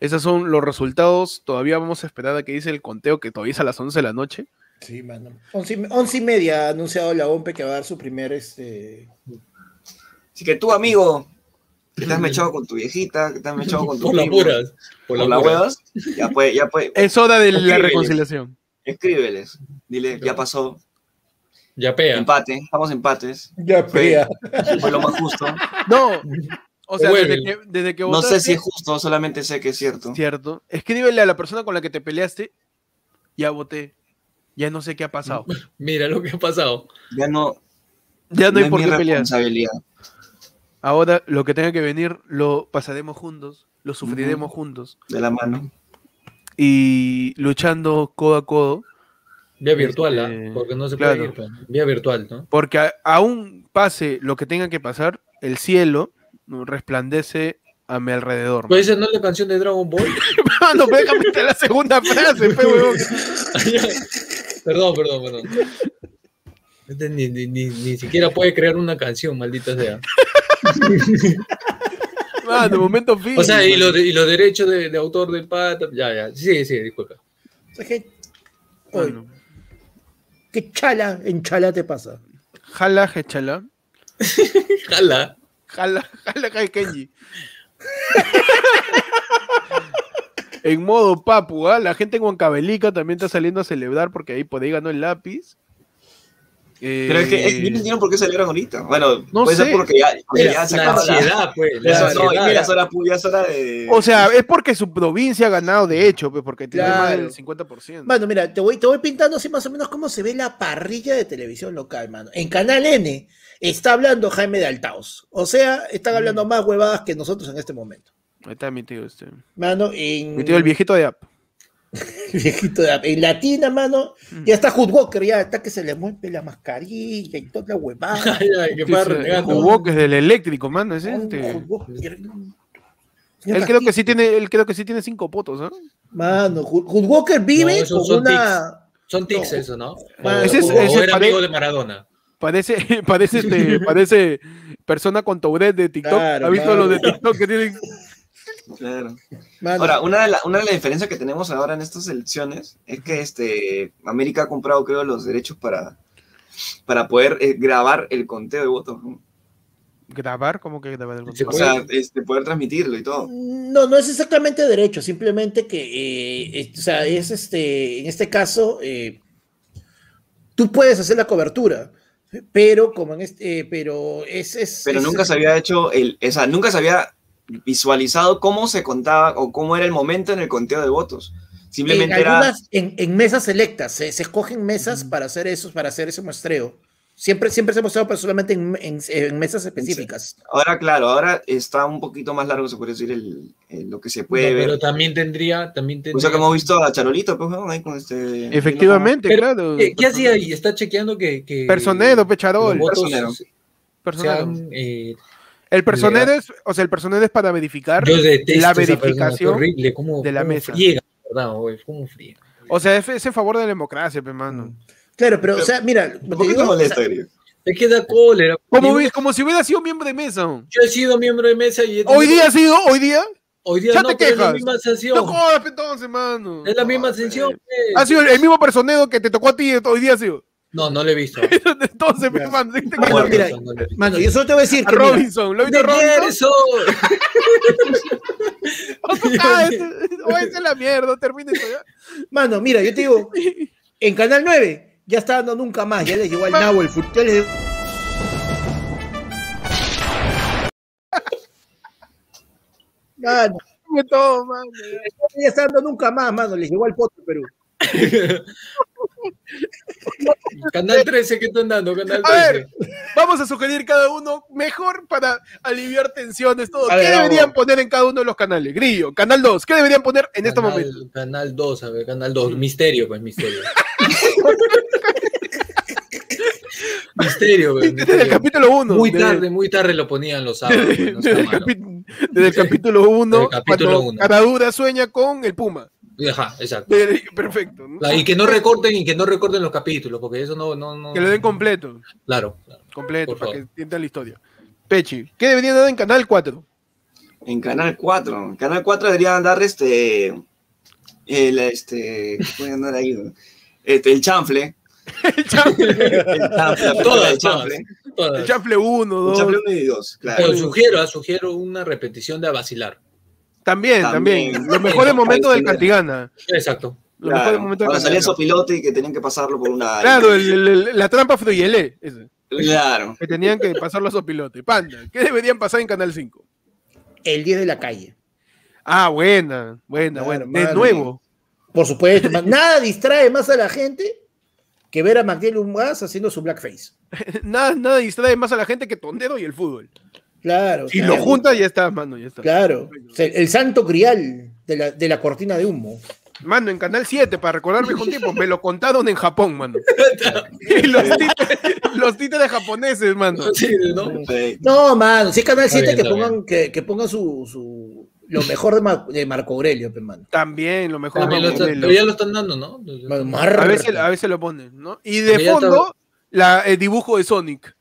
esos son los resultados. Todavía vamos a esperar a que dice el conteo, que todavía es a las 11 de la noche.
Sí, mano. Once, y- once y media ha anunciado la OMP que va a dar su primer este,
Así que tú, amigo, que te has mechado con tu viejita, que te has mechado con tu
Por las
primo,
puras.
por
Por las
las
puras.
huevas, ya puedes, ya puede,
Es hora de la
Escríbele.
reconciliación.
escríbeles. Dile, ya pasó,
Ya pea.
empate, estamos empates,
Ya, pea.
fue lo más justo.
No, o sea, desde
Vuelve.
que, desde que
No sé si
votaste-
es justo, solamente sé que es cierto.
Cierto. Escríbele a la persona con la que te peleaste. Ya voté. Ya no sé qué ha pasado.
Mira lo que ha pasado.
Ya no,
Ya no hay
es
por
mi
qué pelear.
responsabilidad.
Ahora lo que tenga que venir lo pasaremos juntos, lo sufriremos juntos.
de la mano.
Y luchando codo a codo,
Vía virtual, ¿ah?
Este,
porque no se
claro.
puede ir. pues. Vía virtual, ¿no?
porque a- aún pase lo que tenga que pasar, el cielo resplandece a mi alrededor.
Pues esa no es la canción de Dragon Ball.
Mano, pero déjame hacer la segunda frase, pe, huevón.
perdón, perdón, perdón. Este Ni, ni, ni, ni siquiera puede crear una canción, maldita sea.
Mano, momento fin.
O sea, y, los, y los derechos de, de autor del pata. Ya, ya. Sí, sí, disculpa.
O sea, que-
Ah,
oye, ¿Qué chala en chala te pasa?
Jala, jechala.
Jala.
Jala, jala, jala, Kenji. en modo papu, ¿ah? la gente en Huancabelica también está saliendo a celebrar porque ahí por ahí ganó el lápiz. Eh,
Pero es que es- yo no entiendo por qué celebran ahorita. Bueno,
No
puede
sé.
ser porque ya, porque
Mira,
ya se
la
acaba la-
ansiedad, pues. La
Eso, no,
ansiedad.
mira, es hora pu- ya es hora de.
O sea, es porque su provincia ha ganado, de hecho, pues, porque tiene más
Claro.
del 50%.
Mano, mira, te voy, te voy pintando así más o menos cómo se ve la parrilla de televisión local, mano. En Canal N está hablando Jaime de Altaos. O sea, están
Mm.
hablando más huevadas que nosotros en este momento.
Ahí está mi tío este.
Mano, en,
Mi tío el viejito de App.
viejito de- en Latina, mano,
Mm.
ya está Hood Walker, ya está que se le mueve la mascarilla y toda la huevada.
Ay, ay, que pueda renegar, ¿no?
Jugó que es del eléctrico, mano. Es
Mano,
este.
Hood Walker. Señor
Él creo que
Castillo,
sí tiene, él creo que sí tiene cinco potos, ¿ah?
Mano, Hood Hood Walker vive
No, esos
con
son
una.
Son tics
No.
eso, ¿no?
Mano,
O-
Ese es-
o
ese
era
pare-
amigo de Maradona.
Parece, parece, este, parece persona con Tourette de TikTok.
Claro,
¿Ha visto
claro.
los de TikTok que tienen?
Claro.
mano,
Ahora, una de, la- una de las diferencias que tenemos ahora en estas elecciones es que este, América ha comprado, creo, los derechos para, para poder eh, grabar el conteo de votos. ¿no?
Grabar, como que grabar el
Se
contenido?
O sea, este, poder transmitirlo y todo.
No, no es exactamente derecho, simplemente que, eh, es- o sea, es este, en este caso, eh, tú puedes hacer la cobertura, pero como en este, eh, pero es, es-
Pero
es-
nunca se había hecho, el, o sea, nunca se había visualizado cómo se contaba o cómo era el momento en el conteo de votos.
en
Simplemente era.
algunas, en, en mesas selectas, se, se escogen mesas para hacer eso, para hacer ese muestreo. Siempre, siempre se ha mostrado, pero solamente en, en- en mesas específicas.
Ahora, claro, ahora está un poquito más largo, se puede decir, el, el- lo que se puede
No,
ver.
Pero también tendría, también tendría.
O sea, que hemos visto a Charolito, pues, weón, ahí con este.
Efectivamente,
Pero,
claro.
¿Qué, qué hacía ahí? Está chequeando que. que
Personero,
los
pecharol.
votos
Personero.
Personero.
sean, eh,
El personero es, o sea, el personero es para verificar.
yo detesto
la
esa persona, qué
verificación
horrible, cómo,
de la
cómo
mesa.
friega, ¿verdad? güey? Cómo friega.
O sea, es, es en favor de la democracia, pe,
Mm.
mano.
Claro, pero, o sea, mira, te
Un poquito
digo,
molesto,
o sea,
creo.
Es que da cólera.
Como,
Digo,
ves, como si hubiera sido miembro de mesa.
Yo he sido miembro de mesa y he tenido-
Hoy día ha sido, hoy día.
hoy día
ya
no,
te
pero es la
quejas.
misma sesión.
No jodas, pe, entonces, mano.
es la misma sesión. eh.
Ha sido el, el mismo personero que te tocó a ti, hoy día ha sido.
No, no le he visto.
Entonces, pe,
Ya.
mano, ¿qué te
Mano,
quejas?
mira,
No le he visto.
mano, yo solo te voy a decir
A
que mira,
Robinson, ¿lo viste a
¿De quién
Robinson?
eres hoy?
O tú cállate, o esa es la mierda, termina esto ya.
Mano, mira, yo te digo, en Canal 9 ya está dando nunca más, ya les llegó al nabo el fútbol. Mano, ya está dando nunca más, mano. Les llegó al pote Perú.
Canal 13, ¿qué están dando? Canal
A
13.
ver, vamos a sugerir cada uno mejor para aliviar tensiones, todo.
A ver,
¿Qué
vamos.
deberían poner en cada uno de los canales? Grillo, Canal 2, ¿qué deberían poner en este
Canal-
momento?
Canal 2, a ver, Canal 2. Misterio, pues, misterio. misterio, pues,
Desde Este el
misterio.
capítulo 1.
Muy tarde, muy tarde lo ponían los sábados. pues, no
Desde
está
el,
malo.
capi- desde el capítulo 1,
Desde el capítulo
cuando
uno.
Caradura sueña con el Puma.
Ajá, exacto.
Desde- Perfecto. ¿no?
Y que no recorten, y que no recorten los capítulos, porque eso no, no, no.
Que lo den completo.
Claro, claro.
Completo,
Por
para que
favor.
entiendan la historia. Pechi, ¿qué deberían dar en Canal 4?
En Canal 4. En Canal 4 deberían dar este. El, este, ¿qué puede andar ahí? Este, el chanfle.
El chanfle,
El chanfle, la película
Todas,
del
todas.
chanfle.
Todas.
el chanfle 1,
Un chanfle
2.
uno y dos, claro.
Pero sugiero, ah, sugiero una repetición de a vacilar.
También, también.
También.
Los mejores momentos del
Claro.
Castigana.
Exacto.
Los
Claro,
mejores momentos
Cuando
del
salía
Castigana.
Sopilote y que tenían que pasarlo por una.
Claro, el- el- el- la trampa Fruyelé. ese,
Claro.
Que tenían que pasar los pilotes. Panda, ¿qué deberían pasar en Canal 5?
El 10 de la calle.
Ah, buena, buena,
Claro,
buena. De
mano.
nuevo.
Por supuesto. man. Nada distrae más a la gente que ver a Magdiel Humbás haciendo su blackface.
Nada, nada distrae más a la gente que Tondero y el fútbol.
Claro.
Si
claro.
lo juntas, ya está, mano, ya está.
Claro. O sea, El, santo grial de la, de la cortina de humo.
Mano, en Canal 7, para recordarme con tiempo, me lo contaron en Japón, mano. Y los títeres, los títeres japoneses, mano.
Sí, ¿no?
Perfecto.
No, mano. Si es Canal
Está
7
bien,
que
está
pongan, que, que pongan su, su- lo mejor de, Mar- de Marco Aurelio, pe, mano.
También, lo mejor.
También lo
mano,
está-
me lo-
todavía lo están dando, ¿no?
Mano,
a,
marra.
veces, a veces lo ponen, ¿no? Y de
Porque ya está-
fondo, la, el dibujo de Sonic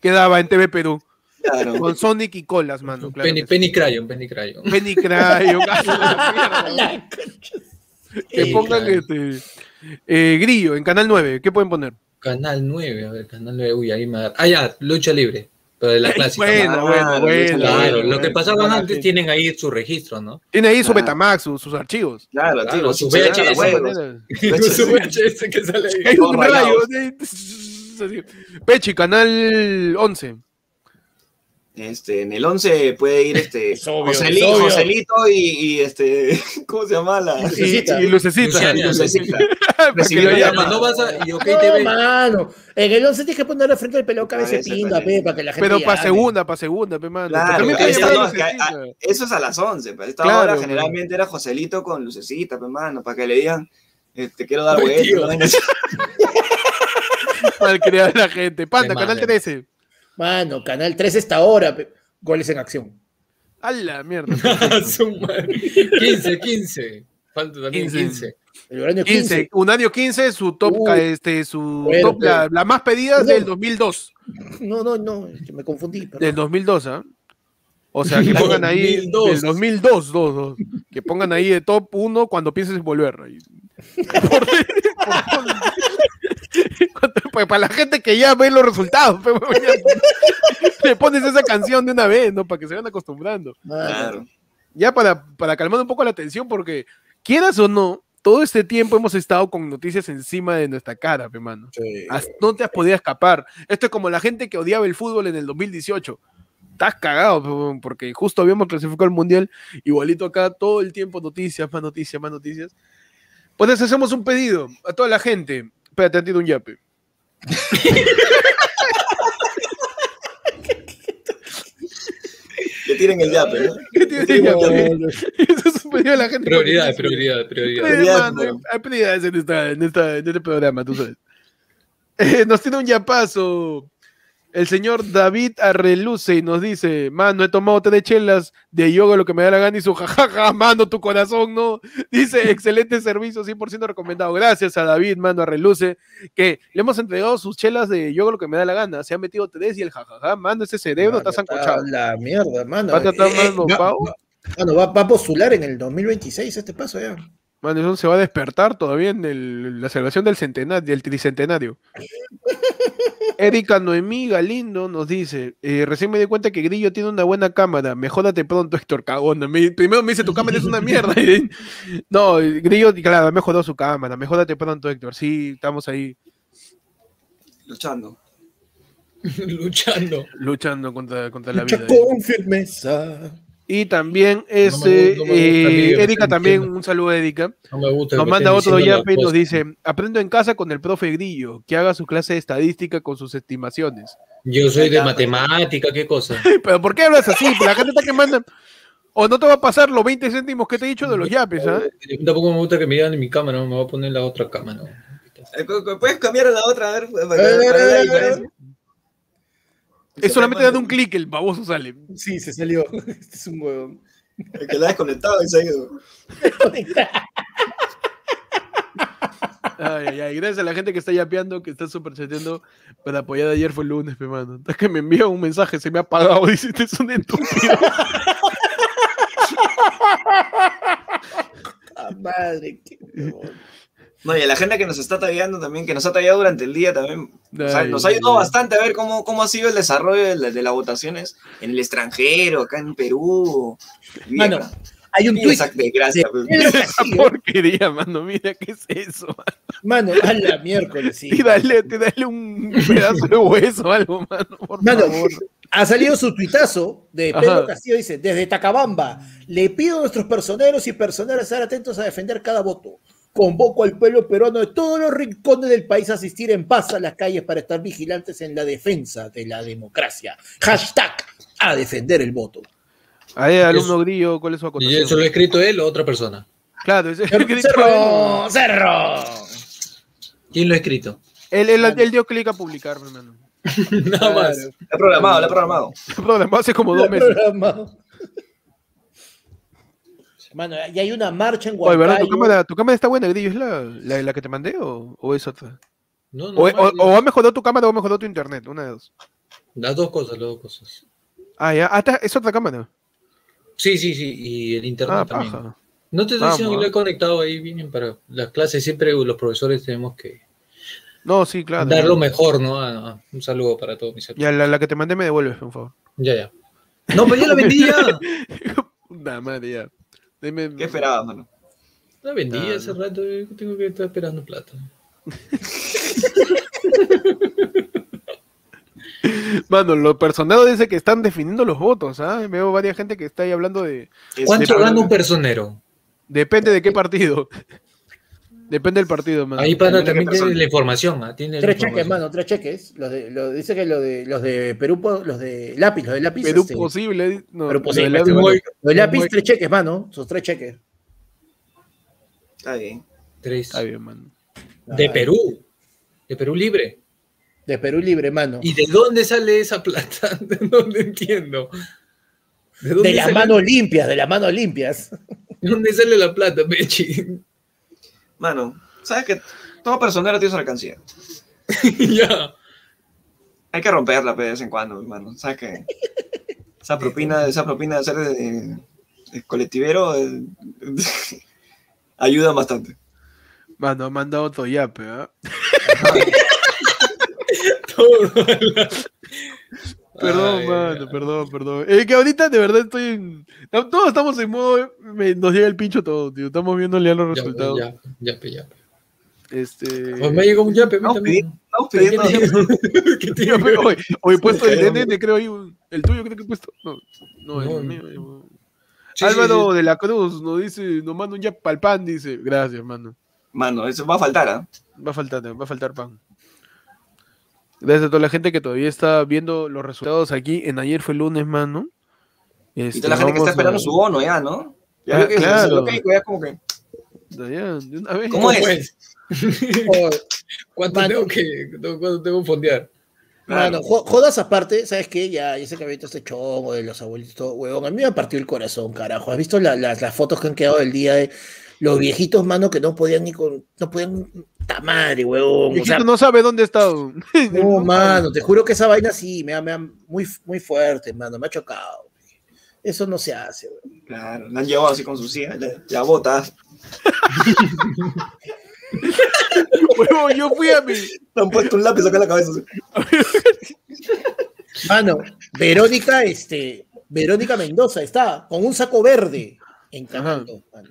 que daba en TV Perú.
Claro.
Con Sonic y colas, mano. Claro
Penny,
que sí.
Penny Crayon, Penny Crayon.
Penny Crayon. ah, la mierda. que
Sí,
pongan
claro.
este, eh, Grillo en Canal 9. ¿Qué pueden poner?
Canal 9, a ver, Canal 9, uy, ahí me Ah, ya, lucha libre, pero de la clásica.
bueno,
¿no?
mano.
bueno,
Ah,
bueno.
Claro,
bueno,
lo que
bueno.
pasaban antes
Sí.
tienen ahí su registro, ¿no?
Tiene ahí su
Ah.
Betamax, su- sus archivos.
Claro,
Claro,
tío.
su
se
VHS,
echan
Bueno,
huevos.
bueno.
Con su VHS que sale ahí.
Hay un
Todos rayados.
rayo. así. Pechi, Canal 11.
Este, en el 11 puede ir este
Es obvio,
Joseli-
es obvio.
Joselito y, y, este, ¿cómo se llama la?
Y,
Lucecita.
y lucecita.
Luciana.
Lucecita.
Para que
Recibir
lo
la
Pero
llamen.
pues, no, no vas a. Y OK
No,
TV.
mano. En el 11 tienes que poner al frente del pelón cabeza de
Cabeza,
pinga,
pues.
pe, para que la gente.
Pero para
llame.
segunda, para segunda, pe, mano.
Claro,
Pero también
ahí
puede
está,
llamar
no,
es que hay-
lucecita.
Eso es a las 11, pero esta
Claro,
hora
güey.
generalmente era Joselito con lucecita, pues mano, para que le digan, eh, te quiero dar
Ay,
vuelta.
tío.
¿no? Vaina así.
Para crear a la gente. Panda,
De
Canal
madre.
13.
Mano, Canal 3 esta hora, pe. goles en acción.
A la mierda.
A su madre. 15, 15. Falta también
15.
15.
El horario 15.
15, un año 15, su top,
Uy,
ca- este, su
Uh. bueno,
top, la, la más pedida es
Bueno.
del 2002.
No, no, no, que me confundí. perdón.
Del 2002, ¿ah? O sea, que pongan ahí.
2002.
Del 2002, dos, dos. que pongan ahí de top 1 cuando pienses en volver. ahí. Por- por- cuando- pues, para la gente que ya ve los resultados, pues, bueno, ya- le pones esa canción de una vez, ¿no? Para que se vayan acostumbrando.
Mano,
Claro.
ya para, para calmar un poco la tensión, porque quieras o no, todo este tiempo hemos estado con noticias encima de nuestra cara, pe mano.
sí.
Ah,
Has- No te has podido escapar. Esto es como la gente que odiaba el fútbol en el 2018. Estás cagado, pe, weón, porque justo habíamos clasificado al mundial, igualito acá, todo el tiempo noticias, más noticias, más noticias. Pues les hacemos un pedido a toda la gente. Espérate, han tenido un yape.
Que tiren el yape, ¿no?
¿Qué tiene yape? Eso es un pedido a la gente.
Prioridad,
Prioridades,
prioridad, prioridad.
Prioridades,
mano,
¿no?
Hay prioridades en, esta- en esta- en este programa, tú sabes. Eh, nos tiene un yapazo. El señor David Arreluce y nos dice: Mano, he tomado tres chelas de yoga, lo que me da la gana. Y su jajaja, mano, tu corazón, ¿no? Dice: Excelente servicio, 100% recomendado. Gracias a David, mano, Arreluce, que le hemos entregado sus chelas de yoga, lo que me da la gana. Se han metido tres y el jajaja, mano, ese cerebro está
Mano,
sancochado.
La mierda, mano.
Va a tratar
Eh,
más
eh, va-
dopado.
va- mano, va, va a postular en el 2026 este paso ya.
Mano, eso se va a despertar todavía en el- la celebración del centenario, del tricentenario. Erika Noemí Galindo nos dice: eh, Recién me di cuenta que Grillo tiene una buena cámara. Mejórate pronto, Héctor Cagona. Me- primero me dice: Tu cámara es una mierda. no, Grillo, claro, ha mejorado su cámara. Mejórate pronto, Héctor. Sí, estamos ahí
Luchando.
Luchando.
luchando contra, contra la
Lucha
vida.
con firmeza.
Y también es,
me gu- no me gusta
eh,
el libro,
Erika
no
también,
entiendo.
un saludo a Erika.
No me gusta. lo
Nos
que
manda
estén
otro
diciendo las
yape y nos
cosas.
dice, aprendo en casa con el profe Grillo, que haga su clase de estadística con sus estimaciones.
Yo soy de matemática, ¿qué cosa?
Pero ¿por qué hablas así? Pero la gente está que manda. O no te va a pasar los 20 céntimos que te he dicho de los yapes, ¿ah?
Tampoco me gusta que me digan en mi cámara, me voy a poner en la otra cámara.
Eh, cu- cu- Puedes cambiar a la otra, a ver, pues, para-
Eh,
pues. para
A ver, a
ver
ver,
la
a ver,
diferencia.
Es solamente dando un clic, el baboso sale.
Sí, se salió. Este es un huevón.
El que la ha desconectado y se ha ido.
Ay, ay, ay. Gracias a la gente que está yapeando, que está superchateando para apoyar ayer fue el lunes, pe, mano. Es que me envía un mensaje, se me ha apagado, dice, este es un estúpido.
Ah, madre, qué huevón.
No, y a la gente que nos está tagueando también, que nos ha tagueado durante el día también. O sea,
Ay,
nos ha ayudado
ay.
bastante a ver cómo, cómo ha sido el desarrollo de, la- de las votaciones en el extranjero, acá en Perú.
Mano,
Mierda.
Hay un
Mira
tweet.
esa desgracia,
de-
pues.
Esa
Sí, ¿eh?
porquería, mano, mira, ¿qué es eso?
Mano, a la miércoles, sí.
Y dale, te dale un pedazo de hueso o algo, mano, por
Mano,
favor.
ha salido su tuitazo de Pedro
Ajá.
Castillo, dice, desde Tacabamba, le pido a nuestros personeros y personeras estar atentos a defender cada voto. Convoco al pueblo peruano de todos los rincones del país a asistir en paz a las calles para estar vigilantes en la defensa de la democracia. Hashtag a defender el voto.
A ver, alumno
eso-
grillo, ¿cuál es su
¿Y eso
acotación?
lo ha escrito él o otra persona?
Claro, es el grito de-
Cerro, cerro.
¿Quién lo ha escrito?
él, él, él dio clic a publicar, hermano.
Nada más.
La ha programado, la ha programado.
Programado hace como dos
Claro,
meses.
programado. Mano, y hay una marcha en
Oye, ¿verdad?
Huancayo.
¿Tu cámara, tu cámara está buena, Grillo? ¿Es la, la, la que te mandé o, o es otra?
No, no,
O, o,
no,
o ha mejorado tu cámara o ha mejorado tu internet, una de dos.
Las dos cosas, las dos cosas.
Ah, ya. Ah, está- es otra cámara.
Sí, sí, sí, y el internet
Ah,
también.
paja.
No te estoy
Vamos,
diciendo que lo
ah.
he conectado ahí, vienen para las clases. Siempre los profesores tenemos que
No, sí, claro.
dar lo mejor, ¿no? Ah, ah, un saludo para todos mis amigos.
Ya, la, la que te mandé me devuelves, por favor.
Ya, ya. No, pero ya la vendí ya.
Puta madre, ya. Deme-
¿Qué esperabas, mano?
La vendí
Ah,
hace rato, yo tengo que estar esperando plata.
Mano, los personados dicen que están definiendo los votos, ¿ah? Veo varias gente que está ahí hablando de...
Es-
¿Cuánto
de-
gana un personero?
Depende de qué partido. Depende del partido, mano.
Ahí para
¿qué
también tiene
persona?
la información. ah, tiene la
Tres cheques,
información.
mano, tres cheques. Los de, los- dice que los de, los de Perú, po- los de lápiz, los de lápiz.
Perú
este,
posible. No,
Perú
lo
posible,
del
este
Ávila-
Muy-
los de lápiz,
muy-
tres cheques, mano. Son tres cheques.
Está bien.
Tres.
Está bien, mano.
De
Ah,
Perú. De Perú libre.
De Perú libre, mano.
¿Y de dónde sale esa plata? No lo entiendo. ¿De dónde,
de las
sale,
manos limpias, de las manos limpias.
de dónde sale la plata, Pechi?
Mano, ¿sabes que Todo personero tiene su alcancía.
ya.
Hay que romperla pe, de vez en cuando, hermano. ¿Sabes qué? Esa propina, esa propina de ser de, de colectivero eh, ayuda bastante.
Mano, ha mandado otro yape, ¿ah?
Todo.
Perdón,
Ay,
mano, perdón, perdón. Es que ahorita de verdad estoy en... no, Todos estamos en modo... me- nos llega el pincho todo, tío. Estamos viendo ya los
Ya,
resultados.
ya, ya, pe, ya. pe.
Este...
Pues me llegó un yape, a mí
No,
también.
Estamos
¿Qué
pidiendo.
tiene- ¿Qué tiene que ver?
Hoy, hoy he puesto el
Cabrón.
DNN, creo ahí. un- El tuyo creo que he puesto. No, no,
No,
el
no.
mío. yo-
Sí,
Álvaro
sí,
de la Cruz nos dice, nos manda un yap pa'l pan, dice. Gracias, mano.
Mano, eso va a faltar, ¿ah?
Va a faltar, va a faltar pan. Gracias a toda la gente que todavía está viendo los resultados aquí. En ayer fue lunes, mano.
Y
Este,
toda la gente que está
vamos a-
esperando su bono ya, ¿no? Ya
Ah,
veo que se-
claro.
se lo caigo, ya como que.
Ya, de una vez.
¿Cómo es?
O,
¿Cuánto
Mano.
tengo que cuánto tengo que fondear?
mano, jo- jodas aparte, ¿sabes qué? Ya, ya sé que ahorita este chongo de los abuelitos, todo huevón. A mí me ha partido el corazón, carajo. ¿Has visto la- las- las fotos que han quedado del día de los viejitos, mano, que no podían ni con. No podían. ¡Ta madre, huevón! O
Viejito
sea,
no sabe dónde he estado.
No, mano, te juro que esa vaina sí, me da, me da muy, muy fuerte, mano, me ha chocado. Eso no se hace, güey.
Claro, la han llevado así con su silla, la, la bota.
Huevón, yo fui a mi.
Le han puesto un lápiz acá en la cabeza. así.
Mano, Verónica, este, Verónica Mendoza está con un saco verde encajando, mano.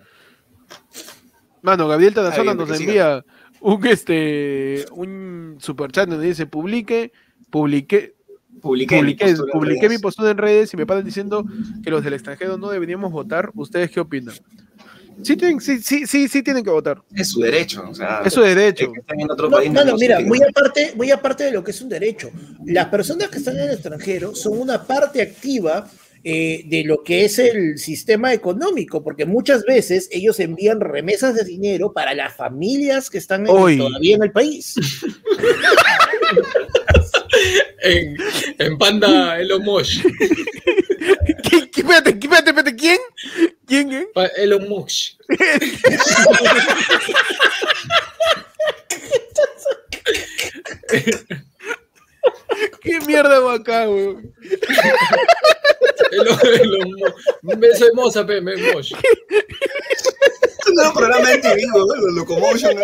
Mano, Gabriel
Ah,
Tarazona
bien,
nos
que
envía un este un superchat donde dice publique, publique,
Publiqué,
Publiqué,
mi postura en
publiqué mi
redes.
postura en redes y me pasan diciendo que los del extranjero no deberíamos votar. ¿Ustedes qué opinan? Sí, tienen, sí, sí, sí, sí tienen que votar.
Es su derecho. O sea,
Es su derecho.
es que están en otro
No,
país,
mano,
no
mira,
significa-
muy aparte, muy aparte de lo que es un derecho, las personas que están en el extranjero son una parte activa eh, de lo que es el sistema económico, porque muchas veces ellos envían remesas de dinero para las familias que están en-
Hoy.
todavía en el país.
En, en Panda Elon Musk.
¿Qué- qué- espérate, espérate, espérate, ¿quién? ¿Quién? eh?
Pa- Elon Musk.
¿Qué mierda va acá, weón?
Elon, Elon Musk. Eso es Moza, pe, me- Musk.
Esto no era un programa de TV, ¿no? Lo- Locomotion, ¿no?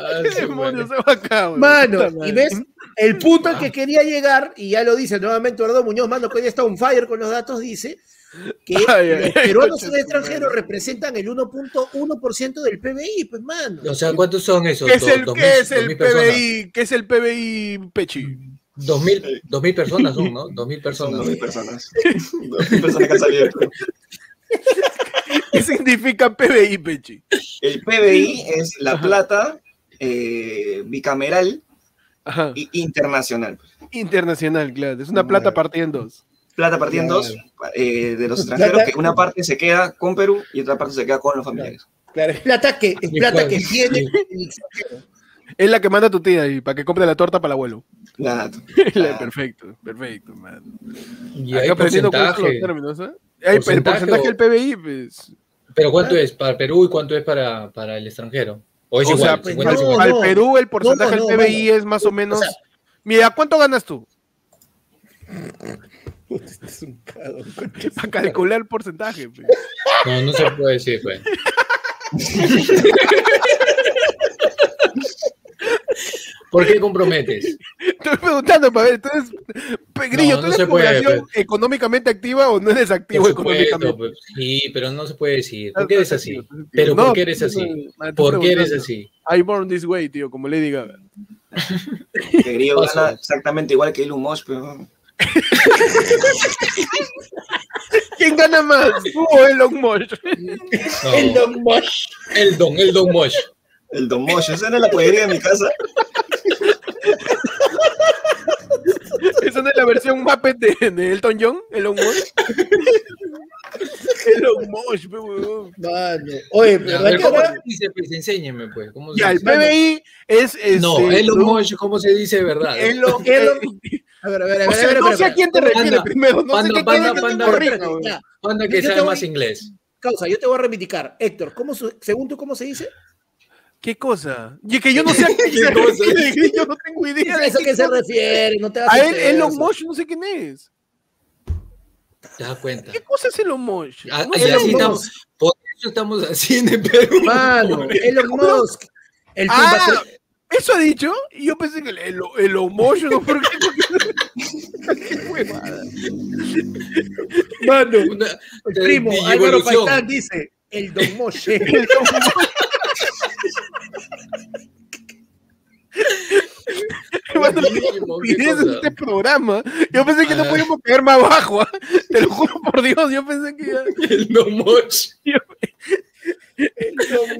Ah,
¿Qué
sí, bueno.
demonios va acá, weón? Puta
Mano,
madre. Ah.
y ves el punto al que quería llegar, y ya lo dice nuevamente Eduardo Muñoz, mano, que hoy está un fire con los datos, dice que
Ay, ay,
los
ay,
peruanos
concha
en
de
el
su
extranjero representan el 1.1% del PBI, pues mano.
O sea, ¿cuántos son esos?
¿Qué es
Dos-
el,
dos
qué
mil-
es
dos
el
mil personas.
PBI? ¿Qué es el PBI Pechi?
Dos mil, dos mil personas son, ¿no? Dos mil
Son
personas.
dos mil personas. Dos mil personas que han salido.
¿Qué significa PBI Pechi?
El PBI es la plata eh, bicameral
Ajá.
e internacional.
Internacional, claro. Es una plata partida en dos.
Plata partida en dos eh, de los extranjeros,
Plata-
que una parte se queda con Perú y otra parte se queda con los familiares.
Claro, es plata que, es
Sí,
plata
claro.
que tiene.
Es la que manda tu tía y para que compre la torta para el abuelo. Ah.
Nada.
La- perfecto, perfecto, man.
Y
Acá
hay
aprendiendo cuáles son
porcentaje.
los términos, ¿eh? Hay- el
¿Porcentaje
porcentaje
o-
del PBI, pues.
Pero ¿cuánto es para Perú y cuánto es para, para el extranjero? O es
o
igual,
sea,
pues,
50,
al,
no,
50.
al Perú el porcentaje
no,
del PBI
bueno.
es más o menos.
O sea-
Mira, ¿cuánto ganas tú?
Es un cagón.
Para calcular el porcentaje. pues.
No, no se puede decir, pues. ¿Por qué comprometes?
Estoy preguntando para ver, entonces, pe- Grillo,
No,
¿tú
no
eres
se puede,
población
pues.
económicamente activa o no eres activo
Por supuesto,
económicamente?
pues, sí, pero no se puede decir. ¿Por qué eres así?
Entonces,
Pero
no,
¿por qué eres así?
no, no,
¿Por qué eres
preguntando.
así?
I born this way, tío, como le diga.
Que Grillo
Paso.
gana exactamente igual que Elon Musk, pero
¿Quién gana más? ¿Tú o Elon Musk?
No,
El Don Mosh.
el don, el don Mosh.
el Don Mosh, esa era la pollería de mi casa.
Esa no es la versión Muppet de, de Elton John, Elon Musk. Elon Musk, pe, huevón.
Mano. Oye,
Ya, a
¿verdad
ver,
que
¿Cómo
ahora?
se dice? Pues enséñeme, pues. ¿Cómo se
Ya, el
dice?
PBI es. es
No,
eh,
Elon
¿no?
Mush, ¿cómo se dice de verdad?
Elon-
Elon-
eh,
A ver, a ver, a ver.
o sea,
a ver,
no
espera,
sé a
espera.
quién te refieres
Panda,
primero. No sé
panda,
qué
panda,
quieres que
panda,
te
Espera,
corrija,
espera,
huevón.
ya.
Panda
Yo
que
te
sabe
voy-
más inglés.
Causa, yo te voy a reivindicar. Héctor, ¿cómo su- según tú, ¿cómo se dice?
¿Qué cosa? Y que yo no sé a qué,
¿Qué cosa?
Yo no tengo idea.
¿A
de
eso
qué
que se
cosa.
refiere? No te vas
A él, Elon Mush, no sé quién es.
¿Te das cuenta?
¿Qué cosa es Elon Mush?
Ah,
No
y
sé,
Elon
así
Elon Musk.
estamos. Por eso estamos así en el Perú.
Mano, Elon Musk. El
Ah,
tumba-
¿Eso ha dicho? Y yo pensé que el, el, el homoyo, ¿no? ¿Por qué? ¿Qué huevada?
Mano,
Una-
el primo,
de- de
Álvaro
evolución.
Paitán dice, el Don Mosh.
Hermano, qué
Mínimo, qué
estupidez en
cosa.
este programa. Yo pensé que no
Ah.
podíamos caer más abajo. ¿ah? Te lo juro por Dios. Yo pensé que ya.
El Don Mosh.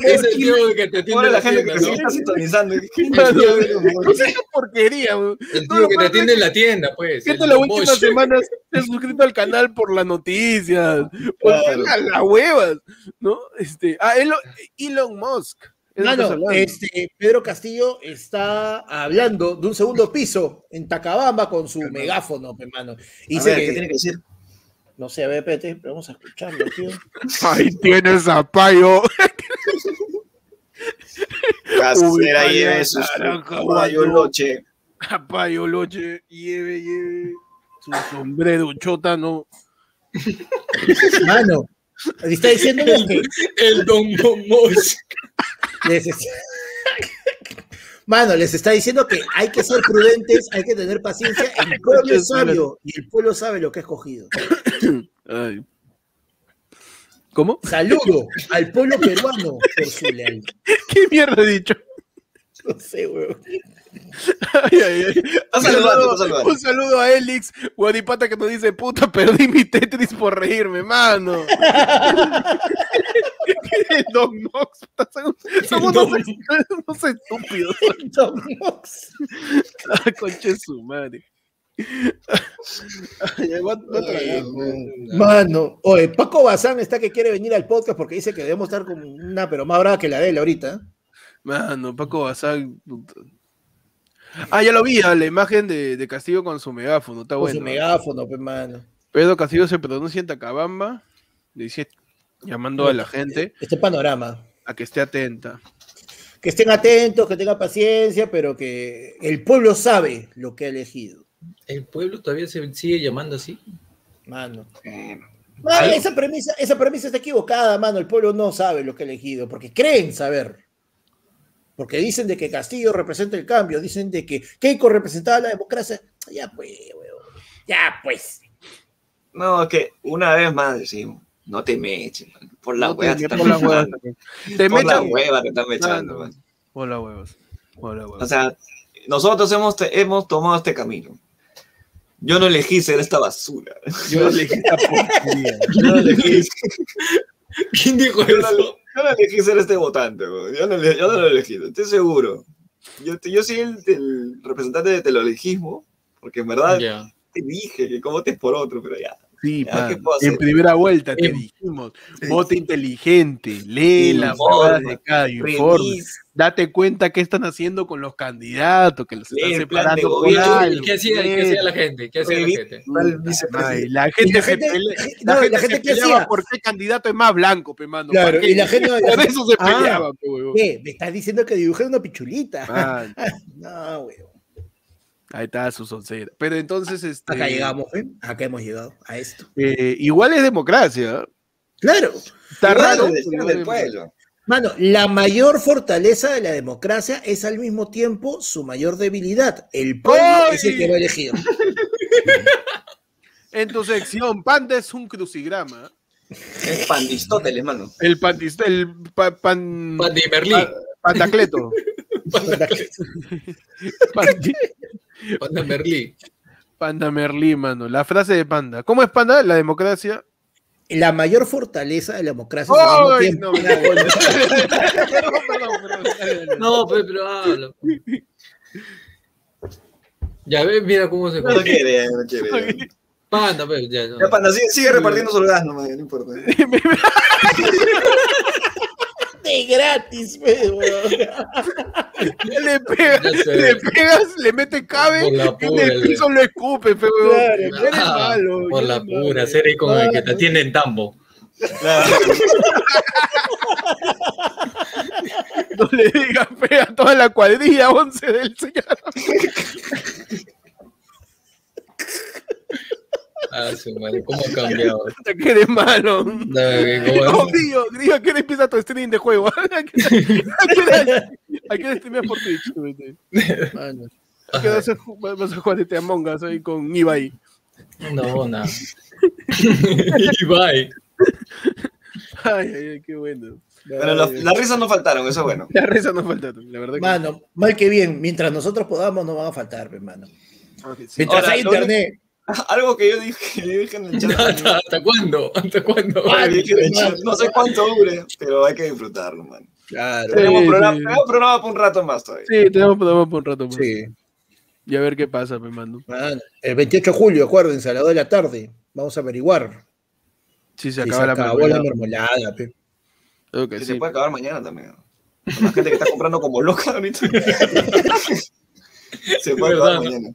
Es el tío que te atiende
Ahora
en
la
la
gente
tienda,
que se
¿no?
está sintonizando.
Mano, no sé qué porquería. weón.
El
No, lo
tío que te
peor es
atiende en la tienda, pues.
Siento
el
las
Don
últimas
Mosh.
semanas se ha suscrito al canal por las noticias, por
Claro.
a las huevas, ¿no? Este, ah, Elon, Elon Musk. es lo que estás
Mano,
hablando.
este, Pedro Castillo está hablando de un segundo piso en Tacabamba con su megáfono, hermano. Y
Dice
dice
que
que,
tiene que decir.
no sé, a ver, espérate, pero vamos a escucharlo, tío.
Ahí tienes a Payo.
Casera
vaya,
lleve sus
carajo,
caballo
mano.
loche.
A Payo Loche, lleve, lleve. Su sombrero chótano.
Mano, le está diciendo que
El Don Mosh.
les es- Mano, les está diciendo que hay que ser prudentes, hay que tener paciencia. El pueblo es sabio y el pueblo sabe lo que ha escogido.
Ay. ¿Cómo?
Saludo al pueblo peruano por su lealtad.
¿Qué mierda he dicho?
No sé, weón.
Ay, ay, ay.
Está
Un
saludando, está
saludo-
saludando.
Un saludo a Elix, Guadipata, que nos dice, puta, perdí mi Tetris por reírme, mano. El Don Nox, puta, son- son unos, unos estúpidos. Ah, Conche su madre. Ay, ay, va- va a tragar.
Mano, oye, Paco Bazán está que quiere venir al podcast porque dice que debemos estar con una, pero más brava que la de él ahorita. ¿eh?
Mano, Paco Bazán. puta. Ah, ya lo vi, ah, la imagen de, de Castillo con su megáfono, está
Con
bueno. ¿eh?
su megáfono, pues, mano.
Pedro Castillo se pronuncia en Tacabamba, dice, llamando a la gente
Este panorama.
a que esté atenta.
Que estén atentos, que tengan paciencia, pero que el pueblo sabe lo que ha elegido.
El pueblo todavía se sigue llamando así.
Mano.
Eh,
Mano,
Algo.
esa premisa, esa premisa está equivocada, mano. El pueblo no sabe lo que ha elegido, porque creen saber. Porque dicen de que Castillo representa el cambio, dicen de que Keiko representaba la democracia. Ya pues, huevón. Ya pues.
No, es que una vez más decimos, no te me echen, man. por la
No te
hueva te
metas
están
por la hueva. Pues, Te
echando. Por la
mechan.
hueva te están echando,
Mano.
man.
Por la huevos. Por la
O
huevos.
sea, nosotros hemos, te- hemos tomado este camino. Yo no elegí ser esta basura.
Yo elegí esta
"Ah,
porquería.
Yo no elegí,
¿Quién dijo
yo no-
eso?
yo no elegí ser este votante. bro. Yo no, ele- yo no lo elegí, estoy seguro. Yo, te- yo soy el, el representante de teleologismo, porque en verdad
Ya.
te dije que cómo te por otro, pero ya.
Sí,
Ya, ¿qué
pan.
puedo hacer?
En primera vuelta te
Em-
dijimos, vota inteligente, lee las
Informa,
palabras de cada informe,
Revisa,
date cuenta qué están haciendo con los candidatos, que los
Lee
están
el plan de
separando por
gobierno.
algo,
¿Qué hacía,
lee.
qué hacía la gente? ¿Qué hacía la
Revisa.
gente?
al
Puta
vicepresidente.
madre, la gente
la
se
gente- eh,
pelea-
no,
la
y
gente
la
se
gente, ¿qué
peleaba
hacía?
por qué candidato es más blanco, pe mano.
Claro,
¿para qué?
y la gente-
por eso se
Ah.
peleaba, pe, huevón.
¿Qué? Me estás diciendo que dibujé una pichulita.
Man,
No, huevón.
ahí está su soncera. Pero entonces, este,
Acá llegamos, ¿eh? Acá hemos llegado a esto.
eh, igual es democracia. ¿eh?
Claro.
Está
Igual,
raro.
elección
pero
del
igual-
pueblo.
Mano, la mayor fortaleza de la democracia es al mismo tiempo su mayor debilidad. El pueblo
¡Ay!
es el que va a elegir.
En tu sección, Panda es un crucigrama.
Es pandistóteles, mano.
El pandista, el pa- pan,
Pan de Berlín.
pa- pandacleto. Pandi-
Pan de Berlín.
panda Merlí, mano. La frase de Panda. ¿Cómo es Panda? La democracia.
La mayor fortaleza de la democracia es al mismo
¡Ay!
tiempo.
No, me cago en- Perdón, perdón, perdón. Dale, dale, dale.
No, pues, pero habla. pues. Ya ves, mira cómo se
No quiere, no quiere.
Panda, pues, ya, no.
Ya, panda, sigue, sigue repartiendo soldados nomás, no importa.
De gratis, pues, weón.
Le pegas,
Ya sé.
le pegas, le mete cabe
Por la
y en
pura,
el piso lo escupe, feo.
Claro,
Eres
Ah,
malo.
Por
eres
la
malo.
pura, serie con el que te atiende en tambo.
No le digas fea a toda la cuadrilla, once del señor.
Ah, su madre, cómo ha cambiado.
Que eres malo.
No, que
Oh,
como-
Grillo, Grillo, ¿a qué hora empieza tu streaming de juego? ¿A qué hora- a qué hora streameas por Twitch? vete?
Mano.
¿A qué hora vas a ju- vas a jugar este Among Us ahí con Ibai?
No, nada. y bye.
Ay, ay, ay, qué bueno.
Pero los- las risas no faltaron, eso es bueno.
La reza no falta, la verdad. que-
Mano, mal que bien, mientras nosotros podamos, no van a faltar, hermano.
Ok, sí.
Mientras
Ahora,
hay
lo único-
internet.
Algo que yo dije, yo dije en el chat.
¿Hasta, hasta cuándo? ¿Hasta cuándo?
Yo dije en el chat, No sé cuánto dure, pero hay que disfrutarlo, man.
Claro.
Tenemos programa,
sí.
tenemos programa para un rato más todavía.
Sí, tenemos programa por un rato más.
Sí.
Y a ver qué pasa, me mando.
Mano, el 28 de julio, acuérdense, a las 2 de la tarde. Vamos a averiguar
Sí, se
si se
acaba la
acabó la
mermelada.
mermelada. pe.
Creo que
Que se
sí.
puede acabar mañana también. Con la gente que está comprando como loca ahorita. se puede acabar
Verdad.
mañana.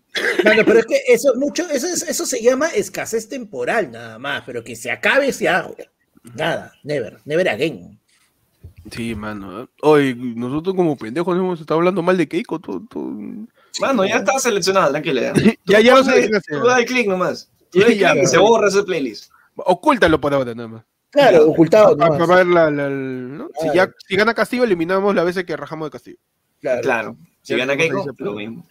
Mano, pero es que eso, mucho, eso, es- eso se llama escasez temporal, nada más. Pero que se acabe, se haga. Nada, never, never again.
Sí, mano. ¿eh? Oye, nosotros como pendejos hemos estado hablando mal de Keiko. Tú, tú-
Mano, ya está seleccionada, tranquila.
Ya, ya lo
Tú
sé.
Tú dale clic nomás. Tú
Ya,
dale
ya,
clic y
ya.
se borra ese playlist.
Ocúltalo por ahora, nada más.
Claro, ocultado.
Pa-
nomás.
pa- ver la- la- el- ¿no? si, ya,
Claro.
si gana Castillo, eliminamos las veces que rajamos de Castillo.
Claro,
Claro. Si
Ya,
gana
como
Keiko,
dice,
lo mismo.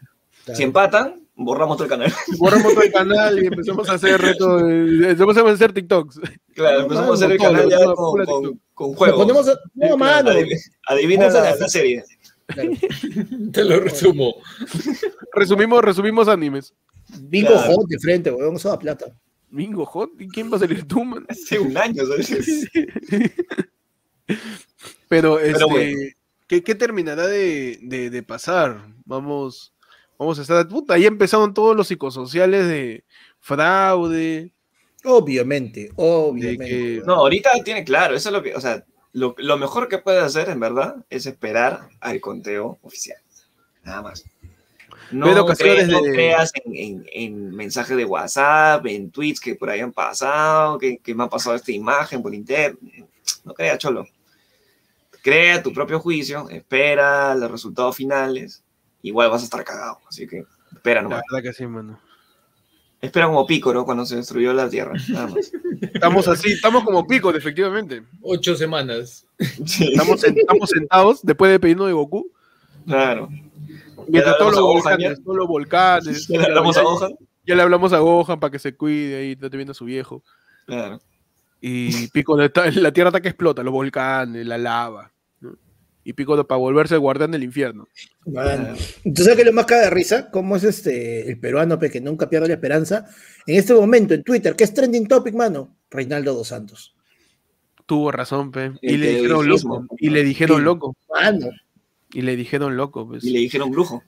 claro.
Si empatan, borramos todo el canal.
Borramos todo el canal y empezamos a hacer reto. de- Empezamos a hacer TikToks.
Claro,
No,
empezamos
no,
a hacer el
con todo,
canal ya
no,
con,
pura
con-
TikTok.
con
Nos
juegos.
ponemos a- No, mano.
Adiv- Adivina
Vamos a
la,
la-
la serie.
Te lo resumo.
Resumimos, resumimos animes.
Bingo
Claro.
Hot de frente, weón, eso da plata.
Mingo Hot, ¿y quién va a salir tú, man?
Hace un año, ¿sabes?
Pero, este,
bueno.
¿qué, qué terminará de, de- de pasar? Vamos, vamos a estar. Puta, ahí empezaron todos los psicosociales de fraude.
Obviamente, obviamente.
que-
weón.
No, ahorita tiene claro, eso es lo que, o sea, lo, lo mejor que puede hacer, en verdad, es esperar al conteo oficial. Nada más. No,
Pero ocasiones
crees- no
de-
creas en, en- en mensajes de WhatsApp, en tweets que por ahí han pasado, que, que me ha pasado esta imagen por internet. No creas, cholo. Crea tu propio juicio, espera los resultados finales. Igual vas a estar cagado, así que espera
La
nomás.
verdad que sí, mano.
Espera como pícoro cuando se destruyó la tierra, nada más.
Estamos así, estamos como picos, efectivamente.
Ocho semanas.
Sí,
Estamos, sen- estamos sentados después de pedirnos de Goku.
claro.
Mientras
le
todos
hablamos
los
a Gohan,
volcanes, todos los volcanes.
Ya le hablamos a Gohan.
Ya le hablamos a Gohan para que se cuide ahí, está viendo a su viejo.
Claro.
Y Pico, la tierra está que explota, los volcanes, la lava. ¿no? Y Pico para volverse el guardián del infierno.
Man. Entonces, ¿sabes qué es lo más caga de risa? ¿Cómo es este el peruano pe, que nunca pierde la esperanza? En este momento, en Twitter, ¿qué es trending topic, mano? Reinaldo dos Santos.
Tuvo razón, pe.
El
Y le dijeron
terrorismo.
loco. Y le dijeron
Sí.
loco.
Mano,
Y le dijeron loco, pues.
Y le dijeron brujo.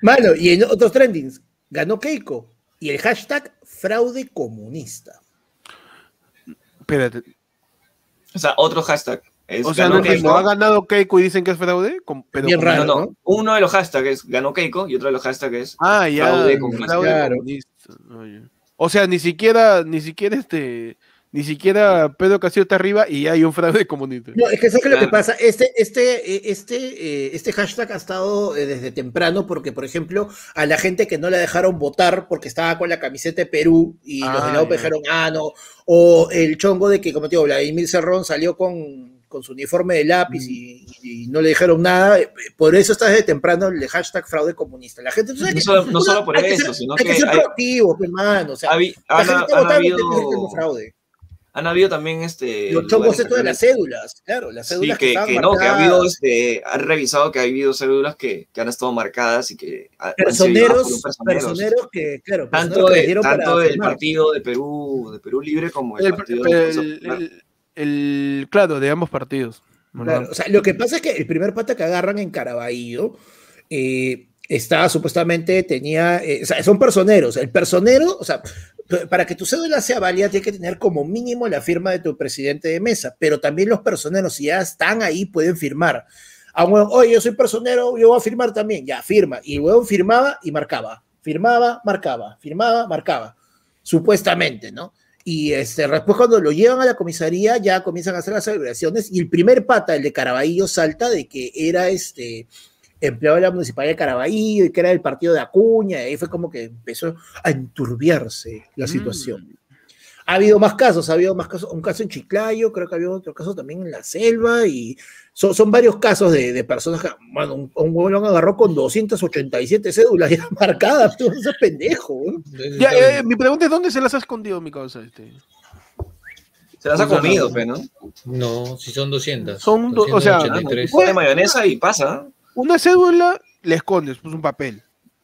mano, y en otros trendings, ganó Keiko. Y el hashtag fraude comunista.
Espérate.
O sea, otro hashtag. Es
O sea,
ganó
no,
Keiko.
no ha ganado Keiko y dicen que es fraude. con- pero
Bien
con-
raro.
No, no.
¿no?
Uno de los hashtags es ganó Keiko y otro de los hashtags es.
Ah, ya.
Fraude
el
comunista.
fraude
Claro.
comunista. Ah, ya. O sea, ni siquiera, ni siquiera este, ni siquiera Pedro Castillo está arriba y ya hay un fraude comunista.
No, es que ¿sabes qué es lo que
Claro.
pasa? Este, este, eh, este, eh, este hashtag ha estado eh, desde temprano porque, por ejemplo, a la gente que no la dejaron votar porque estaba con la camiseta de Perú y los de
Ah,
la
ya.
OPE dijeron, ah, no, o el chongo de que, como te digo, Vladimir Cerrón salió con, con su uniforme de lápiz y, y no le dijeron nada, eh, por eso está desde temprano el hashtag fraude comunista. La gente, ¿tú sabes
No
que-
solo, no
o sea,
solo por
hay que
eso,
ser-
sino
hay
que.
que ser
hay-
proactivos, hermano, o sea,
ha habi-
la
han,
gente
Ah, han
votando este
habido,
fraude.
han habido también este.
Los chongos
lugares
esto de las
que-
cédulas, claro, las
Sí,
cédulas
que,
estaban
que no, que ha habido,
marcadas.
este, han revisado que ha habido cédulas que, que han estado marcadas y que ha- han sido llevadas
personeros,
por un personeros.
personeros que, claro,
Tanto,
personeros que les
de-
dieron
tanto
para
del
firmar.
partido de Perú, de Perú Libre como el,
El,
Pues, partido
el-
de Defensa Popular.
el- el- claro, de ambos partidos. ¿verdad?
Claro, o sea, lo que pasa es que el primer pata que agarran en Caraballo eh, está supuestamente, tenía, eh, o sea, son personeros. El personero, o sea, p- para que tu cédula sea válida, tiene que tener como mínimo la firma de tu presidente de mesa, pero también los personeros, si ya están ahí, pueden firmar. Ah, huevón, oye, yo soy personero, yo voy a firmar también. Ya, firma. Y el huevón firmaba y marcaba. Firmaba, marcaba. Firmaba, marcaba. Supuestamente, ¿no? Y este, después cuando lo llevan a la comisaría ya comienzan a hacer las celebraciones y el primer pata, el de Caraballo, salta de que era este empleado de la municipalidad de Caraballo y que era del partido de Acuña y ahí fue como que empezó a enturbiarse la
Mm.
situación. Ha habido más casos, ha habido más casos, un caso en Chiclayo, creo que ha habido otro caso también en la selva y son, son varios casos de, de personas que, bueno, un, un huevón lo agarró con 287 cédulas ya marcadas, tú, ese pendejo. weón.
Ya, eh, mi pregunta es: ¿dónde se las ha escondido mi causa? Este?
Se las ha
No, no,
comido,
no.
pe, ¿no?
No, si son 200.
Son do- o sea,
283.
Bueno.
Pone mayonesa y pasa. ¿eh?
Una cédula le escondes, pues un papel.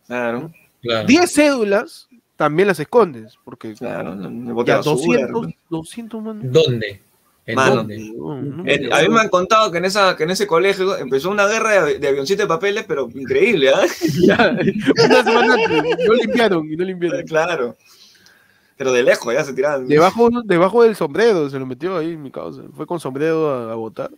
Claro,
Claro.
Diez cédulas también las escondes, porque
claro. Me boté
ya
basura,
200, 200, mano.
¿Dónde? ¿En
Mano.
dónde?
No, no.
En- Eh, a mí me han contado que en, esa, que en ese colegio empezó una guerra de, avi- de avioncitos de papeles, pero increíble, ¿ah?
Ya, una semana antes, no limpiaron y no limpiaron.
Claro. Pero de lejos ya se tiraban.
Debajo, debajo del sombrero se lo metió ahí, mi causa. Fue con sombrero a, a votar.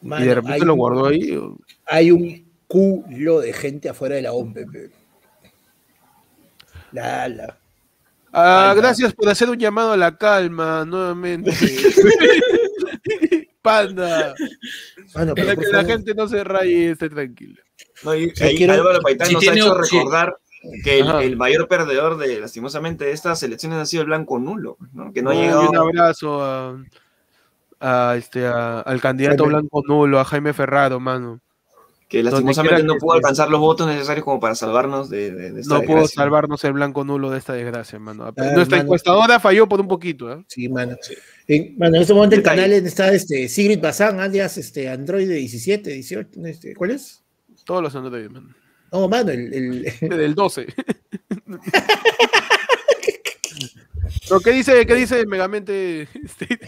y
Mano,
de repente
hay
lo
un-
guardó ahí. o-
hay un culo de gente afuera de la OMPE. pe. La, la.
Ah,
Ahí está.
gracias por hacer un llamado a la calma nuevamente. Panda.
Mano, pero
Para
por
que la
favor.
gente no se raye y esté tranquila.
No, y,
Yo
ahí
quiero-
Álvaro Paitán
Si
nos ha
tiene
hecho
opción.
recordar que el,
Ajá.
el mayor perdedor de, lastimosamente, de estas elecciones ha sido el blanco nulo, ¿no? Que no ha
No, Ah, y
llegado.
Un abrazo a, a este, a- al candidato
Jaime.
blanco nulo, a Jaime Ferraro, mano.
que lastimosamente no pudo alcanzar los votos necesarios como para salvarnos de, de- de esta
No pudo
desgracia.
salvarnos el blanco nulo de esta desgracia, mano.
Ah,
Nuestra
hermano.
encuestadora falló por un poquito, ¿eh?
Sí, mano. En, mano, en este momento el
Detalle.
canal está este, Sigrid Bazán, alias este, Android 17, 18, este, ¿cuál es?
Todos los androides, mano.
No, mano, el, el-
Del 12. No, ¿Qué dice, qué dice Megamente? este, ¿Qué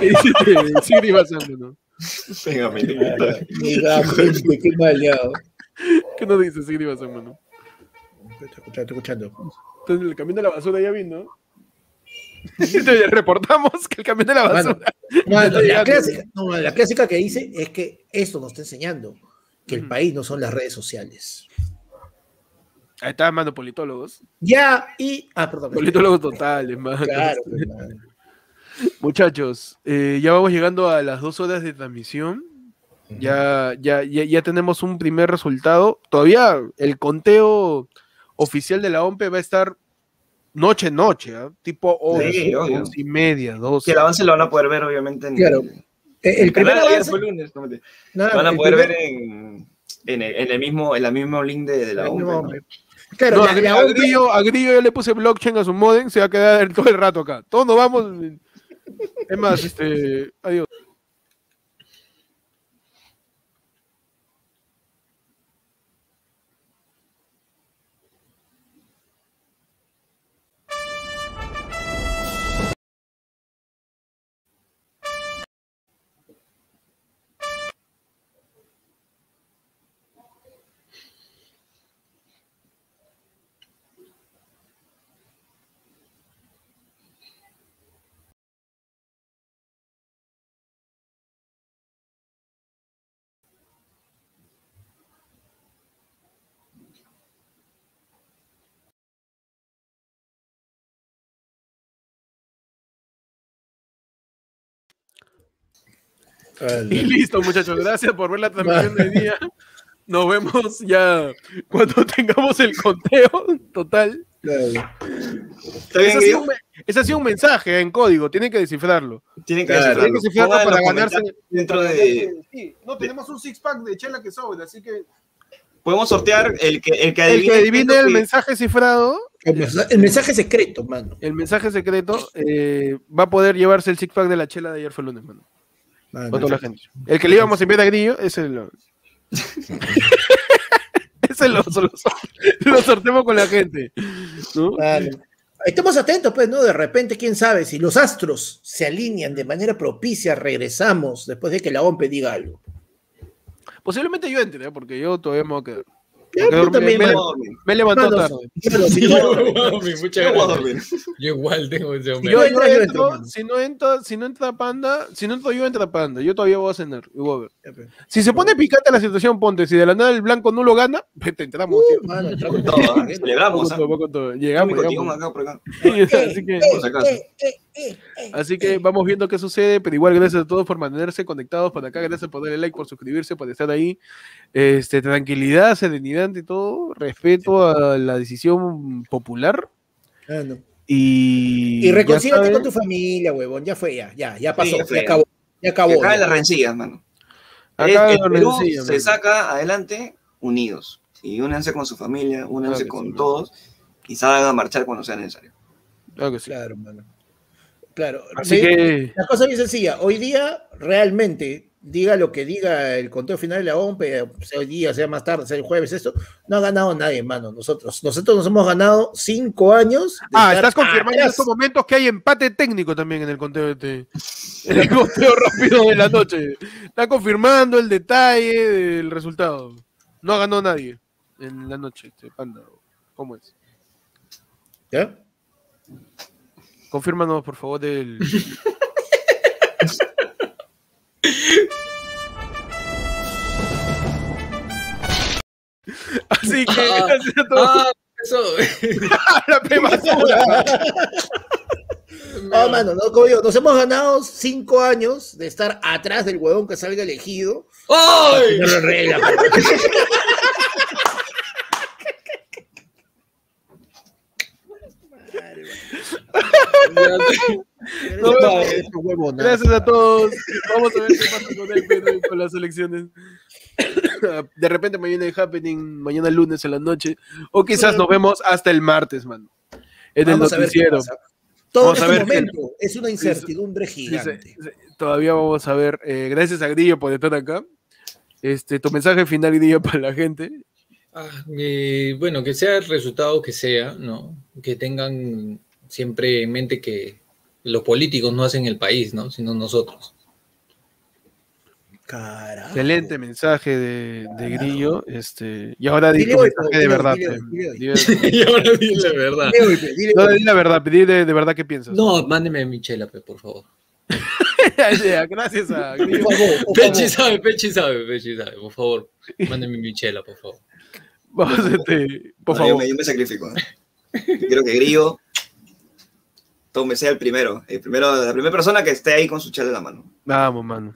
qué dice este, Sigrid Bazán, mano?
Venga, me encanta.
Megamente, qué maleado.
¿Qué nos dice Sigrid Bazán, mano?
Estoy escuchando, estoy escuchando.
Entonces el camión de la basura ya vino. Entonces, reportamos que el camión de la
Mano,
basura.
Mano,
Ya,
la,
ya,
clásica, no, la clásica que dice es que esto nos está enseñando que el país no son las redes sociales.
Ahí está, mano, politólogos.
Ya, y. Ah, perdón.
Politólogos totales, mano.
Claro, pues, mano.
Muchachos, eh, ya vamos llegando a las dos horas de transmisión. Ya, ya, ya, ya tenemos un primer resultado. Todavía el conteo oficial de la OMPE va a estar noche en noche, ¿ah? tipo
Sí,
11,
obvio.
y media, 12.
Que el avance lo van a poder ver, obviamente. En,
Claro. Eh, El primer
canal de ayer
avance.
fue el lunes, no mentira.
Ah,
nada,
Lo van a
el
poder
primer-
ver en, en el, en el mismo, en el mismo link de, de la
el
OMP.
mismo
¿no?
hombre. Claro,
No,
la-
a,
la
a
otra-
Grillo, a Grillo ya le puse blockchain a su modem, se va a quedar todo el rato acá. Todos nos vamos. Es más, este, adiós. Y listo, muchachos. Gracias por ver la transmisión de día. Nos vemos ya cuando tengamos el conteo total.
Está bien,
Ese ha, sido
Guido?
un, me- ese ha sido un mensaje en código, tienen que descifrarlo.
Tienen que
Claro.
Tienen
descifrarlo.
que descifrarlo
Pongan
para
los
ganarse.
comentarios Dentro de,
Sí, no, tenemos un six pack de chela que sobra, así que.
podemos sortear el que, el que
El
adivine
que adivine el
que-
mensaje cifrado,
el mensaje- el mensaje secreto, mano.
el mensaje secreto, eh, va a poder llevarse el six pack de la chela de ayer fue el lunes, mano.
Mano,
Con toda la gente. El que le íbamos a invitar a Grillo, ese lo. ese lo, lo, lo sorteamos con la gente. ¿no?
mano. Estemos atentos, pues, ¿no? De repente, quién sabe, si los astros se alinean de manera propicia, regresamos después de que la OMP diga algo.
Posiblemente yo entre, ¿eh? porque yo todavía me voy a quedar.
Ya,
Porque
yo también,
me,
mano.
me levantó
Mano,
tarde.
mano, si no-
Muchas
Yo voy a
gracias.
dormir.
Yo igual tengo ese
Si
hombre.
yo,
Yo entro,
no
yo
entro,
entro, mano.
si no entra, si no entra panda, si no entro yo entra panda. Yo todavía voy a cenar y voy a ver. Si se pone picante la situación, ponte. Si de la nada el blanco no lo gana, pues te entramos, tío.
mano, entramos
Todo,
todos.
¿ah? Celebramos,
Vamos
¿ah?
con todo, vamos con todo.
Yo
Llegamos,
me contigo,
llegamos.
acá por acá.
Así
Eh,
que,
por si acaso.
Eh,
así que vamos viendo qué sucede, pero igual gracias a todos por mantenerse conectados para acá, gracias por darle like, por suscribirse, por estar ahí. Este, tranquilidad, serenidad y todo, respeto a la decisión popular
Mano.
y
Y reconcíliate
reconciliate
con tu familia, huevón. Ya fue, ya, ya, ya
ya
pasó, ya
fue, ya.
acabó. Ya
Que
acabó.
caen
ya.
las rencillas, mano.
Acá
Es- el
lo
Perú
rencilla,
se
mano.
saca adelante unidos. Y únanse con su familia,
Claro
únanse
que
con
sí, mano.
todos y salgan a marchar cuando sea necesario.
Claro que sí.
Claro, mano. Claro.
Así
Sí,
que
La cosa es bien sencilla. Hoy día, realmente, diga lo que diga el conteo final de la OMP, sea eh, pues, hoy día, sea más tarde, sea el jueves, esto, no ha ganado nadie, mano. Nosotros. Nosotros nos hemos ganado cinco años. de
Ah,
estar
estás confirmando en
atrás.
estos momentos que hay empate técnico también en el conteo de este- en el conteo rápido de la noche. Está confirmando el detalle del resultado. No ganó nadie en la noche, este panda. ¿Cómo es?
¿Ya?
Confírmanos, por favor, del. Así que gracias a todos.
Ah, eso.
La pe basura. Ah,
No, mano, no, como digo, nos hemos ganado cinco años de estar atrás del huevón que salga elegido.
¡Ay!
No lo regla, mano.
No,
Eres
no,
un huevón, nada.
Gracias a todos. Vamos a ver qué pasa con el Perú y con las elecciones. de repente mañana el happening, mañana el lunes en la noche, o quizás nos vemos hasta el martes, mano. En
Vamos a
el
ver qué
noticiero.
pasa. Todo
Vamos
es
a
un
ver qué-
momento, es una incertidumbre
Sí, sí,
gigante.
sí. Todavía vamos a ver. eh, gracias a Grillo por estar acá. Este, tu mensaje final, Grillo, para la gente.
Ah, eh, bueno, que sea el resultado que sea, ¿no? Que tengan siempre en mente que los políticos no hacen el país, ¿no? Sino nosotros.
Carajo.
Excelente mensaje de, de Grillo. Este, y ahora di
Dile
tu
hoy,
mensaje
dile
de
hoy,
verdad.
dile hoy,
em,
dile hoy.
dile-
y ahora di la verdad.
Dile, oye, dile,
No,
oye.
di la verdad, di de, de verdad qué piensas.
No, mándeme a Michela, pe, por favor.
Ya, gracias a Grillo.
Por favor, por favor.
Pechi sabe, Pechi sabe, Pechi sabe, por favor. Mándeme a Michela, por favor.
Vamos, este, por
No, yo
favor.
me- Yo, me, sacrifico. ¿eh? Yo quiero que Grillo tome sea el primero, el primero, la primera persona que esté ahí con su chal en la mano.
Vamos, mano.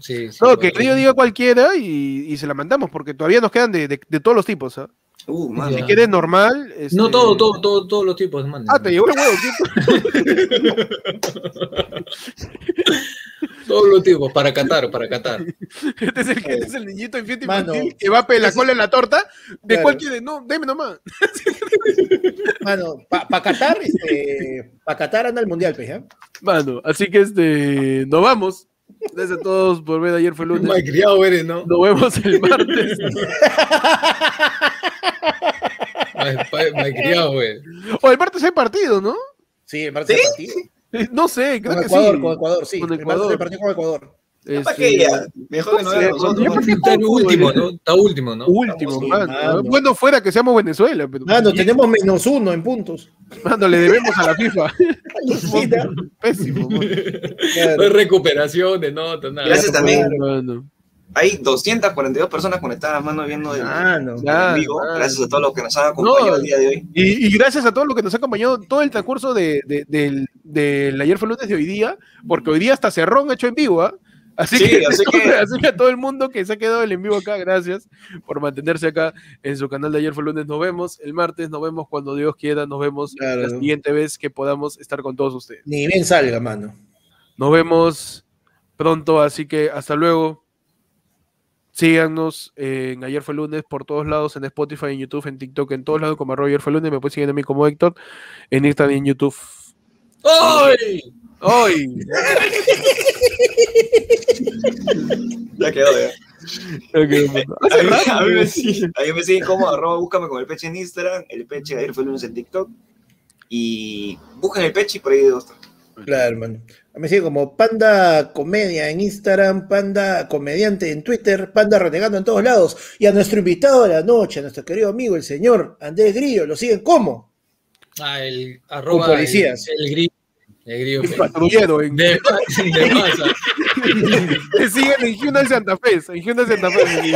Sí, sí,
No,
bueno,
que Grillo diga cualquiera y, y se la mandamos, porque todavía nos quedan de, de- de todos los tipos. ¿ah?
Uh, mano.
Si quieres normal.
No,
este-
todo, todo, todo, todos los tipos, mándenme.
Ah, te llegó el huevo, ¿qué?
Todos los tipos, para Qatar, para Qatar.
Este es el, este es el niñito en fiesta
Mano,
infantil que va a pe- la cola en la torta. ¿De
Claro.
cuál quiere? No, deme nomás.
Mano, para Qatar, este, pa' Qatar anda el mundial, pues, ¿eh?
Mano, así que este, nos vamos. Gracias a todos por ver. Ayer fue lunes.
Malcriado eres, ¿no?
Nos vemos el martes.
Mal- pa- Malcriado, güey.
O el martes hay partido, ¿no?
Sí, en marzo del partido.
No sé, creo
Con
que
Ecuador,
sí.
con Ecuador, sí.
Con
En marzo
Ecuador.
del partido con Ecuador.
¿Para
Este,
qué ya? Mejor que no vean a nosotros.
Yo
¿no?
creo que
Está último, ¿no? Está último, ¿no?
Último,
Estamos
mano.
bien, mano.
Bueno fuera que seamos Venezuela, pero
Mano, Ah, tenemos menos uno en puntos.
mano, le debemos a la FIFA.
Alucina.
Pésimo, mano.
No hay
Claro.
recuperación de notas, nada.
Gracias también.
Mano.
Hay 242 personas conectadas, mano, viendo el,
Mano.
el
Claro,
vivo.
claro.
Gracias a todos los que nos han acompañado
Ah, No.
el día de hoy.
Y, y gracias a todos los que nos ha acompañado todo el transcurso de, de- del, del ayer fue lunes de hoy día, porque hoy día hasta cerrón hecho en vivo, ¿ah? Así,
Sí,
que,
así que-
así que a todo el mundo que se ha quedado el en vivo acá, gracias por mantenerse acá en su canal de ayer fue lunes. Nos vemos el martes, nos vemos cuando Dios quiera, nos vemos
Claro.
la siguiente vez que podamos estar con todos ustedes.
Ni bien salga, mano.
Nos vemos pronto, así que hasta luego. Síganos en Ayer fue lunes por todos lados, en Spotify, en YouTube, en TikTok, en todos lados como arroba Ayer fue lunes. Me pueden seguir a mí como Héctor, en Instagram y en YouTube.
¡Ay!
¡Hoy!
Ya quedó, ya. A mí, a mí me siguen- a mí me siguen como arroba búscame con el peche en Instagram, el peche ayer fue el lunes en TikTok. Y busquen el peche y por ahí de dos.
Claro, mano. Me sigue como Panda Comedia en Instagram, Panda Comediante en Twitter, Panda Renegando en todos lados. Y a nuestro invitado de la noche, a nuestro querido amigo, el señor Andrés Grillo, ¿lo siguen cómo?
Ah, el arroba.
Con policías.
El, el grillo. El grillo.
Es
pe.
patrullero. En,
De, de masa.
te siguen en Hyundai Santa Fe. En Hyundai Santa Fe.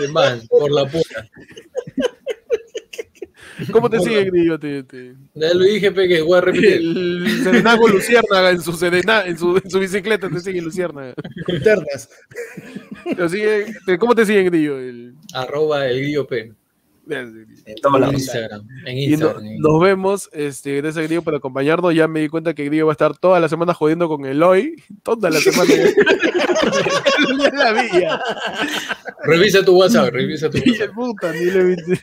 De más, por la puta.
¿Cómo te siguen, Grillo? Te- te-
Ya lo dije, pe, que voy a repetir.
El serenago Luciérnaga en su, serena, en su, en su bicicleta te sigue Luciérnaga.
Con ternas.
Te sigue- te- ¿Cómo te siguen, Grillo? El-
Arroba el grillo P.
En todos
En
lados.
Instagram. En
Y no-
Instagram. en-
nos vemos, este, gracias Grillo por acompañarnos. Ya me di cuenta que Grillo va a estar toda la semana jodiendo con Eloy. Toda la semana. Ya la vi, ya.
Revisa tu WhatsApp, revisa tu
Dije,
WhatsApp.
puta, ni le viste.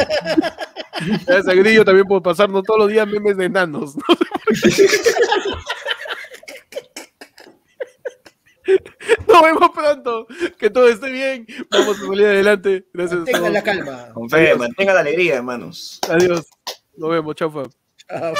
Gracias Grillo también por pasarnos todos los días memes de enanos. ¿no? Nos vemos pronto. Que todo esté bien. Vamos a salir adelante. Gracias. a
Tengan la
todos.
calma.
Con fe, mantenga la alegría, hermanos.
Adiós. Nos vemos, chaufa.
Chao.